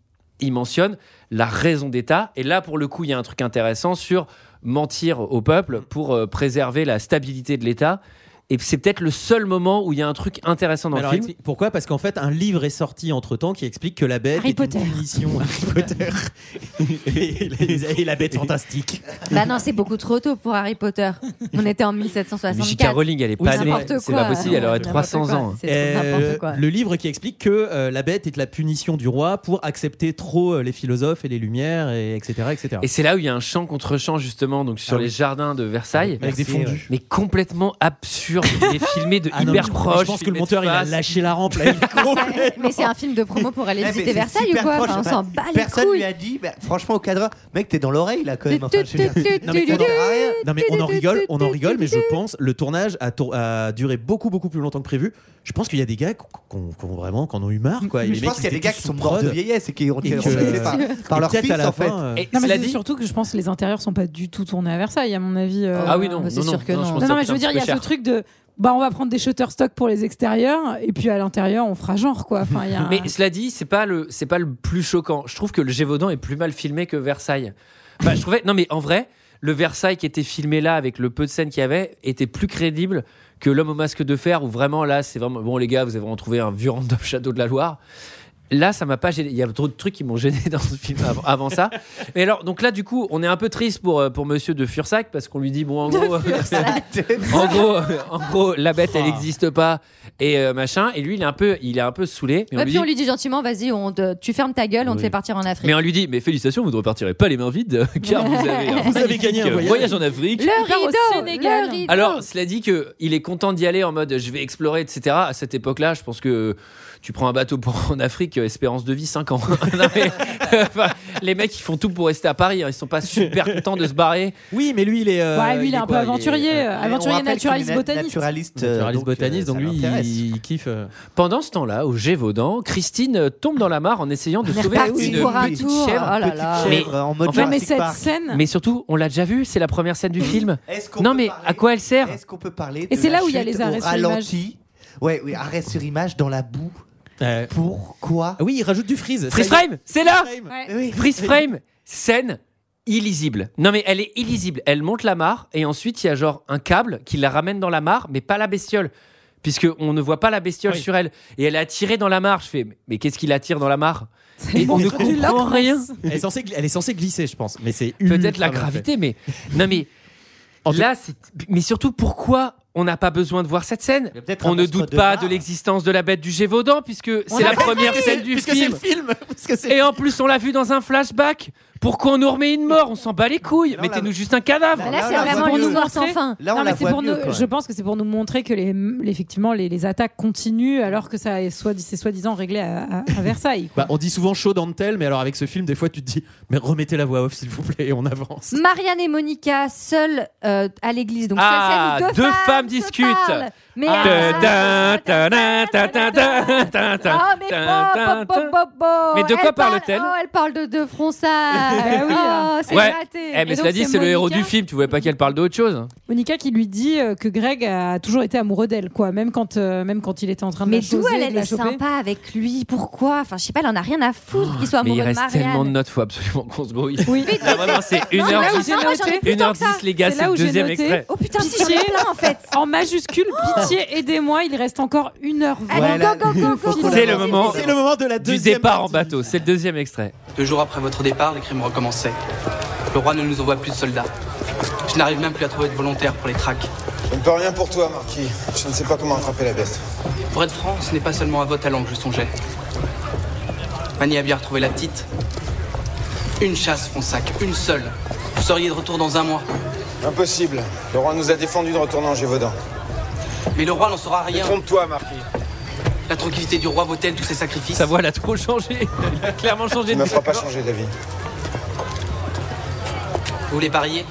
S1: il mentionne la raison d'État. Et là, pour le coup, il y a un truc intéressant sur mentir au peuple pour euh, préserver la stabilité de l'État. Et c'est peut-être le seul moment où il y a un truc intéressant dans
S6: Mais alors,
S1: le film.
S6: explique- pourquoi Parce qu'en fait, un livre est sorti entre temps qui explique que la bête
S14: Harry
S6: est
S14: Potter.
S6: une punition. Harry Potter. et, la, [laughs] et la bête fantastique.
S13: Bah non, c'est beaucoup trop tôt pour
S1: [laughs]
S13: Harry Potter. On était en
S1: Mais
S13: 1764.
S1: J.K. Rowling, elle est
S6: Oui,
S1: pas
S6: c'est
S1: née.
S13: n'importe
S1: C'est
S13: quoi.
S1: pas possible, elle aurait
S13: N'importe
S1: 300
S13: quoi.
S1: ans.
S13: C'est trop n'importe quoi.
S6: Euh, le livre qui explique que euh, la bête est la punition du roi pour accepter trop euh, les philosophes et les lumières, et etc. etc.
S1: Et c'est là où il y a un champ contre champ justement donc sur
S6: Ah oui.
S1: les jardins de Versailles
S6: Avec des
S11: Merci,
S6: fondus.
S1: mais complètement absurde.
S14: [laughs]
S1: Il est filmé de
S6: Ah non,
S1: hyper
S6: mais je-
S1: proche.
S6: Je pense que le
S1: filmé de
S6: monteur il a
S1: face.
S6: lâché la rampe. là.
S13: Mais c'est un film de promo pour aller
S11: Eh, mais
S13: visiter
S11: c'est
S13: Versailles ou
S11: super
S13: quoi
S11: proche,
S13: Enfin, On
S11: enfin,
S13: s'en bat les
S11: Personne
S13: couilles.
S11: lui a dit, bah, franchement, au cadreur, mec, t'es dans l'oreille là quand même. Enfin, je veux dire,
S6: Non, mais
S11: ça sert à rien.
S6: Non mais on en rigole, on en rigole,
S1: [laughs]
S6: mais je pense le tournage a, tour- a duré beaucoup beaucoup plus longtemps que prévu. Je pense qu'il y a des gars qui ont vraiment qu'en ont eu marre quoi. Et
S11: Mais
S6: les
S11: je
S6: mecs,
S11: pense qu'il y a
S6: ils
S11: des
S6: étaient
S11: gars
S6: tous
S11: qui
S6: sous
S11: sont morts
S6: prod.
S11: de vieillesse et qui ont
S6: Et
S11: été
S6: que-
S11: remplacés par, par
S6: Et
S11: leur
S6: peut-être
S11: fils
S6: à la
S11: en fait.
S6: fin, euh,
S1: Et
S14: Non, mais
S1: cela
S14: c'est
S1: dit,
S14: surtout que je pense que les intérieurs sont pas du tout tournés à Versailles, à mon avis. euh.
S1: ah oui non,
S13: bah, c'est
S1: non, non,
S13: sûr que non.
S1: je pense
S14: Non, non, mais
S1: que c'est
S14: je
S1: un
S14: veux dire, il y
S1: petit
S14: a
S1: peu
S14: ce
S1: cher.
S14: truc de bah on va prendre des shutterstock pour les extérieurs et puis à l'intérieur on fera genre quoi. Enfin, il y a un-
S1: Mais cela dit, c'est pas le c'est pas le plus choquant. Je trouve que le Gévaudan est plus mal filmé que Versailles. Enfin, je trouvais non mais en vrai, le Versailles qui était filmé là avec le peu de scènes qu'il y avait était plus crédible que l'homme au masque de fer où vraiment là c'est vraiment bon les gars, vous avez vraiment trouvé un vieux random château de la Loire. Là, ça m'a pas gêné. Il y a trop de trucs qui m'ont gêné [laughs] dans ce film avant, avant ça. Mais alors, donc là, du coup, on est un peu triste pour, euh, pour monsieur de Fursac parce qu'on lui dit, bon, en gros, [laughs] en gros, en gros, la bête, elle n'existe pas et euh, machin. Et lui, il est un peu, il est un peu saoulé. Mais
S13: Ouais, puis on lui dit gentiment, vas-y, on te- tu fermes ta gueule, on te fait partir en Afrique.
S1: mais on lui dit, mais félicitations, vous ne repartirez pas les mains vides, [laughs] car vous avez, un
S6: Vous avez gagné un
S1: magnifique
S6: voyage.
S1: en Afrique.
S13: Le rideau,
S14: Sénégal.
S13: le rideau.
S1: Alors, cela dit que il est content d'y aller en mode je vais explorer, etc. À cette époque-là, je pense que tu prends un bateau pour en Afrique, euh, espérance de vie 5 ans. [laughs] Non, mais, euh, enfin, les mecs, ils font tout pour rester à Paris. hein. Ils sont pas super contents de se barrer.
S6: Oui, mais lui, il est.
S1: euh,
S14: Ouais, lui, il est un peu aventurier, euh, aventurier naturaliste botaniste.
S11: Naturaliste, euh,
S6: Naturaliste botaniste, donc, lui, il, il kiffe. euh.
S1: Pendant ce temps-là, au Gévaudan, Christine euh, tombe dans la mare en essayant de
S13: est
S1: sauver
S13: repartie
S1: une
S13: pour un
S1: petite
S13: tour.
S1: chèvre.
S13: Oh là là.
S1: Mais-
S11: Chèvre en mode
S1: en fait-
S11: Jurassic Mais cette Park.
S14: scène-
S1: Mais surtout, on l'a déjà vu, c'est la première scène du film. Non, mais à quoi elle sert
S11: Est-ce qu'on peut parler
S14: Et
S11: de
S14: c'est
S11: la
S14: là où il y a
S11: chute
S14: les arrêts
S11: au
S14: sur image.
S11: ralenti Ouais, oui, arrêt sur image dans la boue.
S14: euh.
S11: Pourquoi
S6: euh, Oui, il rajoute du freeze.
S1: Freeze frame, c'est là
S11: Oui.
S1: Freeze frame, scène illisible. Non mais elle est illisible. Elle monte la mare et ensuite il y a genre un câble qui la ramène dans la mare, mais pas la bestiole. Puisque on ne voit pas la bestiole
S6: Oui.
S1: sur elle et elle est attirée dans la mare. Je fais mais, mais qu'est-ce qui l'attire dans la mare
S14: C'est
S1: Et
S14: le
S1: on ne
S14: monstre du
S1: comprend
S14: Loch Ness.
S1: rien.
S6: Elle est, censée, gl- elle est censée glisser, je pense. Mais c'est
S1: Peut-être la
S6: ultra mal fait.
S1: gravité, mais non mais là c'est mais surtout pourquoi on n'a pas besoin de voir cette scène
S11: peut-être un
S1: On ne
S11: monstre
S1: doute
S11: de
S1: pas
S11: mare.
S1: de l'existence de la bête du Gévaudan puisque c'est la
S6: l'a
S1: première
S6: vu,
S1: scène du
S6: puisque c'est
S1: film.
S6: le film, [laughs] puisque c'est-
S1: Et en plus, on l'a vu dans un flashback. Pourquoi on nous remet une mort On s'en bat les couilles. Mettez-nous juste un cadavre.
S13: Bah Là, c'est vraiment
S14: pour nous
S13: l'histoire sans
S14: montrer-
S13: fin.
S11: Là, on
S14: Non,
S11: la
S14: mais c'est
S11: voit
S14: pour
S11: mieux,
S14: nous-
S11: quoi.
S14: Je pense que c'est pour nous montrer que les, effectivement, les, les attaques continuent alors que ça est soit- c'est soi-disant réglé à, à- à Versailles.
S6: Bah, on dit souvent chaud dans le tel, mais alors avec ce film, des fois, tu te dis, mais remettez la voix off, s'il vous plaît, et on avance.
S13: Marianne et Monica seules euh, à l'église. Donc
S1: Ah,
S13: c'est celle où deux,
S1: femmes,
S13: femmes se
S1: discutent.
S13: parlent. Mais
S1: Ah.
S13: euh,
S1: Tin, tin, tin, tin, tin, tin, tin,
S13: Oh, mais
S1: tin, tin,
S13: bo, bo, bo, bo, bo.
S1: Mais de
S13: Elle
S1: quoi
S13: parle-
S1: parle-t-elle
S13: Oh, elle parle de,
S14: [laughs]
S13: de Fronsac.
S14: Eh oui,
S13: oh, c'est
S1: Ouais.
S13: raté.
S1: Eh, mais
S13: Et
S1: cela
S13: donc,
S1: dit, c'est le héros
S13: Monica.
S1: du film. Tu voulais pas qu'elle parle d'autre chose
S14: Monica qui lui dit euh, que Greg a toujours été amoureux d'elle, quoi, même quand, euh, même quand il était en train de
S13: Mais
S14: la
S13: d'où
S14: choser,
S13: elle,
S14: de
S13: elle
S14: la
S13: est
S14: choper.
S13: sympa avec lui Pourquoi Enfin, je sais pas, elle en a rien à foutre qu'il soit
S1: Oh, Mais
S13: amoureux
S1: il reste
S13: de Marianne.
S1: tellement de notes. Faut absolument qu'on se grouille.
S14: Oui.
S1: Ah, vraiment, c'est
S13: Non, c'est là où
S1: 1h10.
S13: j'ai noté. Plus tant que
S1: 1h10,
S13: ça.
S1: les gars,
S14: C'est
S1: c'est
S14: là
S1: le
S14: où j'ai
S1: deuxième
S14: noté.
S1: extrait.
S13: Oh putain, mais j'en ai plein en fait.
S14: En Oh. majuscule, pitié, aidez-moi, il reste encore 1h20.
S13: Allez,
S11: Ouais, là,
S13: Eh, go, go, go, go, go.
S1: C'est le moment
S6: C'est le moment de la
S1: du
S6: deuxième.
S1: départ en bateau. C'est le deuxième extrait.
S18: Deux jours après votre départ, les crimes recommençaient. Le roi ne nous envoie plus de soldats. Je n'arrive même plus à trouver de volontaires pour les traques.
S12: Je ne peux rien pour toi, Marquis. Je ne sais pas comment attraper la bête.
S18: Pour être franc, ce n'est pas seulement à vos talents que je songeais. Mani a bien retrouvé la petite. Une chasse, Fronsac, une seule. Vous seriez de retour dans un mois.
S12: Impossible. Le roi nous a défendu de retourner en Gévaudan.
S18: Mais le roi n'en saura rien.
S12: Trompe-toi, Marquis.
S18: La tranquillité du roi vaut-elle tous ses sacrifices
S1: Sa voix, elle a trop changé. Il a clairement changé
S12: Tu
S1: de
S12: ne me feras
S1: voix.
S12: pas changer d'avis.
S18: Vous voulez parier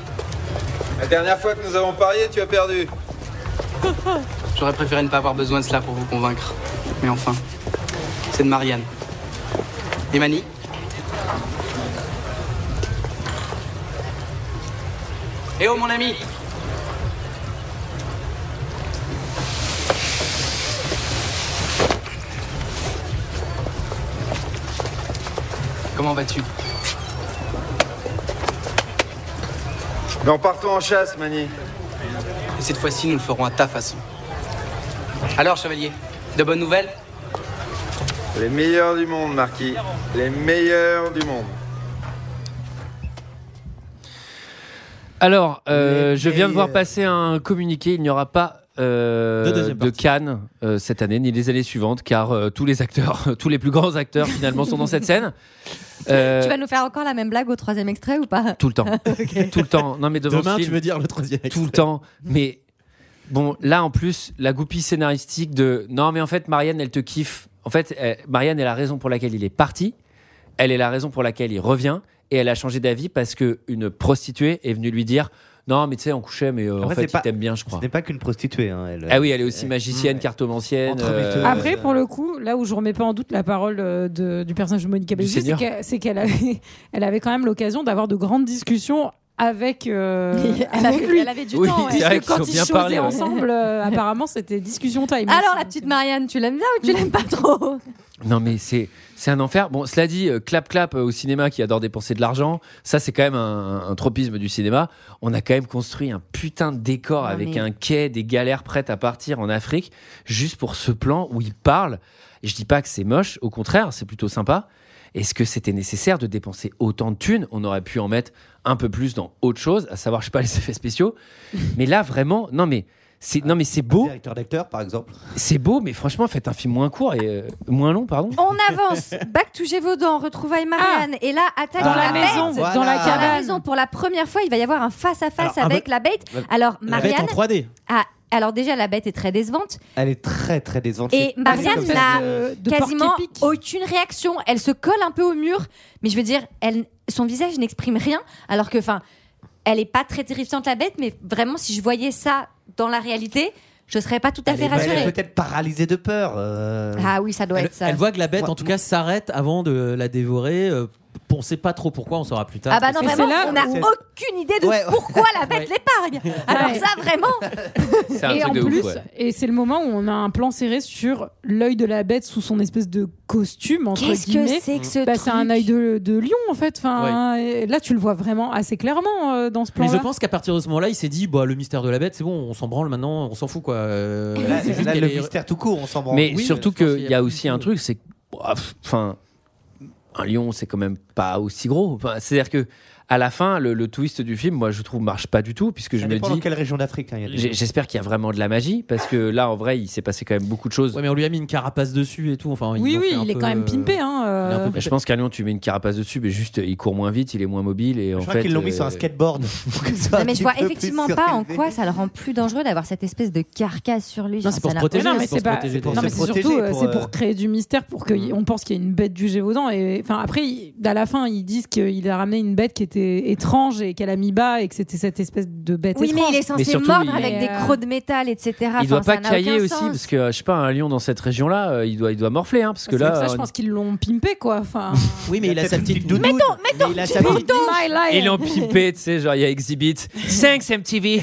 S12: La dernière fois que nous avons parié, tu as perdu.
S18: J'aurais préféré ne pas avoir besoin de cela pour vous convaincre. Mais enfin, c'est de Marianne. Et Mani Eh oh mon ami Comment vas-tu
S12: Mais en partant en chasse, Mani.
S18: Et cette fois-ci, nous le ferons à ta façon. Alors, chevalier, de bonnes nouvelles
S12: Les meilleurs du monde, Marquis. Les meilleurs du monde.
S1: Alors, euh, je viens de voir
S11: euh,
S1: passer un communiqué. Il n'y aura pas euh,
S6: De
S1: de,
S6: deuxième partie.
S1: Cannes euh, cette année, ni les années suivantes, car euh, tous les acteurs, [laughs] tous les plus grands acteurs, finalement, sont dans cette scène. Euh,
S13: [laughs] Tu vas nous faire encore la même blague au troisième extrait ou pas
S1: Tout le
S13: [laughs]
S1: temps. Tout le temps. Non, mais devant
S6: Demain,
S1: ce
S6: tu
S1: film,
S6: veux dire le troisième extrait.
S1: tout le temps. Mais bon, là, en plus, la goupille scénaristique de non, mais en fait, Marianne, elle te kiffe. En fait, elle- Marianne est la raison pour laquelle il est parti. Elle est la raison pour laquelle il revient. Et elle a changé d'avis parce que une prostituée est venue lui dire non, mais tu sais, on couchait, mais euh, en
S11: Après,
S1: fait,
S11: c'est
S1: il
S11: pas-
S1: t'aime bien, je crois.
S11: Ce n'est pas qu'une prostituée, hein, elle.
S1: Ah oui, elle est aussi magicienne, cartomancienne.
S11: Entremetteuse.
S1: euh,
S14: Après, pour le coup, là où je remets pas en doute la parole euh, de- du personnage de Monica
S1: Du
S14: Bellucci, c'est
S1: seigneur.
S14: qu'elle- c'est qu'elle avait, elle avait quand même l'occasion d'avoir de grandes discussions avec, euh,
S13: [laughs] Elle
S14: avec
S13: avait-
S14: lui.
S13: elle avait du Oui, temps, ouais. c'est
S14: Puisque
S13: vrai qu'ils
S14: quand
S13: ont
S14: ils
S13: bien
S14: chosaient
S13: parlé, ouais.
S14: ensemble, euh, apparemment, c'était discussion time. euh.
S13: Alors, la petite Marianne, tu l'aimes bien ou tu l'aimes pas trop
S1: Non mais c'est c'est un enfer. Bon, cela dit, euh, clap clap euh, au cinéma qui adore dépenser de l'argent, ça c'est quand même un, un tropisme du cinéma. On a quand même construit un putain de décor avec
S19: mais-
S1: un quai, des galères prêtes à partir en Afrique, juste pour ce plan où il parle. Et je dis pas que c'est moche, au contraire, c'est plutôt sympa. Est-ce que c'était nécessaire de dépenser autant de thunes On aurait pu en mettre un peu plus dans autre chose, à savoir, je sais pas, les [laughs] effets spéciaux. mais là, vraiment, non mais c'est non mais c'est beau. Directeur d'acteur, par exemple. C'est beau, mais franchement, faites un film moins court et euh, moins long, pardon.
S13: On avance. Bac touchez vos dents, retrouvailles Marianne. Et là, attaque
S1: Dans la
S13: la,
S1: maison,
S13: bête.
S1: voilà. dans la cabane.
S13: maison. Pour la première fois, il va y avoir un face-à-face
S11: Alors, un
S13: avec
S11: peu-
S13: la bête. Alors,
S11: La bête
S13: Marianne.
S11: en 3D.
S13: a- alors, déjà, la bête est très décevante.
S11: Elle est très très décevante.
S13: Et
S11: C'est-
S13: Marianne
S11: c'est comme ça. euh,
S13: n'a quasiment aucune réaction. Elle se colle un peu au mur, mais je veux dire, elle, son visage n'exprime rien. Alors que, enfin, elle est pas très terrifiante la bête, mais vraiment, si je voyais ça dans la réalité, je serais pas tout à
S11: Elle
S13: fait
S11: est- elle est
S13: rassurée.
S11: peut-être paralysée de peur. euh.
S13: Ah oui, ça doit
S6: Elle,
S13: être ça.
S6: elle voit que la bête, en tout cas, s'arrête avant de la dévorer. euh, on sait pas trop pourquoi, on saura plus tard.
S13: Ah bah non, vraiment, on n'a
S6: C'est-
S13: aucune idée de pourquoi
S6: [laughs]
S13: la bête l'épargne. Alors
S14: Ouais.
S13: ça, vraiment.
S1: C'est un
S14: et
S1: truc
S14: en
S1: de ouf,
S14: plus,
S1: ouais.
S14: et c'est le moment où on a un plan serré sur l'œil de la bête sous son espèce de costume. entre
S13: Qu'est-ce que
S14: guillemets.
S13: c'est que ce
S14: Bah, C'est un
S13: truc
S14: œil de, de lion en fait. Enfin, Ah, et là, tu le vois vraiment assez clairement euh, dans ce plan.
S6: Mais je pense qu'à partir de ce moment-là, il s'est dit bah, le mystère de la bête, c'est bon, on s'en branle maintenant, on s'en fout quoi. Euh,
S11: Là,
S6: c'est juste
S11: là,
S6: qu'elle
S11: le
S6: est-
S11: mystère tout court, on s'en branle.
S1: Mais
S11: Oui,
S1: surtout
S11: je pense
S1: qu'il y a aussi un truc, c'est que, bah, pff, enfin, un lion, c'est quand même pas aussi gros. Enfin, C'est-à-dire que à la fin, le, le twist du film, moi, je trouve, marche pas du tout, puisque je
S11: Ça
S1: me
S11: dépend dans
S1: dis,
S11: quelle région d'Afrique. hein, il y a des-
S1: j'ai- j'espère qu'il y a vraiment de la magie, parce que là, en vrai, il s'est passé quand même beaucoup de choses.
S6: Ouais, mais on lui a mis une carapace dessus et tout. Enfin, ils
S14: Oui,
S6: l'ont
S14: oui,
S6: fait un
S14: il est
S6: peu,
S14: quand même
S6: euh,
S14: pimpé. hein, euh.
S6: il est un peu
S1: Je pense qu'un lion, tu mets une carapace dessus, mais juste, il court moins vite, il est moins mobile, et en
S11: crois
S1: fait, euh,
S11: qu'ils l'ont mis sur un skateboard.
S13: Non, mais je vois effectivement pas en quoi ça le rend plus dangereux d'avoir cette espèce de carcasse sur lui.
S6: Non,
S13: Enfin,
S6: c'est pour
S13: ça
S6: se
S13: n'a
S6: protéger,
S13: aucun-
S6: c'est pour se
S14: pas-
S6: protéger.
S14: non,
S6: Pour
S14: mais
S6: se
S14: c'est
S6: protéger,
S14: surtout euh,
S6: pour,
S14: c'est
S6: euh,
S14: pour créer du mystère pour
S1: Mm.
S14: qu'on pense qu'il y a une bête du Gévaudan et enfin après il- à la fin ils disent qu'il a ramené une bête qui était étrange et qu'elle a mis bas et que c'était cette espèce de bête
S13: Oui, mais
S14: étrange.
S13: il est censé mordre avec des crocs de métal, etc.
S1: euh, Il doit
S13: Ah, Enfin,
S1: pas
S13: ça n'a aucun
S1: cailler aussi,
S13: sens.
S1: parce que, euh, je sais pas, un lion dans cette région-là, euh, il doit, il doit morfler, hein, parce que
S14: C'est pour
S1: là.
S14: ça, je
S1: on-
S14: pense qu'ils l'ont pimpé quoi. Enfin,
S6: Oui, mais il a sa petite doudoune.
S14: mettons,
S6: mettons, il
S14: [laughs]
S6: a sa petite-
S1: Ils l'ont pimpé, tu sais, genre il y a Exhibit. 5
S6: [laughs]
S1: MTV.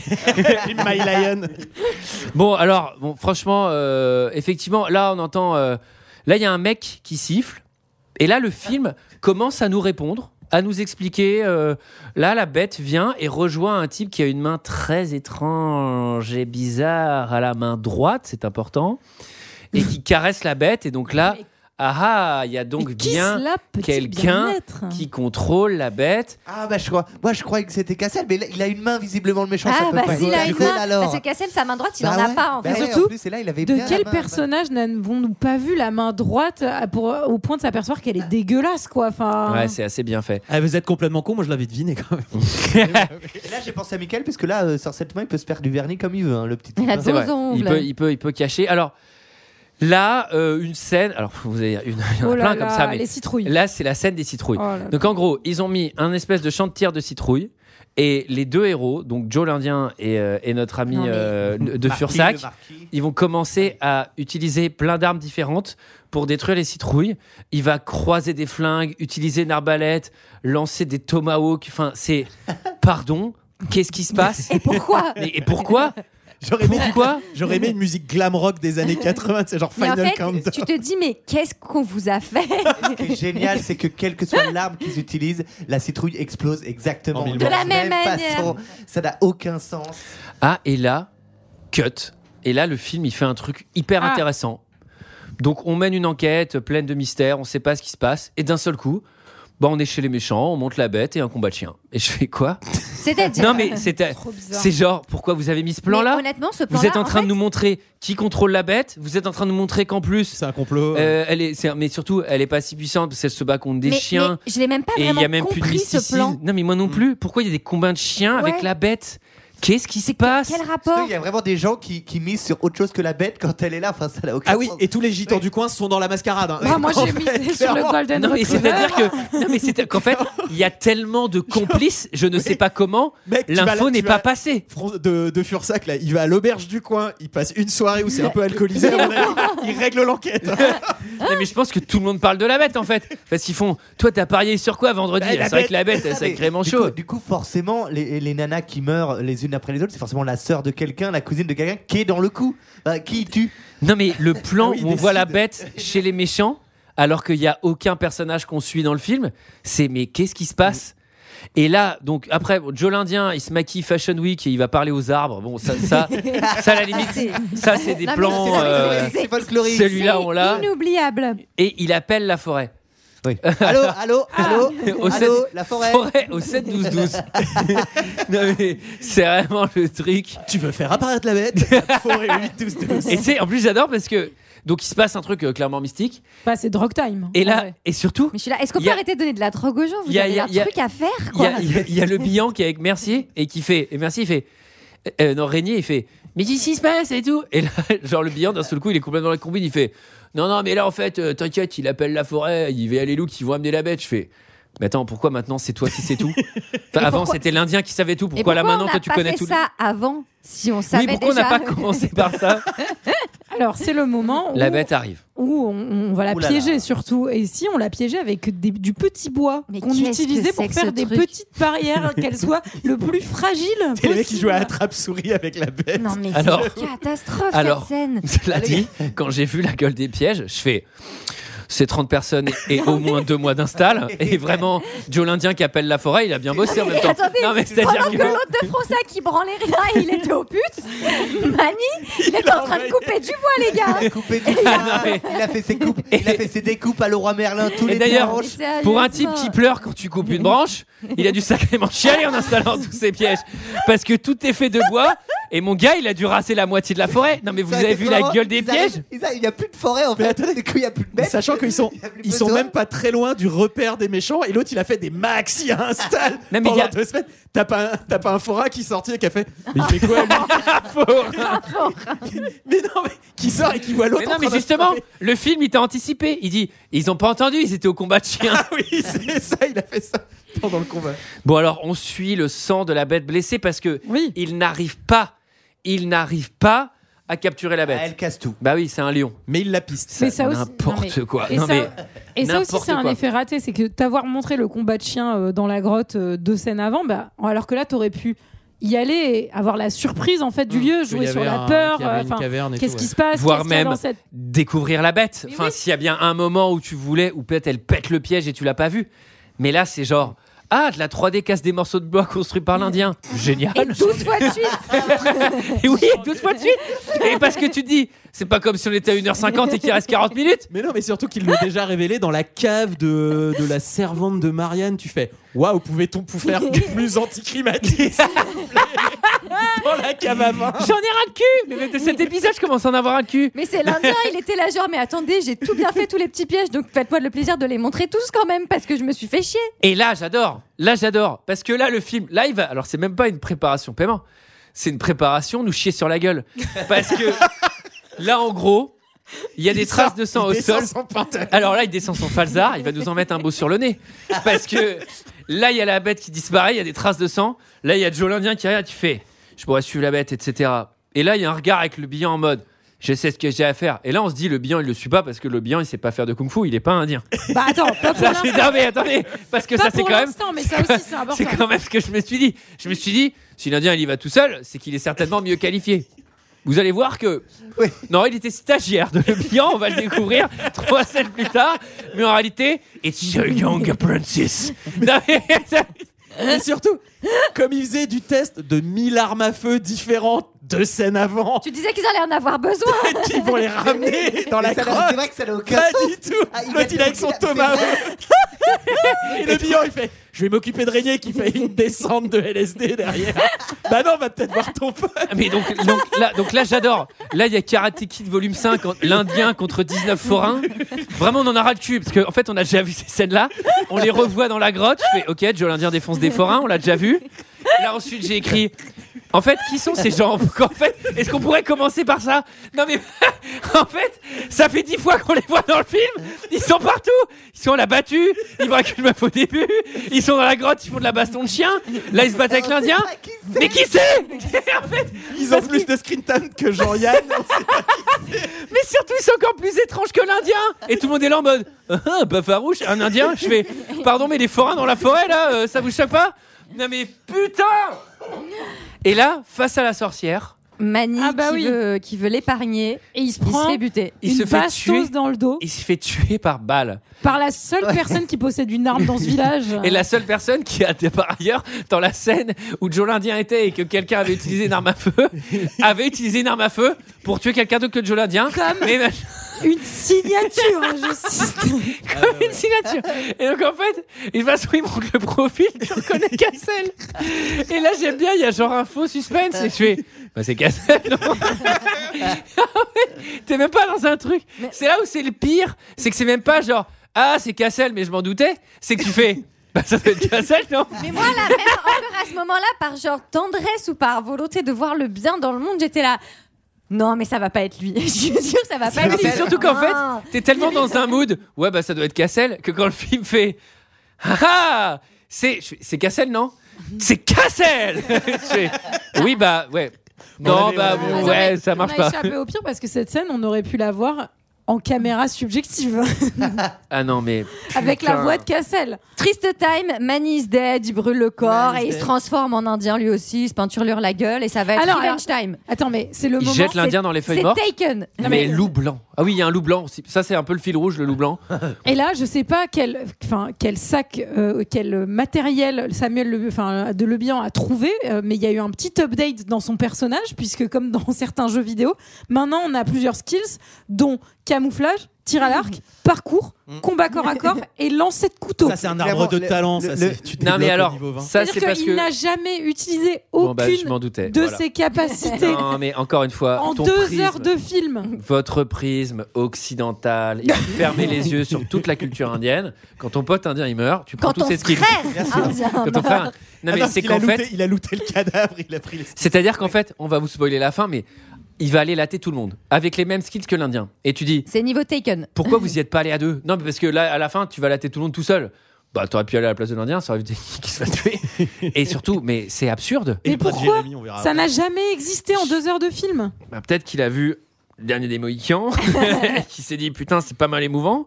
S6: My Lion.
S1: Bon, alors, bon, franchement, euh, effectivement, là, on entend. euh, là, il y a un mec qui siffle. Et là, le film commence à nous répondre, à nous expliquer. euh, là, la bête vient et rejoint un type qui a une main très étrange et bizarre à la main droite, c'est important, et
S11: [laughs]
S1: qui caresse la bête. Et donc là. Ah ah, il y a donc
S11: qui
S1: bien
S11: cela peut-il
S1: quelqu'un
S11: bien être
S1: qui contrôle la bête.
S11: Ah bah je crois, moi je croyais que c'était Cassel, mais là, il a une main visiblement le méchant. ça
S13: Ah
S11: peut
S13: bah
S11: pas
S13: s'il
S11: être
S13: a une
S11: Cassel,
S13: main,
S11: alors.
S13: parce que Cassel, sa main droite, il
S11: Bah
S13: en a
S11: ouais,
S13: pas en
S11: bah
S13: fait.
S11: ouais, en
S14: Surtout,
S11: plus, et là, il avait
S14: de
S11: bien bah. la
S14: quel
S11: main.
S14: personnage n'avons-nous pas vu la main droite à- pour, au point de s'apercevoir qu'elle
S11: Bah.
S14: est dégueulasse quoi.
S11: Ah.
S14: Enfin,
S1: Ouais, c'est assez bien fait.
S6: Ah, vous êtes complètement con, moi je l'avais deviné quand même.
S11: Et là j'ai pensé à Michael, parce que là, euh, sur cette main, il peut se faire du vernis comme il veut, hein, le petit.
S13: Il a
S1: C'est vrai. Il peut, il peut, il peut cacher. Alors là, euh, une scène. Alors vous allez dire, une, [laughs] il y en a
S14: Oh là
S1: plein comme
S14: là,
S1: ça, mais
S14: les citrouilles.
S1: Là, c'est la scène des citrouilles.
S14: Oh là là.
S1: donc en gros, ils ont mis un espèce de chantier de citrouilles. Et les deux héros, donc Joe l'Indien et, euh, et notre ami
S19: Non, mais-
S1: euh, de
S19: Marquis,
S1: Fursac,
S19: le Marquis.
S1: ils vont commencer à utiliser plein d'armes différentes pour détruire les citrouilles. Il va croiser des flingues, utiliser une arbalète, lancer des tomahawks. Enfin, c'est. [laughs] Pardon, qu'est-ce qui se passe
S6: [laughs]
S13: Et pourquoi
S1: Et pourquoi
S6: [laughs] J'aurais aimé,
S1: Pourquoi
S6: J'aurais aimé une musique glam rock des [laughs] années 80, c'est genre
S13: Mais en
S6: Final
S13: fait,
S6: Countdown.
S13: tu te dis, mais qu'est-ce qu'on vous a
S1: [laughs]
S13: fait
S11: Ce qui est génial, c'est que quelle que soit l'arme qu'ils utilisent, la citrouille explose exactement.
S13: De la même manière.
S11: façon. Ça n'a aucun sens.
S1: Ah, et là, cut. Et là, le film, il fait un truc hyper
S11: Ah.
S1: intéressant. Donc, on mène une enquête pleine de mystères, on sait pas ce qui se passe. Et d'un seul coup, bah, on est chez les méchants, on monte la bête et un combat de chien. Et je fais
S13: [laughs]
S1: quoi
S13: C'est-à-dire
S1: Non, mais c'était.
S13: [laughs] Trop bizarre.
S1: C'est genre, pourquoi vous avez mis ce
S13: Mais
S1: plan-là
S13: honnêtement, ce
S1: Vous
S13: plan-là,
S1: êtes en
S13: en
S1: train de
S13: fait-
S1: nous montrer qui contrôle la bête, vous êtes en train de nous montrer qu'en plus. C'est
S6: un complot.
S1: elle est, c'est un- mais surtout, elle est pas si puissante parce qu'elle se bat contre des
S13: Mais-
S1: chiens.
S13: mais je l'ai même pas
S1: et il y a
S13: vraiment
S1: même plus de
S13: compris ce
S1: mysticisme.
S13: plan.
S1: Non, mais moi non plus. Pourquoi il y a des combats de chiens
S13: Ouais.
S1: avec la bête Qu'est-ce qui se passe
S13: Quel rapport
S11: Il y a vraiment des gens qui, qui misent sur autre chose que la bête quand elle est là. Enfin, ça n'a aucun
S6: Ah oui, et tous les gitans du coin sont dans la mascarade. hein.
S14: Ah, moi,
S6: En
S14: j'ai misé
S6: fait,
S14: sur le
S6: clairement.
S14: Golden
S1: Non, mais c'est-à-dire que non, mais c'est qu'en fait, il y a tellement de complices, je ne sais pas comment,
S6: Mec, tu vas là-
S1: l'info
S6: tu
S1: n'est
S6: vas-
S1: pas passée.
S6: Fran- de, de Fursac, là, il va à l'auberge du coin, il passe une soirée où c'est un peu alcoolisé, à mon avis, il règle l'enquête.
S1: Non, mais je pense que tout le monde parle de la bête en fait, parce qu'ils font. Toi, t'as parié sur quoi vendredi Ah,
S11: Bah, la
S1: C'est vrai
S11: bête.
S1: que la bête,
S11: Mais
S1: c'est
S11: [laughs] ça, mais
S1: sacrément
S11: du
S1: chaud.
S11: coup- Du coup, forcément, les, les nanas qui meurent les unes après les autres, c'est forcément la sœur de quelqu'un, la cousine de quelqu'un qui est dans le coup. Bah, qui tue
S1: Non, mais le plan
S11: Ah oui,
S1: où on voit
S11: décide.
S1: la bête chez les méchants, alors qu'il n'y a aucun personnage qu'on suit dans le film, c'est mais qu'est-ce qui se passe et là, donc après, bon, Joe l'Indien, il se maquille Fashion Week et il va parler aux arbres. Bon, ça, ça, ça à la limite, ça c'est des
S13: Non, mais
S1: plans.
S13: c'est-
S1: euh,
S13: Ah, c'est- c'est
S11: folklorique.
S1: Celui-là, on l'a.
S13: Inoubliable.
S1: Et il appelle la forêt.
S11: Allô, allô, allô,
S1: Au
S11: allô,
S1: sept-
S11: la forêt.
S1: au 7 12 12. non mais c'est vraiment le truc.
S6: Tu veux faire apparaître la bête La forêt, le 8-12-12.
S1: Et c'est en plus j'adore parce que donc il se passe un truc euh, clairement mystique
S14: Bah, c'est drug time.
S1: et
S14: en
S1: là
S14: vrai.
S1: et surtout
S13: Mais je suis là. Est-ce qu'on
S1: Y
S13: peut
S1: a-
S13: arrêter de donner de la drogue aux gens Vous
S1: y a-
S13: avez
S1: y a-
S13: un
S1: y a-
S13: truc à faire,
S1: il y,
S13: quoi.
S1: a- il y a- il y a le bilan qui est avec Mercier et qui fait et Mercier il fait euh, euh, non Régnier il fait mais qu'est-ce qui se passe et tout et là [laughs] genre le bilan d'un seul coup il est complètement dans la combine il fait non non mais là en fait euh, t'inquiète il appelle la forêt il va les loups qui vont amener la bête je fais mais attends pourquoi maintenant c'est toi qui sais tout Enfin, avant
S13: pourquoi-
S1: c'était l'Indien qui savait tout
S13: Et
S1: pourquoi, là maintenant toi tu connais tout
S13: on n'a pas fait ça avant si on savait
S1: oui pourquoi
S13: déjà
S1: on n'a
S13: [laughs]
S1: pas commencé par ça
S14: Alors, c'est le moment où,
S1: la bête arrive
S13: [laughs]
S14: où on, on va la
S1: Ouh là
S14: piéger, surtout. Et si on la piégeait avec des- du petit bois qu'on
S13: qu'est-ce
S14: utilisait
S13: que c'est
S14: pour
S13: que
S14: faire
S13: ce
S14: des
S13: truc
S14: petites
S1: [laughs]
S14: barrières, qu'elle soit le plus fragile
S6: C'est les
S14: possible.
S6: mecs qui jouent à attrape-souris avec la bête.
S13: Non mais
S1: Alors-
S13: c'est une catastrophe
S1: Alors,
S13: cette scène.
S1: Cela dit, quand j'ai vu la gueule des pièges, je fais. C'est 30 personnes et au moins deux mois d'install.
S13: [laughs]
S1: Et vraiment, Joe l'Indien qui appelle la forêt, il a bien bossé en même temps.
S13: Attendez,
S1: non, mais c'est-à-dire
S13: pendant que
S1: que.
S13: l'autre de Français qui branlait rien, il était au but. Mani, il, était en train de couper du bois, les gars.
S11: Il a coupé du bois. Il a fait ses coupes, il a fait ses découpes à le roi Merlin tous
S1: Et
S11: les
S1: d'ailleurs,
S11: dimanches.
S1: pour un type qui pleure quand tu coupes
S13: [laughs]
S1: une branche, il a dû sacrément chialer en installant tous ces pièges. Parce que tout est fait de bois. Et mon gars, il a dû raser la moitié de la forêt. Non, mais vous
S11: Ça,
S1: avez vu la
S11: vraiment,
S1: gueule des
S11: ils arrivent-
S1: pièges
S11: ils arrivent- Il n'y a plus de forêt en fait. Du coup, il n'y a plus de bête.
S6: Sachant qu'ils sont, ils sont
S11: besoin.
S6: même pas très loin du repère des méchants. Et l'autre, il a fait des maxi à install
S1: mais il y
S6: pendant
S1: a-
S6: deux semaines. T'as pas, un- t'as pas un forat qui est sorti et qui a fait. Mais il fait quoi [laughs] lui Mais non, mais qui sort et qui voit l'autre.
S1: Mais
S6: en
S1: non, mais
S6: train de
S1: justement,
S6: se frapper. [laughs]
S1: le film, il t'a anticipé. Il dit ils ont pas entendu, ils étaient au combat de chiens.
S6: Ah oui, c'est ça. Il a fait ça pendant le combat.
S1: Bon alors on suit le sang de la bête blessée parce que il n'arrive pas, il n'arrive pas à capturer la bête.
S11: Elle casse tout.
S1: Bah oui, c'est un lion.
S6: Mais il la piste.
S14: Ah, Mais ça aussi- non,
S1: n'importe
S14: mais-
S1: quoi.
S14: et
S1: Non,
S14: ça-
S1: mais
S14: Et ça aussi,
S1: n'importe
S14: c'est un
S1: quoi.
S14: effet raté. C'est que t'avoir montré le combat de chiens euh, dans la grotte euh, deux scènes avant, bah, alors que là, t'aurais pu y aller et avoir la surprise en fait
S1: Mmh.
S14: du lieu, jouer sur la peur. euh, enfin, Qu'est-ce qui se passe
S1: Voire
S14: qu'est-ce qu'il y a
S1: même
S14: dans cette-
S1: découvrir la bête. enfin, s'il y a bien un moment où tu voulais, ou peut-être elle pète le piège et tu l'as pas vu. Mais là, c'est genre ah de la 3D casse des morceaux de bois construits par l'Indien. Génial.
S14: Ah,
S13: Et 12 fois de
S14: [laughs]
S13: suite.
S1: Et oui, 12 fois de suite. Et parce que tu te dis, c'est pas comme si on était à 1h50 et qu'il reste 40 minutes.
S6: Mais non, mais surtout qu'ils l'ont déjà révélé dans la cave de, de la servante de Marianne. Tu fais Waouh, pouvait-on vous faire plus anticlimatique s'il vous plaît Dans la cave à vin.
S1: J'en ai ras le cul. Mais de cet épisode, je commence à en avoir un cul.
S13: Mais c'est l'Indien, il était là genre, mais attendez, j'ai tout bien fait tous les petits pièges, donc faites-moi le plaisir de les montrer tous quand même, parce que je me suis fait chier.
S1: Et là, j'adore. Là, j'adore. Parce que là, le film, là, il va. Alors, c'est même pas une préparation paiement. C'est une préparation nous chier sur la gueule. Parce que
S6: [laughs]
S1: là, en gros, il y a des traces de sang
S6: il
S1: au
S6: descend
S1: sol.
S6: son pantalon.
S1: Alors là, il descend son falzar. Il va nous en mettre un beau sur le nez. Parce que là, il y a la bête qui disparaît. Il y a des traces de sang. Là, il y a Joe l'Indien qui regarde, qui fait Je pourrais suivre la bête, etc. Et là, il y a un regard avec le bilan en mode. Je sais ce que j'ai à faire. Et là, on se dit, le bilan, il le suit pas parce que le bilan, il sait pas faire de kung-fu. Il est pas indien.
S14: Bah attends,
S1: [laughs]
S14: pas pour
S1: Ça, c'est-
S14: l'instant.
S1: non, mais attendez, parce que
S14: Pas
S1: ça c'est
S14: pour
S1: quand même.
S14: l'instant, mais ça
S1: [laughs]
S14: aussi, c'est important.
S1: quand même ce que je me suis dit. Je me suis dit, si l'Indien il y va tout seul, c'est qu'il est certainement mieux qualifié. Vous allez voir que. Non, il était stagiaire de Le Bihan, on va le découvrir [laughs] trois semaines plus tard. Mais en réalité, it's a young apprentice. Non, mais- [laughs]
S6: Et surtout, comme ils faisaient du test de 1000 armes à feu différentes deux scènes avant,
S13: Tu disais qu'ils allaient en avoir besoin.
S6: ils vont les ramener dans la
S11: Mais ça n'a-
S6: grotte.
S11: C'est vrai que ça n'a aucun
S13: Bah,
S6: Pas
S11: sens.
S6: du tout.
S11: Ah, il
S6: L'autre,
S11: a-
S6: il est avec son
S11: c'est
S6: Thomas.
S11: vrai.
S6: [laughs] Et le bilan, il fait Je vais m'occuper de Régnier qui fait une descente de LSD derrière. bah non, va peut-être voir ton pote.
S1: Mais donc, donc là, donc là j'adore. Là, il y a Karate Kid volume 5, en- l'Indien contre 19 forains. Vraiment, on en a ras le cul, parce qu'en en fait, on a déjà vu ces scènes-là. On les revoit dans la grotte. Je fais, ok, Joe l'Indien défonce des forains, on l'a déjà vu. Là, ensuite, j'ai écrit, En fait, qui sont ces gens En fait, est-ce qu'on pourrait commencer par ça Non mais [laughs] en fait, ça fait dix fois qu'on les voit dans le film. Ils sont partout. Ils sont à la battue. Ils braquent une meuf au début. Ils sont dans la grotte. Ils font de la baston de chien. Là, ils se battent avec l'Indien. Mais qui c'est [laughs] En fait,
S6: Ils ont plus de screen time que Jean-Yann.
S1: mais surtout, ils sont encore plus étranges que l'Indien. Et tout le monde est là en mode, ah, ah, Bafarouche, un Indien. Je fais, pardon, mais les forains dans la forêt là, euh, ça vous choque pas Non mais putain Et là, face à la sorcière.
S13: Manny
S14: Ah bah
S13: qui,
S14: oui.
S13: veut, qui veut l'épargner, et il se
S14: prend
S13: fait buter.
S1: Il se fait tuer Il se fait tuer par balle.
S14: Par la seule personne qui possède une arme dans ce village.
S1: Et la seule personne qui a par ailleurs dans la scène où Joe l'Indien était et que quelqu'un avait utilisé une arme à feu, avait utilisé une arme à feu pour tuer quelqu'un d'autre que Joe l'Indien. Mais
S14: une signature, hein,
S6: [laughs]
S1: [laughs] Comme une signature. Et donc en fait, de toute façon, il montre le profil, tu reconnais Cassel. Et là, j'aime bien, il y a genre un faux suspense. Et je fais, bah, c'est Cassel, non T'es même pas dans un truc. C'est là où c'est le pire, c'est que c'est même pas genre, ah, c'est Cassel, mais je m'en doutais. C'est que tu fais, bah, ça doit être Cassel, non
S13: Mais moi, là, même encore à ce moment-là, par genre tendresse ou par volonté de voir le bien dans le monde, j'étais là. Non, mais ça va pas être lui. [laughs] Je suis sûre que ça
S14: Bah
S13: va pas
S1: Mais
S13: être lui.
S1: Bah c'est surtout qu'en fait,
S14: Ah.
S13: Non.
S1: t'es tellement dans un mood, ouais, bah ça doit être Cassel, que quand le film fait Ah ah C'est je fais, c'est Cassel, non
S14: Mhm.
S1: C'est Cassel [laughs] Je fais, Oui, bah ouais. Non, bah
S13: Ah,
S14: On
S1: ouais,
S14: aurait-
S1: ça marche
S14: on a
S1: pas.
S14: échappé au pire parce que cette scène, on aurait pu la voir en caméra
S13: [laughs]
S14: subjective.
S1: Ah non, mais.
S14: Avec la
S1: putain.
S14: voix de Cassel.
S13: Triste time, Manny is dead, il brûle le corps et il se transforme en indien lui aussi, il se peinturlure la gueule et ça va être
S14: Alors,
S13: revenge time.
S14: Attends, mais c'est le
S1: Il moment- jette l'Indien dans les feuilles mortes.
S13: C'est taken.
S1: mais, loup blanc. Ah oui, il y a un loup blanc. aussi. Ça, c'est un peu le fil rouge, le loup blanc.
S14: Et là, je sais pas quel, enfin, quel sac, euh, quel matériel Samuel le, enfin, de Lebihan a trouvé, euh, mais il y a eu un petit update dans son personnage, puisque comme dans certains jeux vidéo, maintenant on a plusieurs skills, dont camouflage, tir à l'arc, parcours,
S1: Mm.
S14: combat corps à
S1: [laughs]
S14: corps et lancer de couteau.
S6: Ça, c'est un arbre de talent. ça, c'est- tu
S1: Non, mais
S6: développes au
S1: alors,
S6: niveau 20.
S1: ça, c'est
S14: C'est-à-dire
S1: parce
S14: qu'il
S1: que.
S14: n'a jamais utilisé aucune
S1: Bon, bah, je m'en doutais.
S14: de
S1: Voilà.
S14: ses capacités
S1: [laughs] Non, mais encore une fois,
S14: en
S1: ton
S14: deux
S1: prisme-
S14: heures de film.
S1: votre prisme occidental et vous fermez les yeux sur toute la culture indienne. Quand ton pote indien il meurt, tu prends
S13: Quand
S1: tous
S13: ton
S1: ses skills.
S13: frère
S14: Ah,
S13: indien
S1: Ah, Quand ton
S14: bah,
S13: meurt.
S1: frère- Non
S6: Ah
S1: mais
S6: non,
S1: c'est
S6: il a
S1: qu'en fait,
S6: looté- il a looté le cadavre, il a pris les.
S1: c'est-à-dire qu'en fait, on va vous spoiler la fin, mais il va aller latter tout le monde avec les mêmes skills que l'indien. Et tu dis,
S13: C'est niveau taken.
S1: pourquoi vous y êtes pas allé à deux Non, mais parce que là, à la fin, tu vas latter tout le monde tout seul. Bah, t'aurais pu aller à la place de l'Indien, ça aurait été [laughs] qui se fasse tuer. Et surtout, mais c'est absurde.
S14: Mais pourquoi Ça n'a jamais existé en deux heures de film.
S1: Bah, Peut-être qu'il a vu le dernier des Mohicans, [laughs] qui s'est dit putain, c'est pas mal émouvant.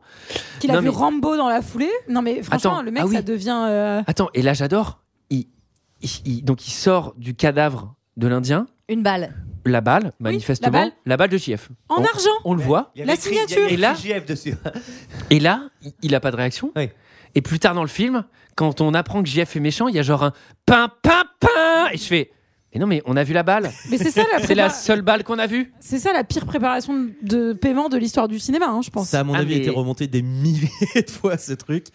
S14: Qu'il a
S1: Non,
S14: vu
S1: mais-
S14: Rambo dans la foulée. Non mais franchement,
S1: Attends,
S14: le mec,
S1: ah oui.
S14: ça devient. euh,
S1: Attends, et là j'adore. Il, il- il- donc il sort du cadavre de l'Indien,
S13: Une balle.
S1: la balle, manifestement,
S13: la balle.
S1: de JF.
S13: En
S1: On-
S13: argent.
S1: On le voit.
S13: Il y avait La écrit- il y avait signature.
S1: Et là,
S13: écrit
S1: et là, il- il a pas de réaction. Et plus tard dans le film, quand on apprend que JF est méchant, il y a genre un pin, pin, pin. Et je fais. Mais non, mais on a vu la balle.
S14: Mais c'est ça, la
S1: [laughs] C'est la
S14: prépa-
S1: seule balle qu'on a vue.
S14: C'est ça la pire préparation de- de paiement de l'histoire du cinéma, hein, je pense.
S6: Ça, à mon
S1: Ah,
S6: avis, a été remonté des milliers [laughs] de fois ce truc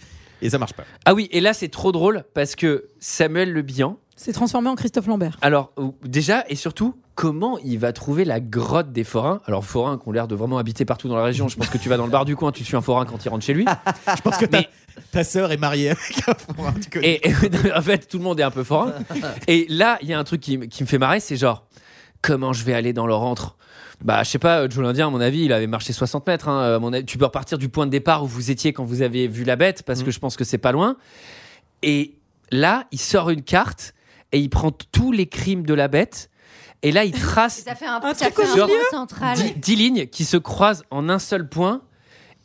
S6: et ça marche pas.
S1: Ah oui, et là c'est trop drôle parce que Samuel Le Bihan,
S14: C'est transformé en Christophe Lambert.
S1: Alors, euh, déjà, et surtout, comment il va trouver la grotte des forains Alors, forains qui ont l'air de vraiment habiter partout dans la région. Je pense que tu vas dans le bar du coin, tu suis un forain quand il rentre chez lui.
S6: Je
S14: Ah,
S6: pense que ta, ta sœur est mariée [laughs] avec un forain. tu connais.
S1: Et, [laughs] et en fait, tout le monde est un peu forain. Et là, il y a un truc qui, m- qui me fait marrer, c'est genre, comment je vais aller dans leur antre bah, je sais pas, euh, Joe l'Indien, à mon avis, il avait marché 60 mètres. hein, euh, à mon avis. tu peux repartir du point de départ où vous étiez quand vous avez vu la bête, parce que je pense que c'est pas loin. Et là, il sort une carte et il prend t- tous les crimes de la bête. Et là, il trace
S13: Ça fait un,
S14: Un
S13: ça
S14: truc
S13: fait
S14: au
S13: un
S14: milieu.
S13: point central.
S1: dix, dix lignes qui se croisent en un seul point.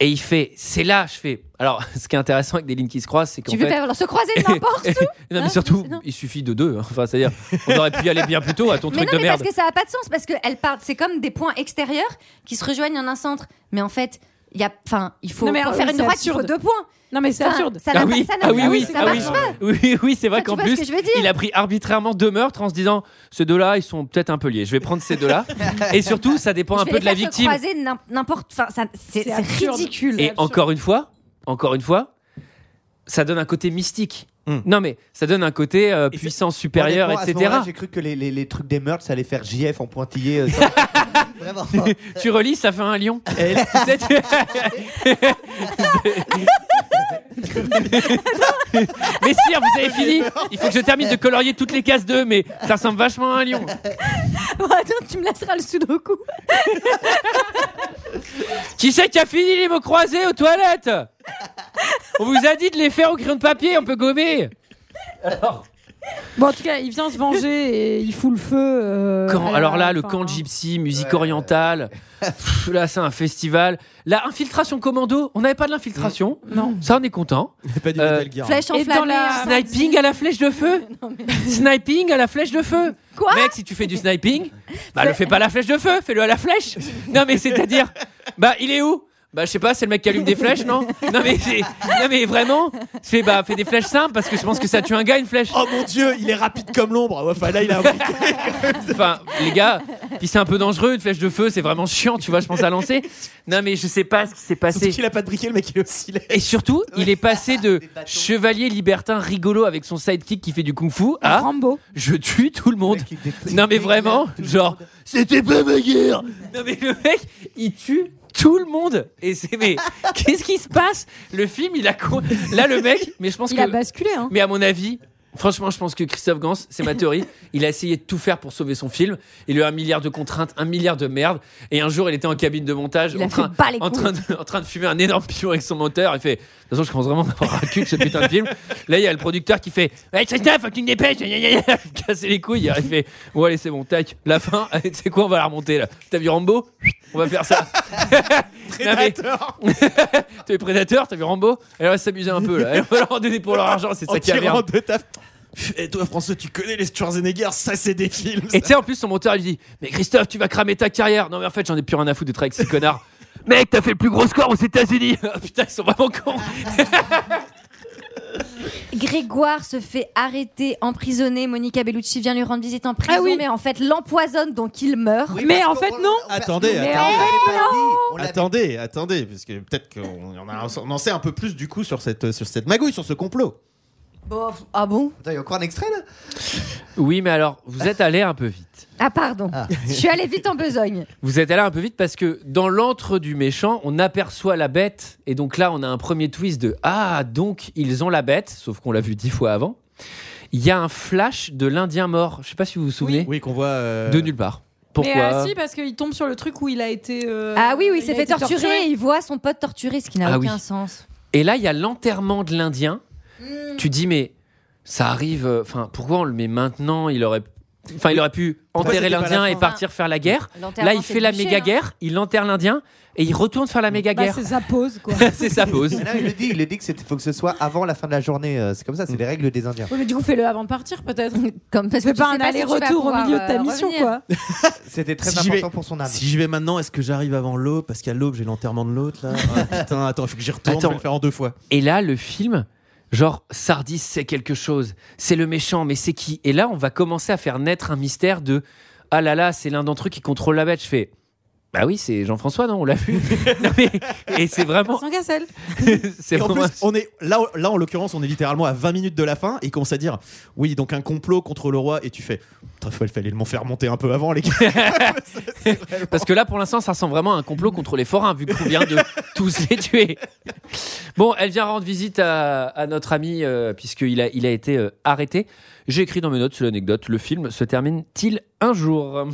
S1: Et il fait, c'est là, je fais. Alors, [laughs] ce qui est intéressant avec des lignes qui se croisent, c'est qu'en
S13: Tu veux
S1: fait-
S13: pas se croiser
S1: [laughs]
S13: n'importe où
S1: non,
S13: Hein,
S1: mais surtout,
S13: non.
S1: il suffit de deux. hein. Enfin, c'est-à-dire, on aurait pu y aller bien plus tôt à ton
S13: Mais
S1: truc
S13: non,
S1: de
S13: mais parce
S1: merde.
S13: que ça a pas de sens parce que elle part. C'est comme des points extérieurs qui se rejoignent en un centre. Mais en fait, il y a, enfin, il faut
S14: Non, mais,
S13: pour
S14: ah
S13: faire
S14: oui,
S13: une
S14: c'est
S13: droite, il faut
S14: absurde.
S13: deux points.
S14: Non mais c'est
S13: Enfin,
S14: absurde.
S13: ça n'a
S1: ah
S13: pas-
S1: oui,
S13: ça n'a
S1: ah
S13: pas-
S1: oui,
S13: ah
S1: oui,
S13: oui, ça
S1: ah oui,
S13: marche pas.
S1: oui, oui, oui, c'est vrai
S13: Enfin, tu
S1: qu'en
S13: vois ce
S1: plus,
S13: que je veux dire.
S1: il a pris arbitrairement deux meurtres en se disant, ces deux-là, ils sont peut-être un peu liés. Je vais prendre ces
S13: [laughs]
S1: deux-là. Et surtout, ça dépend
S13: Je
S1: un
S13: vais
S1: peu
S13: les
S1: de la
S13: faire se
S1: victime.
S13: croiser n'im- n'importe. Enfin, ça- c'est c'est
S14: absurde.
S13: ridicule.
S1: Et encore une fois, encore une fois, ça donne un côté mystique.
S11: Hmm.
S1: Non, mais ça donne un côté euh, puissance supérieure,
S11: Honnêtement, à ce
S1: etc.
S11: moment-là, J'ai cru que les, les- les trucs des meurtres, ça allait faire JF en pointillé. [laughs] euh,
S14: [laughs]
S1: tu relis, ça fait un lion. Tu sais, tu- mais sire, vous avez fini Il faut que je termine de colorier toutes les cases d'eux, mais ça ressemble vachement à un lion.
S13: Bon, [laughs] attends, tu me laisseras le sudoku.
S1: Qui c'est qui a fini les mots croisés aux toilettes On vous a dit de les faire au crayon de papier, on peut gommer
S14: Bon, en tout cas, il vient se venger et il fout le feu. euh,
S1: Quand-
S14: à la-
S1: alors là, le
S14: enfin, hein.
S1: camp gypsy, musique orientale, pff, là c'est un festival. La infiltration commando, on n'avait pas de l'infiltration.
S14: Mm. Non.
S1: Ça on est content.
S6: Pas du hein.
S1: Euh,
S13: Flèche
S14: Et dans
S13: enflammée.
S14: la-
S13: incendie.
S1: Sniping à la flèche de feu Sniping à la flèche de feu
S13: Quoi
S1: Mec, si tu fais du sniping, bah le fais pas à la flèche de feu, fais-le à la flèche Non mais c'est-à-dire, bah il est où bah je sais pas, c'est le mec qui allume des flèches, non Non mais c'est- non mais vraiment, fais bah fais des flèches simples parce que je pense que ça tue un gars une flèche.
S6: Oh mon dieu, il est rapide comme l'ombre. Ouais, Enfin là, il a.
S1: [laughs] Enfin, les gars, puis c'est un peu dangereux, une flèche de feu, c'est vraiment chiant, tu vois, je pense à lancer. Non, mais je sais pas ce qui s'est passé.
S6: Il a pas de briquet, le mec, il est aussi laid.
S1: Et surtout, il est passé de chevalier libertin rigolo avec son sidekick qui fait du kung-fu à
S14: Rambo.
S1: Je tue tout le monde. Non, mais vraiment, genre, c'était pas ma guerre. Non, mais le mec, il tue tout le monde. Et c'est, mais
S13: [laughs]
S1: qu'est-ce qui se passe Le film, il a. con- Là, le mec, mais je pense
S14: Il
S1: que.
S14: a basculé, hein.
S1: Mais à mon avis, franchement, je pense que Christophe Gans, c'est ma théorie, il a essayé de tout faire pour sauver son film. Il a eu un milliard de contraintes, un milliard de merde. Et un jour, il était en cabine de montage,
S13: Il a
S1: en, train,
S13: fait pas les
S1: en,
S13: couilles.
S1: train de, en train de fumer un énorme pion avec son moteur. Il fait De toute façon, je commence vraiment à avoir un cul de ce putain de film. Là, il y a le producteur qui fait Hey Christophe, faut que tu me dépêches, gna, gna, gna. casser les couilles. Il fait Bon, allez, c'est bon, tac, la fin. [laughs] Tu sais quoi, on va la remonter là. T'as vu Rambo On va faire ça. Non, mais- T'as vu Predator, t'as vu Rambo Elle va s'amuser un peu là. Elle va leur en donner pour leur argent, c'est
S6: En
S1: ça qui est
S6: tirant de ta- Et toi, François, tu connais les Schwarzenegger, ça c'est des films.
S1: Et tu sais, en plus, son monteur, il lui dit Mais Christophe, tu vas cramer ta carrière. Non, mais en fait, j'en ai plus rien à foutre d'être avec ces connards. [laughs] Mec, t'as fait le plus gros score aux États-Unis. [laughs] Ah, Putain, ils sont vraiment cons.
S13: Grégoire se fait arrêter, emprisonner. Monica Bellucci vient lui rendre visite en
S14: Ah
S13: prison, mais en fait l'empoisonne, donc il meurt.
S14: mais en fait, non.
S6: Attendez,
S13: Mais
S6: attendez.
S13: on l'avait pas
S6: Attendez, attendez, parce que peut-être qu'on en, a- on en sait un peu plus du coup sur cette, sur cette magouille, sur ce complot.
S13: ah bon
S11: Attends, il y a encore un extrait là
S1: Oui, mais alors, vous êtes allé un peu vite.
S13: Ah pardon, je suis allée vite en besogne.
S1: Vous êtes allé un peu vite parce que dans l'antre du méchant, on aperçoit la bête. Et donc là, on a un premier twist de Ah, donc ils ont la bête, sauf qu'on l'a vu dix fois avant. Il y a un flash de l'Indien mort. Je sais pas si vous vous souvenez.
S6: Oui, qu'on voit. euh,
S1: De nulle part. Pourquoi
S14: Mais ah, si, parce qu'il tombe sur le truc où il a été. [laughs] euh,
S13: ah oui, oui, il s'est
S14: a
S13: fait
S14: été
S13: torturer. et Il voit son pote torturé, ce qui n'a
S1: Ah
S13: aucun
S1: oui.
S13: sens.
S1: Et là, il y a l'enterrement de l'Indien. Tu dis, mais ça arrive. euh, Enfin, pourquoi on le met maintenant Il aurait. Enfin, il aurait pu
S6: Pourquoi
S1: enterrer
S6: c'était pas
S1: l'Indien
S6: la
S1: et
S6: fin
S1: partir faire la guerre.
S13: L'enterrement,
S1: Là, il
S13: c'est
S1: fait la
S13: bouché,
S1: méga
S13: hein.
S1: guerre, il enterre l'Indien et il retourne faire la méga
S14: Bah,
S1: guerre.
S14: c'est sa pose, quoi.
S1: [laughs] C'est sa pause.
S11: Mais non, il le dit, il le dit que c'était faut que ce soit avant la fin de la journée. euh, C'est comme
S6: Mm.
S11: ça, c'est les règles des Indiens.
S14: Oui, mais du coup, fais-le avant de partir, [laughs] peut-être.
S13: Comme parce
S14: Fais
S13: que
S14: pas
S13: tu
S14: un
S13: sais pas si tu vas
S14: aller-retour au
S13: pouvoir,
S14: milieu de ta
S13: euh,
S14: mission,
S13: revenir.
S14: quoi.
S11: C'était très
S6: Si j'y
S11: important
S6: vais-
S11: pour son âme.
S6: Si je vais maintenant, est-ce que j'arrive avant l'aube Parce qu'à l'aube, j'ai l'enterrement de l'autre [laughs] là. Ah, putain, attends, il faut que j'y retourne, je vais le faire en deux fois.
S1: Et là, le film, genre, Sardis, c'est quelque chose. C'est le méchant, mais c'est qui Et là, on va commencer à faire naître un mystère de Ah là là, c'est l'un d'entre eux qui contrôle la bête. Je fais Bah oui, c'est Jean-François, non On l'a vu. [laughs] Non, mais- et c'est
S13: [laughs]
S1: vraiment.
S14: Sans Cassel.
S1: C'est
S6: Et en plus,
S1: vraiment-
S6: on est là, là en l'occurrence, on est littéralement à 20 minutes de la fin et il commence à dire oui, donc un complot contre le roi et tu fais putain, il fallait le m'en faire monter un peu avant les gars.
S1: Parce que là, pour l'instant, ça ressemble vraiment à un complot contre les forains, vu qu'on vient de tous les tuer. Bon, elle vient rendre visite à, à notre ami, euh, puisqu'il a, il a été euh, arrêté. J'ai écrit dans mes notes l'anecdote le film se termine-t-il un jour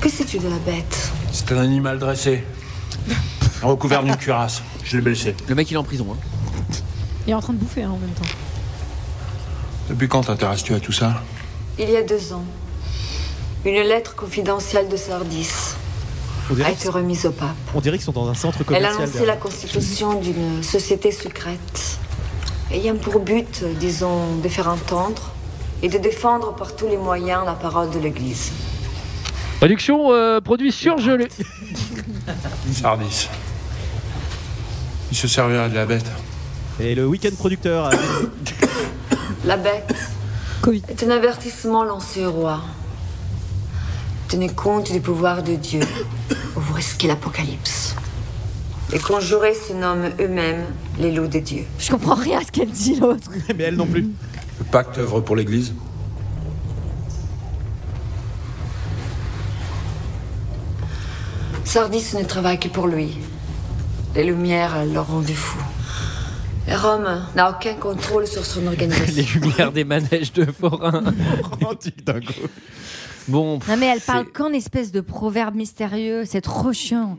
S8: Que sais-tu de la bête
S3: C'est un animal
S10: [laughs]
S3: dressé. Recouvert d'une cuirasse. Je l'ai blessé.
S1: Le mec, il est en prison. hein.
S14: Il est en train de bouffer hein, en même temps.
S10: Depuis quand t'intéresses-tu à tout ça
S8: Il y a deux ans, une lettre confidentielle de Sardis
S6: On
S8: a
S6: dirait,
S8: été remise au pape.
S6: on dirait qu'ils sont dans un centre
S8: Elle
S6: commercial.
S8: annonçait
S6: derrière.
S8: la constitution d'une société secrète, ayant pour but, euh, disons, de faire entendre et de défendre par tous les moyens la parole de l'Église.
S1: Production, euh, produit surgelé.
S10: Sardis. Il se servira de la bête.
S6: Et le week-end producteur. [laughs]
S8: La bête est un avertissement lancé au roi. Tenez compte du pouvoir de Dieu ou vous risquez l'apocalypse. Les conjurés se nomment eux-mêmes les loups de Dieu.
S13: Je comprends rien à ce qu'elle dit l'autre.
S6: Mais elle non plus.
S10: Le pacte œuvre pour l'Église.
S8: Sardis ne travaille que pour lui. Les lumières l'ont rendu fou. Et Rome n'a aucun contrôle sur son organisation.
S1: Les [laughs] lumières des manèges de forains.
S6: Oh,
S1: Bon. pff,
S13: Non mais elle
S1: c'est-
S13: parle qu'en espèce de proverbe mystérieux, c'est trop chiant.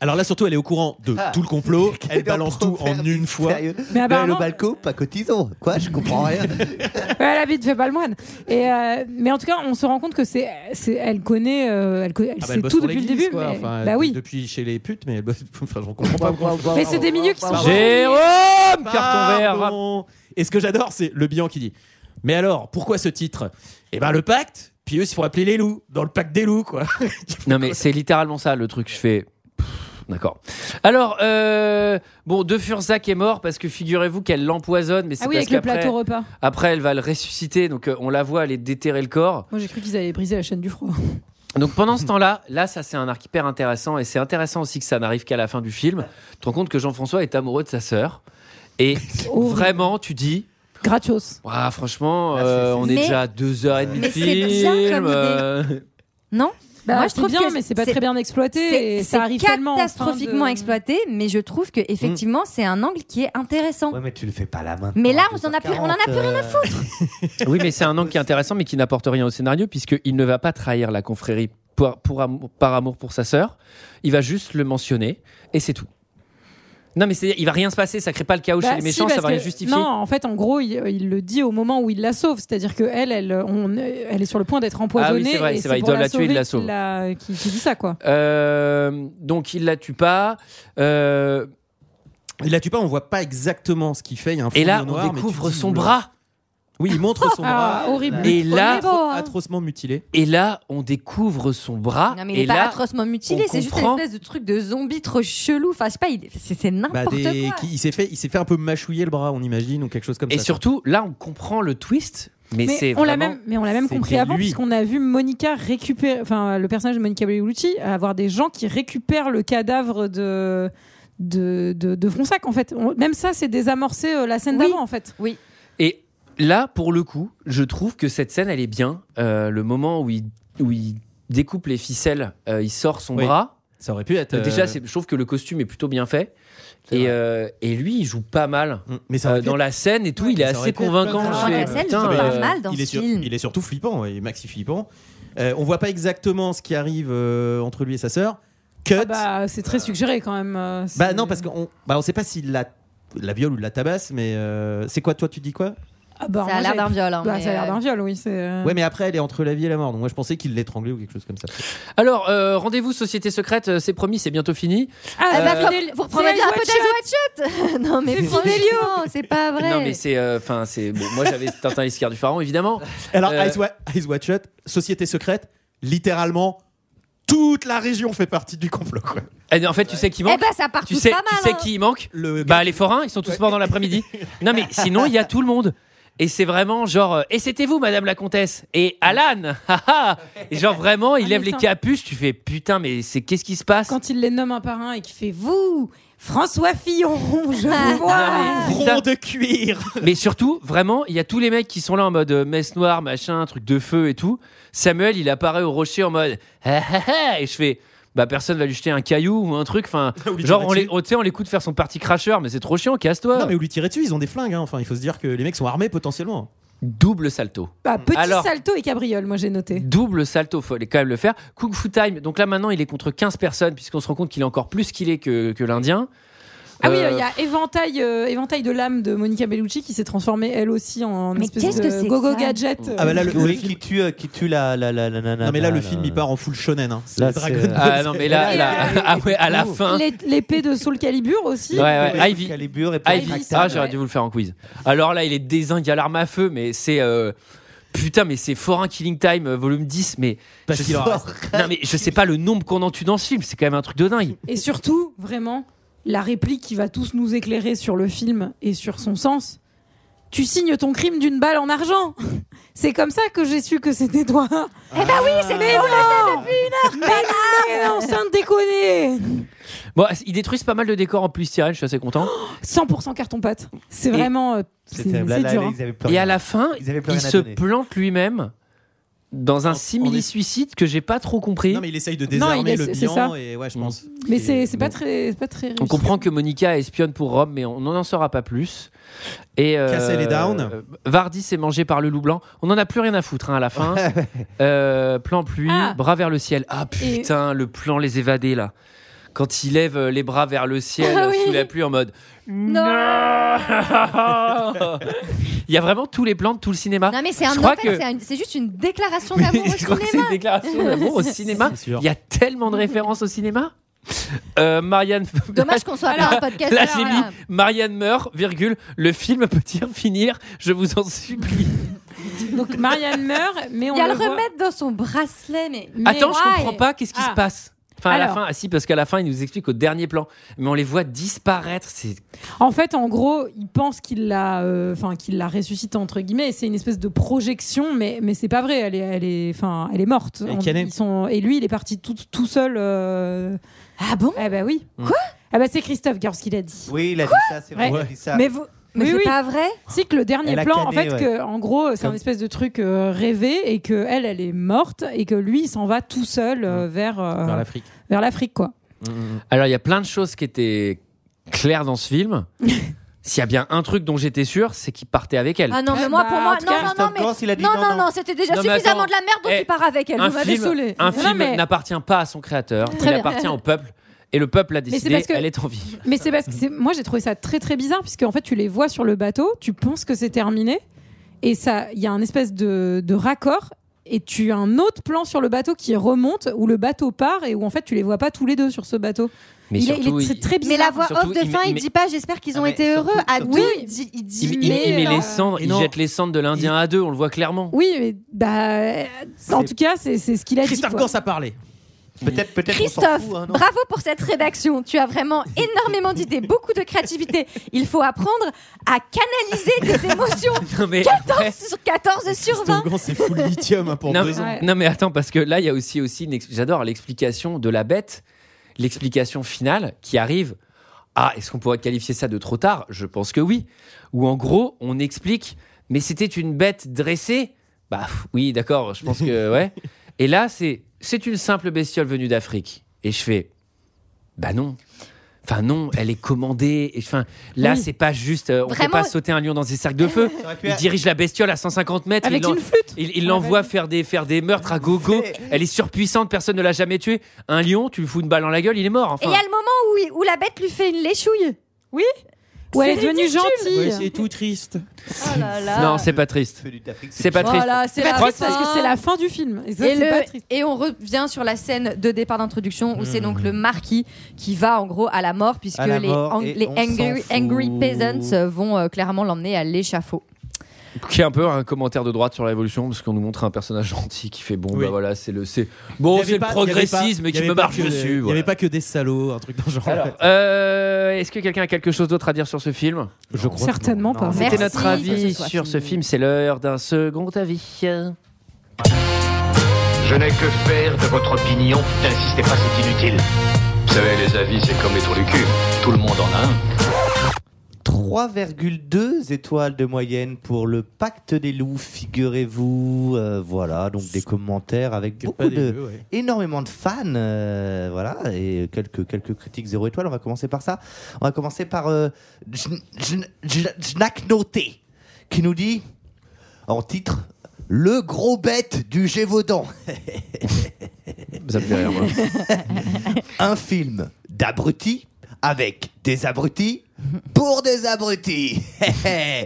S6: Alors là, surtout, elle est au courant de tout le complot. Elle balance tout en
S11: [laughs]
S6: une fois.
S11: Mais
S14: apparemment-
S11: le balcon, pas cotisant. Quoi, je comprends rien. [laughs]
S14: Ouais, la bite fait pas le moine. Et euh, mais en tout cas, on se rend compte que c'est, c'est elle connaît, euh, elle, co- elle
S6: Ah bah,
S14: sait
S6: elle bosse
S14: tout
S6: pour
S14: depuis le
S6: l'église,
S14: début.
S6: quoi.
S14: mais-
S6: Enfin,
S14: bah oui.
S6: Depuis chez les putes, mais elle bosse- [laughs] enfin, je comprends pas. pourquoi-
S14: Mais c'est des milieux qui sont.
S1: Jérôme
S6: Carton vert Et ce que j'adore, c'est le bilan qui dit Mais alors, pourquoi ce titre Eh ben, le pacte, puis eux, ils se font appeler les loups, dans le pacte des loups, quoi.
S1: Non mais c'est littéralement ça le truc. Je fais. Pff, D'accord. Alors, euh, bon, De Furzac est mort parce que figurez-vous qu'elle l'empoisonne, mais c'est
S14: Ah oui,
S1: parce
S14: avec le
S1: qu'après-
S14: plateau repas.
S1: Après, elle va le ressusciter, donc euh, on la voit aller déterrer le corps.
S14: Moi, j'ai cru qu'ils avaient brisé la chaîne du froid.
S1: [laughs] Donc pendant ce temps-là, là, ça c'est un arc hyper intéressant, et c'est intéressant aussi que ça n'arrive qu'à la fin du film. Tu te rends compte que Jean-François est amoureux de sa sœur,
S14: [laughs]
S1: et vraiment, tu dis.
S14: Gratos.
S1: franchement, euh, on est
S13: Mais-
S1: déjà à deux heures et demie de
S13: Mais c'est
S1: film.
S13: bien comme idée.
S1: euh,
S13: Non
S14: Bah, c'est bien, mais c'est pas très bien exploité
S13: c'est-
S14: et ça
S13: c'est
S14: arrive tellement en fin de-
S13: catastrophiquement exploité, mais je trouve que effectivement c'est un angle qui est intéressant.
S11: Ouais, mais tu le fais pas là hein, main.
S13: Mais là, on en a plus, on en a plus rien à foutre.
S1: Oui, mais c'est un
S14: [laughs]
S1: angle qui est intéressant, mais qui n'apporte rien au scénario, puisqu'il ne
S14: Bah,
S1: va pas trahir la confrérie pour, pour amour- par amour pour sa sœur. Il va juste le mentionner, et c'est tout. Non, mais c'est, il va rien se passer, ça crée pas le chaos
S14: Bah,
S1: chez les
S14: si,
S1: méchants, ça
S14: parce
S1: va rien
S14: que-
S1: justifier.
S14: Non, en fait, en gros, il, il le dit au moment où il la sauve. C'est-à-dire qu'elle, elle, on- elle est sur le point d'être empoisonnée.
S1: Ah c'est vrai,
S14: et
S1: c'est vrai, il
S14: pour
S1: doit la tuer, il
S14: sauver
S1: la sauve.
S14: qu'il la- Qui, qui dit ça, quoi.
S1: Euh, donc il la tue pas. Euh,
S6: Il la tue pas, on voit pas exactement ce qu'il fait. il y a un
S1: Et là,
S6: fond
S1: on
S6: noir, mais
S1: découvre
S6: tu te dis,
S1: son
S6: oula.
S1: bras.
S6: Oui, il montre son
S1: Ah,
S6: bras.
S1: horrible.
S6: Et
S1: On
S6: là,
S1: est beau, hein.
S6: atrocement mutilé.
S1: et là, on découvre son bras.
S13: Non, mais il
S1: et
S13: est pas
S1: là,
S13: atrocement mutilé,
S1: on
S13: c'est juste
S1: comprend-
S13: une espèce de truc de zombie trop chelou. Enfin, je sais pas, il- c'est c'est
S6: Bah,
S13: n'importe
S6: des-
S13: quoi.
S6: qui- il s'est fait, il s'est fait un peu mâchouiller le bras, on imagine, ou quelque chose comme
S1: Et
S6: ça.
S1: surtout, là, on comprend le twist, mais, c'est
S14: on l'a
S1: vraiment-
S14: même, mais on l'a même
S1: c'était
S14: compris avant,
S1: lui.
S14: puisqu'on a vu Monica récupérer, enfin, le personnage de Monica Bellucci avoir des gens qui récupèrent le cadavre de de, de, de Fronsac, en fait. On- même ça, c'est désamorcer euh, la scène d'avant, en fait.
S13: Oui.
S1: Et là, pour le coup, je trouve que cette scène, elle est bien. Euh, le moment où il, où il découpe les ficelles, euh, il sort son
S6: Oui.
S1: bras.
S6: Ça aurait pu être.
S1: Euh, Déjà,
S6: euh,
S1: c'est- je trouve que le costume est plutôt bien fait. Et, euh, et lui, il joue pas mal.
S6: hmm, mais ça aurait
S1: Euh,
S6: pu
S1: dans
S6: être-
S1: la scène et tout, il est assez convaincant. Je fais, Ah, putain, euh,
S6: il, est sur- il est surtout flippant, ouais, il est maxi flippant. Euh, on voit pas exactement ce qui arrive euh, entre lui et sa sœur. Cut.
S14: Ah bah, c'est très suggéré quand même. euh,
S6: Bah
S14: c'est-
S6: non, parce qu'on bah, on sait pas s'il la, la viole ou la tabasse, mais euh, c'est quoi, toi, tu dis quoi
S14: Ah bah,
S13: Ça a
S14: moi,
S13: l'air
S14: j'ai-
S13: d'un viol, hein,
S14: Bah,
S13: mais,
S14: ça a l'air d'un
S13: euh,
S14: viol, oui. c'est, euh,
S6: Ouais, mais après, elle est entre la vie et la mort, donc moi je pensais qu'il l'étranglait ou quelque chose comme ça.
S1: Alors, euh, rendez-vous Société Secrète, euh, c'est promis, c'est bientôt fini.
S14: Ah,
S1: Euh,
S13: bah, Fidel- vous reprenez
S14: Fidel
S13: un peu
S14: Watchot.
S13: d'Azo
S14: [laughs]
S13: Watchot [laughs] Non, mais
S14: C'est
S13: franchement,
S14: Fidelio.
S13: c'est pas vrai.
S1: Non, mais c'est. euh, Enfin, c'est. bon, moi, j'avais Tintin et l'Esquire du Pharaon, évidemment.
S6: Alors,
S1: Euh,
S6: Eyes, Wa- [laughs] Eyes Watch Shut, Société Secrète, littéralement, toute la région fait partie du complot, quoi.
S1: Eh, En fait, tu sais qui manque
S13: Eh ben, ça part
S1: tu
S13: tous
S1: sais,
S13: pas mal,
S1: Tu sais
S13: hein.
S1: qui il manque
S6: euh,
S1: Bah, les forains, ils sont tous morts dans
S6: [laughs]
S1: l'après-midi. non, mais sinon, il y a tout le monde. Et c'est vraiment genre. euh, Et c'était vous, madame la comtesse Et Alan [laughs] haha. Et genre, vraiment, il
S14: Ah,
S1: lève
S14: mais
S1: les
S14: ça-
S1: capuches, tu fais putain, mais c'est qu'est-ce qui se passe
S14: Quand il les nomme un par un et qu'il fait vous, François Fillon, je
S1: Ah.
S14: vous vois.
S1: Rond
S6: de cuir
S1: Mais surtout, vraiment, il y a tous les mecs qui sont là en mode euh, messe noire, machin, truc de feu et tout. Samuel, il apparaît au rocher en mode [laughs] Ah, ah, ah et je fais bah personne va lui jeter un caillou ou un truc enfin
S6: lui
S1: genre
S6: tirer
S1: on les
S6: dessus.
S1: on, tu sais, on l'écoute faire son parti crasher mais c'est trop chiant casse-toi
S6: Non, mais où lui tirer dessus, ils ont des flingues, hein. enfin, il faut se dire que les mecs sont armés potentiellement.
S1: double salto
S14: Bah, petit
S1: Alors-
S14: salto et cabriole, moi j'ai noté.
S1: Double salto, faut aller quand même le faire. Kung Fu Time, donc là maintenant il est contre 15 personnes, puisqu'on se rend compte qu'il est encore plus qu'il est que, que l'Indien.
S14: Ah oui,
S1: Euh,
S14: euh, il y a éventail, euh, éventail de l'âme de Monica Bellucci qui s'est transformée elle aussi en
S13: Mais
S14: espèce
S13: qu'est-ce que c'est
S14: de
S13: que
S14: gogo
S13: ça
S14: gadget.
S1: Ah,
S6: Ah,
S14: euh,
S6: bah
S1: bah
S11: qui tue, euh, qui tue la, la, la, la nana.
S6: Non, mais là, le film, il part en full shonen. Hein. C'est
S11: Ah bah, euh. Là,
S6: le Dragon
S11: c'est-
S6: Ball.
S1: Ah non, mais
S14: [laughs]
S1: là,
S14: Et euh,
S1: là- [laughs]
S14: là,
S1: ah ouais, à la fin.
S14: l'é- L'épée de Soul Calibur aussi.
S1: Ouais, ouais, Ivy.
S11: Calibur et
S1: Ivy. Ah, j'aurais dû vous le faire en quiz. Alors là, il est dézingue à l'arme à feu, mais c'est. euh, Putain, mais c'est Forain Killing Time, euh, volume 10, mais.
S6: Parce
S1: je
S6: qu'il en
S1: sais-
S6: reste.
S1: Non, mais je sais pas le nombre qu'on en tue dans ce film, c'est quand même un truc de dingue.
S14: Et surtout, vraiment, la réplique qui va tous nous éclairer sur le film et sur son sens. Tu signes ton crime d'une balle en argent. [laughs] C'est comme ça que j'ai su que c'était toi.
S13: Eh bah oui, c'est
S14: Mais
S13: mais on le sait
S14: non Mais non, mais non, sans te déconner.
S1: Bon, ils détruisent pas mal de décors en plus tirage, je suis assez content.
S14: 100% carton pâte. C'est
S1: Et-
S14: vraiment. euh, C'est c'est dur. hein.
S1: Et à la fin,
S11: Ils avaient plus
S1: il
S11: rien à
S1: se
S11: donner.
S1: plante lui-même dans un simili-suicide que j'ai pas trop compris.
S6: Non, mais il essaye de
S14: Non, il
S6: désarmer
S14: est-
S6: le
S14: c'est
S6: bilan
S14: ça.
S6: et ouais, je pense.
S14: Mais c'est c'est pas très, c'est pas très
S1: On
S14: réussi.
S1: comprend que Monica espionne pour Rome, mais on n'en saura pas plus. Et euh,
S6: Cassel est down.
S1: euh, Vardy s'est mangé par le loup blanc. On n'en a plus rien à foutre hein, à la fin. Euh, plan pluie, bras vers le ciel. Ah putain, le plan les évadés là. Quand il lève euh, les bras vers le ciel
S13: Ah
S1: euh, sous
S13: oui.
S1: la pluie en mode.
S13: Non.
S1: Il y a vraiment tous les plans de tout le cinéma.
S13: Non mais c'est un,
S1: Je
S13: en
S1: crois
S13: fait,
S1: que-
S13: c'est un- c'est juste une déclaration
S1: Mais
S13: d'amour au
S1: je crois que c'est
S13: cinéma.
S1: une déclaration d'amour au cinéma. Il y a tellement de références au cinéma. Euh, Marianne.
S13: Dommage
S1: [laughs]
S13: qu'on soit pas un podcast,
S1: Là,
S13: alors, euh,
S1: j'ai
S13: là.
S1: mis Marianne meurt, virgule. Le film [laughs] peut-il finir Je vous en supplie.
S14: Donc Marianne meurt, mais on
S13: Il y a
S14: le
S13: le,
S14: voit-
S13: remettre dans son bracelet, mais.
S1: Attends, je
S13: mais why
S1: comprends pas. Qu'est-ce qui
S13: Ah.
S1: se passe Enfin, à la
S14: Alors.
S1: fin, ah si, parce qu'à la fin, il nous explique au dernier plan. Mais on les voit disparaître. C'est
S14: En fait, en gros, il pense qu'il l'a, euh, enfin qu'il l'a ressuscité entre guillemets. et C'est une espèce de projection, mais mais c'est pas vrai. Elle est, elle est, enfin, elle est morte.
S6: Et
S14: On-
S6: qu'elle est-
S14: ils sont- et lui, il est parti tout tout seul.
S13: Ah bon
S14: Eh ben oui. Quoi Ah ben c'est Christophe Gars qui l'a dit.
S11: Oui, il a
S14: Quoi
S11: dit ça, c'est vrai, il a dit ça.
S14: Mais vous.
S13: Mais c'est pas vrai
S14: C'est que le dernier
S11: Elle a
S14: plan, en
S11: Ah. cané,
S14: fait,
S11: ouais.
S14: que, en gros, c'est un
S11: Comme-
S14: espèce de truc euh, rêvé et que elle, elle est morte et que lui, il s'en va tout seul euh, vers euh,
S1: Vers l'Afrique.
S14: Vers l'Afrique, quoi.
S1: Alors, il y a plein de choses qui étaient claires dans ce film.
S14: [laughs]
S1: S'il y a bien un truc dont j'étais sûr, c'est qu'il partait avec elle.
S13: Ah non, mais moi,
S14: bah,
S13: pour
S14: en
S13: moi,
S14: tout
S13: non,
S14: cas,
S13: non, non,
S1: Christophe
S13: mais.
S1: Gans, il a dit
S13: non,
S1: non,
S13: non,
S1: non.
S13: non, c'était déjà
S1: Non, mais
S13: suffisamment
S1: attends.
S13: de la merde, donc
S1: Eh,
S13: il part avec elle.
S1: un
S13: vous m'avez
S1: film,
S13: saoulé.
S1: un
S13: Non,
S1: film
S13: mais-
S1: n'appartient pas à son créateur,
S14: Très
S1: il
S14: bien.
S1: appartient au peuple. Et le peuple a
S14: Mais c'est
S1: décidé,
S14: parce que-
S1: elle est en vie.
S14: Mais c'est parce que c'est- moi j'ai trouvé ça très très bizarre puisque en fait tu les vois sur le bateau, tu penses que c'est terminé et ça il y a un espèce de, de raccord et tu as un autre plan sur le bateau qui remonte où le bateau part et où en fait tu les vois pas tous les deux sur ce bateau.
S1: Mais
S14: il, est-
S1: surtout,
S14: il est très,
S1: il-
S14: très bizarre.
S13: Mais la voix
S1: Surtout,
S13: off de
S1: il
S13: fin,
S1: met-
S13: il
S1: il
S13: dit pas j'espère qu'ils ont été heureux. Ah oui, il dit, il dit,
S1: Il, il- il met
S13: mais-
S1: les cendres, il jette les cendres de l'Indien à deux, on le voit clairement.
S14: Oui, mais bah en tout cas c'est c'est ce qu'il a
S6: Christophe
S14: dit.
S6: Gans a parlé.
S11: Peut-être, peut-être. on s'en
S13: Christophe,
S11: fout, hein, non
S13: bravo pour cette rédaction. Tu as vraiment [laughs] énormément d'idées, beaucoup de créativité. Il faut apprendre à canaliser tes émotions.
S1: Non, mais
S13: 14
S1: après-
S13: sur 14 sur 20.
S6: c'est full lithium hein, pour
S1: non,
S6: deux ans.
S1: non, mais attends, parce que là, il y a aussi, aussi une ex- j'adore l'explication de la bête, l'explication finale qui arrive. Ah, est-ce qu'on pourrait qualifier ça de trop tard Je pense que oui. Ou en gros, on explique, mais c'était une bête dressée. Bah pff, oui, d'accord, je pense
S6: [laughs]
S1: que ouais. Et là, c'est c'est une simple bestiole venue d'Afrique. Et je fais, bah non. Enfin non, elle est commandée. Et enfin, là,
S14: Oui.
S1: c'est pas juste. euh, on
S14: Vraiment.
S1: peut pas sauter un lion dans ses cercles de feu.
S14: Ça aurait pu
S1: Il
S14: être-
S1: dirige la bestiole à 150 mètres.
S14: Avec
S1: il l'en-
S14: une flûte.
S1: il- il l'envoie faire des, faire des meurtres à gogo. Elle est surpuissante, personne ne l'a jamais tuée. Un lion, tu lui fous une balle dans la gueule, il est mort.
S13: Et
S1: Enfin.
S13: il y a le moment où, où la bête lui fait une léchouille.
S14: Oui Où elle est devenue gentille.
S6: c'est tout triste.
S13: Oh là là.
S1: Non, c'est pas triste. C'est pas triste.
S13: Voilà, c'est
S14: pas
S13: la
S14: triste
S13: fin.
S14: parce que c'est la fin du film. Et ça,
S13: et,
S14: c'est
S13: le-
S14: pas triste.
S13: et on revient sur la scène de départ d'introduction où c'est donc le marquis qui va en gros à la mort puisque
S11: Mmh. À la
S13: les,
S11: mort,
S13: ang-
S11: et
S13: les
S11: on
S13: angry,
S11: s'en fout.
S13: angry peasants euh, vont euh, clairement l'emmener à l'échafaud.
S1: Qui est un peu un commentaire de droite sur la révolution, parce qu'on nous montre un personnage gentil qui fait bon, bah voilà, c'est le, c'est
S6: Il y
S1: bon,
S6: avait
S1: Oh, c'est le
S6: pas- il y avait pas-
S1: progressisme
S6: il y
S1: qui
S6: avait
S1: me
S6: pas
S1: marche
S6: que des-
S1: dessus.
S6: Il n'y
S1: voilà.
S6: avait pas que des salauds, un truc dans le genre.
S1: Alors, euh, est-ce que quelqu'un a quelque chose d'autre à dire sur ce film Je
S14: crois que Certainement non. pas.
S1: C'était
S14: Merci
S1: notre
S14: que
S1: avis
S14: ce soit
S1: sur ce film. C'est l'heure d'un second avis.
S19: Je n'ai que faire de votre opinion. N'insistez pas, c'est inutile. Vous savez, les avis, c'est comme les trous du cul. Tout le monde en a un.
S11: 3,2 étoiles de moyenne pour le pacte des loups, figurez-vous. Euh, voilà, donc des commentaires avec beaucoup
S6: pas des
S11: de.
S6: loups, ouais.
S11: énormément de fans. euh, voilà, et quelques, quelques critiques zéro étoile. On va commencer par ça. On va commencer par euh, Jn- Jn- Jn- Jnac Noté, qui nous dit en titre Le gros bête du Gévaudan.
S1: [laughs] Ça me fait rire, moi.
S11: Un film d'abrutis avec des abrutis pour des abrutis.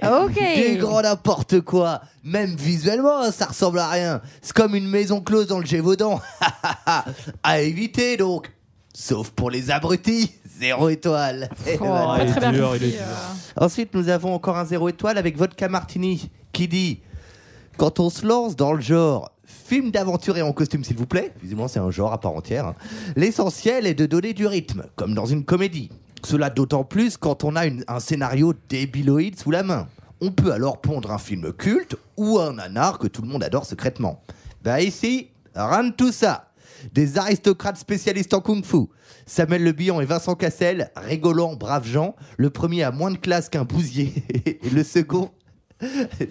S13: Ok.
S11: Du grand n'importe quoi. Même visuellement, ça ressemble à rien. C'est comme une maison close dans le Gévaudan. [laughs] à éviter donc. Sauf pour les abrutis. Zéro étoile. Et voilà.
S6: il est dur, il est dur.
S11: [laughs] Ensuite, nous avons encore un zéro étoile avec Vodka Martini qui dit Quand on se lance dans le genre film d'aventure et en costume, s'il vous plaît, visiblement c'est un genre à part entière, hein, l'essentiel est de donner du rythme, comme dans une comédie. Cela d'autant plus quand on a une- un scénario débiloïde sous la main. On peut alors pondre un film culte ou un nanar que tout le monde adore secrètement. Bah ici, rien de tout ça des aristocrates spécialistes en kung-fu. Samuel Le Bihan et Vincent [laughs] Cassel, rigolant, braves gens. Le premier a moins de classe qu'un bousier, et le second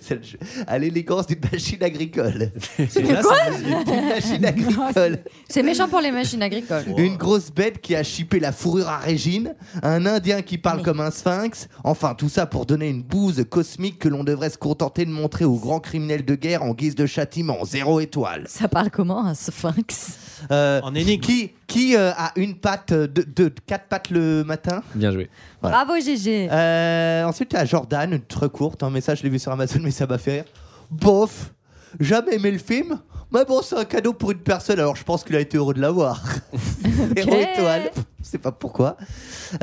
S11: C'est le jeu. à l'élégance d'une machine [laughs] agricole. C'est
S13: une quoi assemblée.
S11: Une machine [laughs] agricole.
S13: C'est méchant pour les machines agricoles.
S11: Une grosse bête qui a chipé la fourrure à Régine, un indien qui parle comme un sphinx, enfin tout ça pour donner une bouse cosmique que l'on devrait se contenter de montrer aux grands criminels de guerre en guise de châtiment, zéro étoile.
S13: Ça parle comment un sphinx
S11: en Qui, qui euh, a une patte, euh, deux, deux- quatre pattes le matin
S1: Bien joué.
S13: Bravo GG.
S11: Euh, ensuite, à Jordan, une très courte, un message, je l'ai vu sur Amazon, mais ça m'a fait rire. Bof, jamais aimé le film, mais bon, c'est un cadeau pour une personne, alors je pense qu'il a été heureux de l'avoir. Zéro étoile, Pff, je sais pas pourquoi.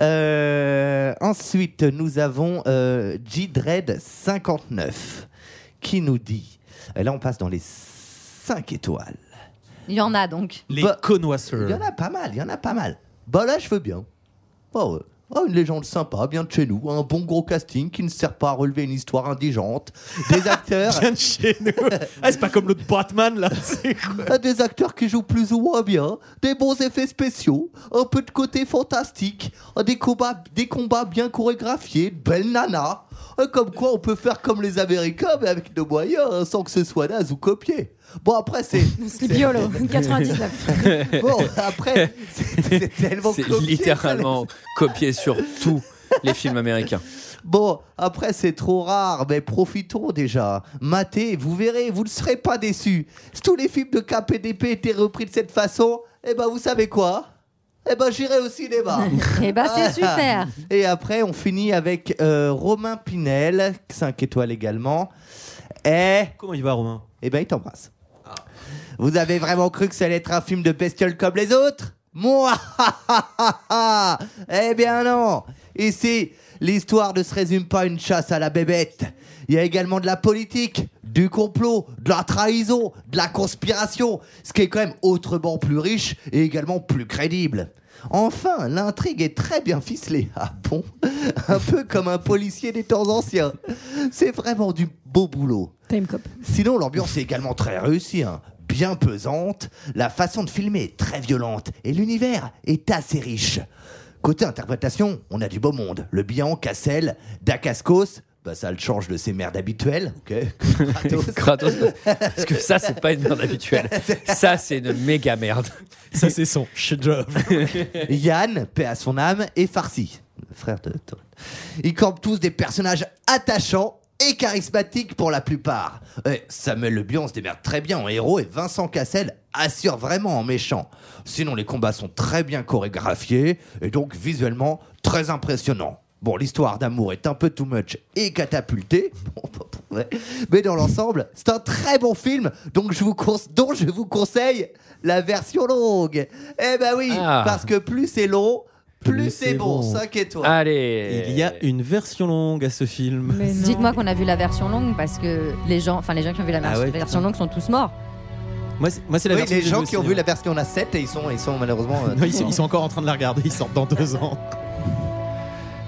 S11: Euh, ensuite, nous avons euh, J-Dread59 qui nous dit, et là on passe dans les 5 étoiles.
S13: Il y en a donc.
S11: Les
S6: connoisseurs.
S11: Il y
S6: [laughs]
S11: en a pas mal, il y en a pas mal. Bah là, je veux bien. Oh, ouais. Oh, une légende sympa, bien de chez nous, un bon gros casting qui ne sert pas à relever une histoire indigente, des acteurs,
S6: Bien de chez nous. Ah, c'est pas comme l'autre Batman là. [laughs] C'est quoi
S11: des acteurs qui jouent plus ou moins bien, des bons effets spéciaux, un peu de côté fantastique, Ah, des combats, des combats bien chorégraphiés, de belles nanas, Euh, comme quoi on peut faire comme les Américains mais avec nos moyens, hein, sans que ce soit naze ou copié. Bon après c'est
S13: [laughs]
S14: Sleepyolo, 99.
S11: bon après c'est c'est tellement
S1: C'est
S11: copié,
S1: littéralement [laughs] copié sur tous les films américains.
S11: Bon, après c'est trop rare, mais profitons déjà. Matez, vous verrez, vous ne serez pas déçus. Si tous les films de KPDP étaient repris de cette façon, eh ben vous savez quoi Eh ben j'irai au
S13: [laughs]
S11: cinéma. Ah.
S13: Eh ben,
S14: Ah.
S13: c'est super.
S11: Et après on finit avec euh, Romain Pinel, 5 étoiles également. Et...
S6: Comment il va Romain
S11: Eh ben il t'embrasse. Vous avez vraiment cru que ça allait être un film de bestiole comme les autres Moi [laughs] Eh bien non Ici, l'histoire ne se résume pas à une chasse à la bébête. Il y a également de la politique, du complot, de la trahison, de la conspiration, ce qui est quand même autrement plus riche et également plus crédible. Enfin, l'intrigue est très bien ficelée. [laughs] Ah bon Un peu comme un policier des temps anciens. C'est vraiment du beau boulot.
S14: Time Cop.
S11: Sinon, l'ambiance est également très réussie, hein. bien pesante. La façon de filmer est très violente et l'univers est assez riche. Côté interprétation, on a du beau monde. Le Bihan, Cassel, Dacascos. Bah ça le change de ses merdes habituelles, ok [laughs] Kratos.
S1: Kratos, parce que ça, c'est pas une merde habituelle. Ça, c'est une méga merde.
S6: Ça, c'est son chef-d'œuvre.
S11: Yann, paix à son âme, et Farsi, le frère de Thorin. Ils campent tous des personnages attachants et charismatiques pour la plupart. Eh, Samuel Le Bihan se démerde très bien en héros et Vincent Cassel assure vraiment en méchant. Sinon, les combats sont très bien chorégraphiés et donc visuellement très impressionnants. Bon, l'histoire d'amour est un peu too much et catapultée, [laughs] Bon, bah, pour vrai. mais dans l'ensemble, c'est un très bon film, donc je vous conse- dont je vous conseille la version longue. Eh ben oui,
S1: Ah.
S11: parce que plus c'est long, plus, c'est
S6: c'est
S11: bon.
S6: bon.
S11: 5
S1: Ah,
S11: étoiles.
S1: Allez.
S6: Il y a une version longue à ce film.
S13: Dites-moi qu'on a vu la version longue parce que les gens, enfin les gens qui ont vu la
S6: Ah
S13: version,
S6: ouais,
S13: version
S6: putain.
S13: longue sont tous morts.
S6: Moi, c'est moi, c'est la
S11: oui,
S6: version
S11: les
S6: que j'ai
S11: gens
S6: vue au
S11: qui ont vu
S6: cinéma.
S11: la version on a 7 et ils sont, ils sont malheureusement. euh,
S6: hein. Non, ils, sont- ils sont encore en train de la regarder, ils sortent dans deux ans.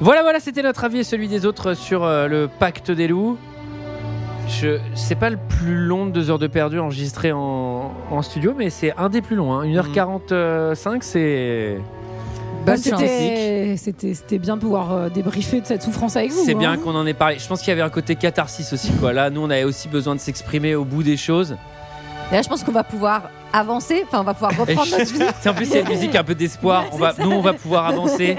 S1: Voilà, voilà, c'était notre avis et celui des autres sur euh, le pacte des loups. Je, c'est pas le plus long de deux heures de perdu enregistré en, en studio, mais c'est un des plus longs. Hein.
S6: Mm.
S1: 1h45, c'est.
S14: Bah,
S1: c'est
S14: c'était, c'était, c'était bien de pouvoir euh, débriefer de cette souffrance avec vous.
S1: C'est
S14: hein.
S1: bien qu'on en ait parlé. Je pense qu'il y avait un côté catharsis aussi. Quoi. Là, nous, on avait aussi besoin de s'exprimer au bout des choses.
S13: Et là, je pense qu'on va pouvoir avancer. Enfin, on
S11: [laughs]
S13: va pouvoir
S1: Et
S13: reprendre
S1: je-
S13: notre vie.
S1: Tiens, en plus, [laughs] c'est une musique un peu d'espoir. On va, nous, on va pouvoir avancer.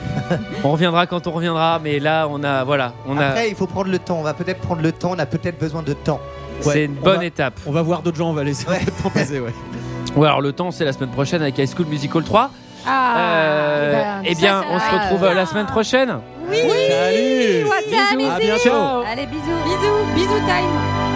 S1: [laughs] on reviendra quand on reviendra, mais là, on a, voilà, on a.
S11: Après, il faut prendre le temps. On va peut-être prendre le temps. On a peut-être besoin de temps.
S1: C'est
S6: Ouais,
S1: une
S6: on
S1: bonne
S6: va-
S1: étape.
S6: On va voir d'autres gens, on va [laughs] laisser un peu de temps passer, ouais.
S1: Ouais, alors le temps, c'est la semaine prochaine avec High School Musical 3.
S14: Ah,
S1: Euh,
S13: eh ben,
S1: eh bien,
S13: ça, ça
S1: on
S13: va,
S1: se retrouve
S13: euh,
S1: euh, la semaine prochaine.
S13: Oui.
S6: Salut
S13: What's up,
S1: Bisous. À
S13: bisous.
S1: bientôt.
S13: Allez, bisous. Bisous, bisous time.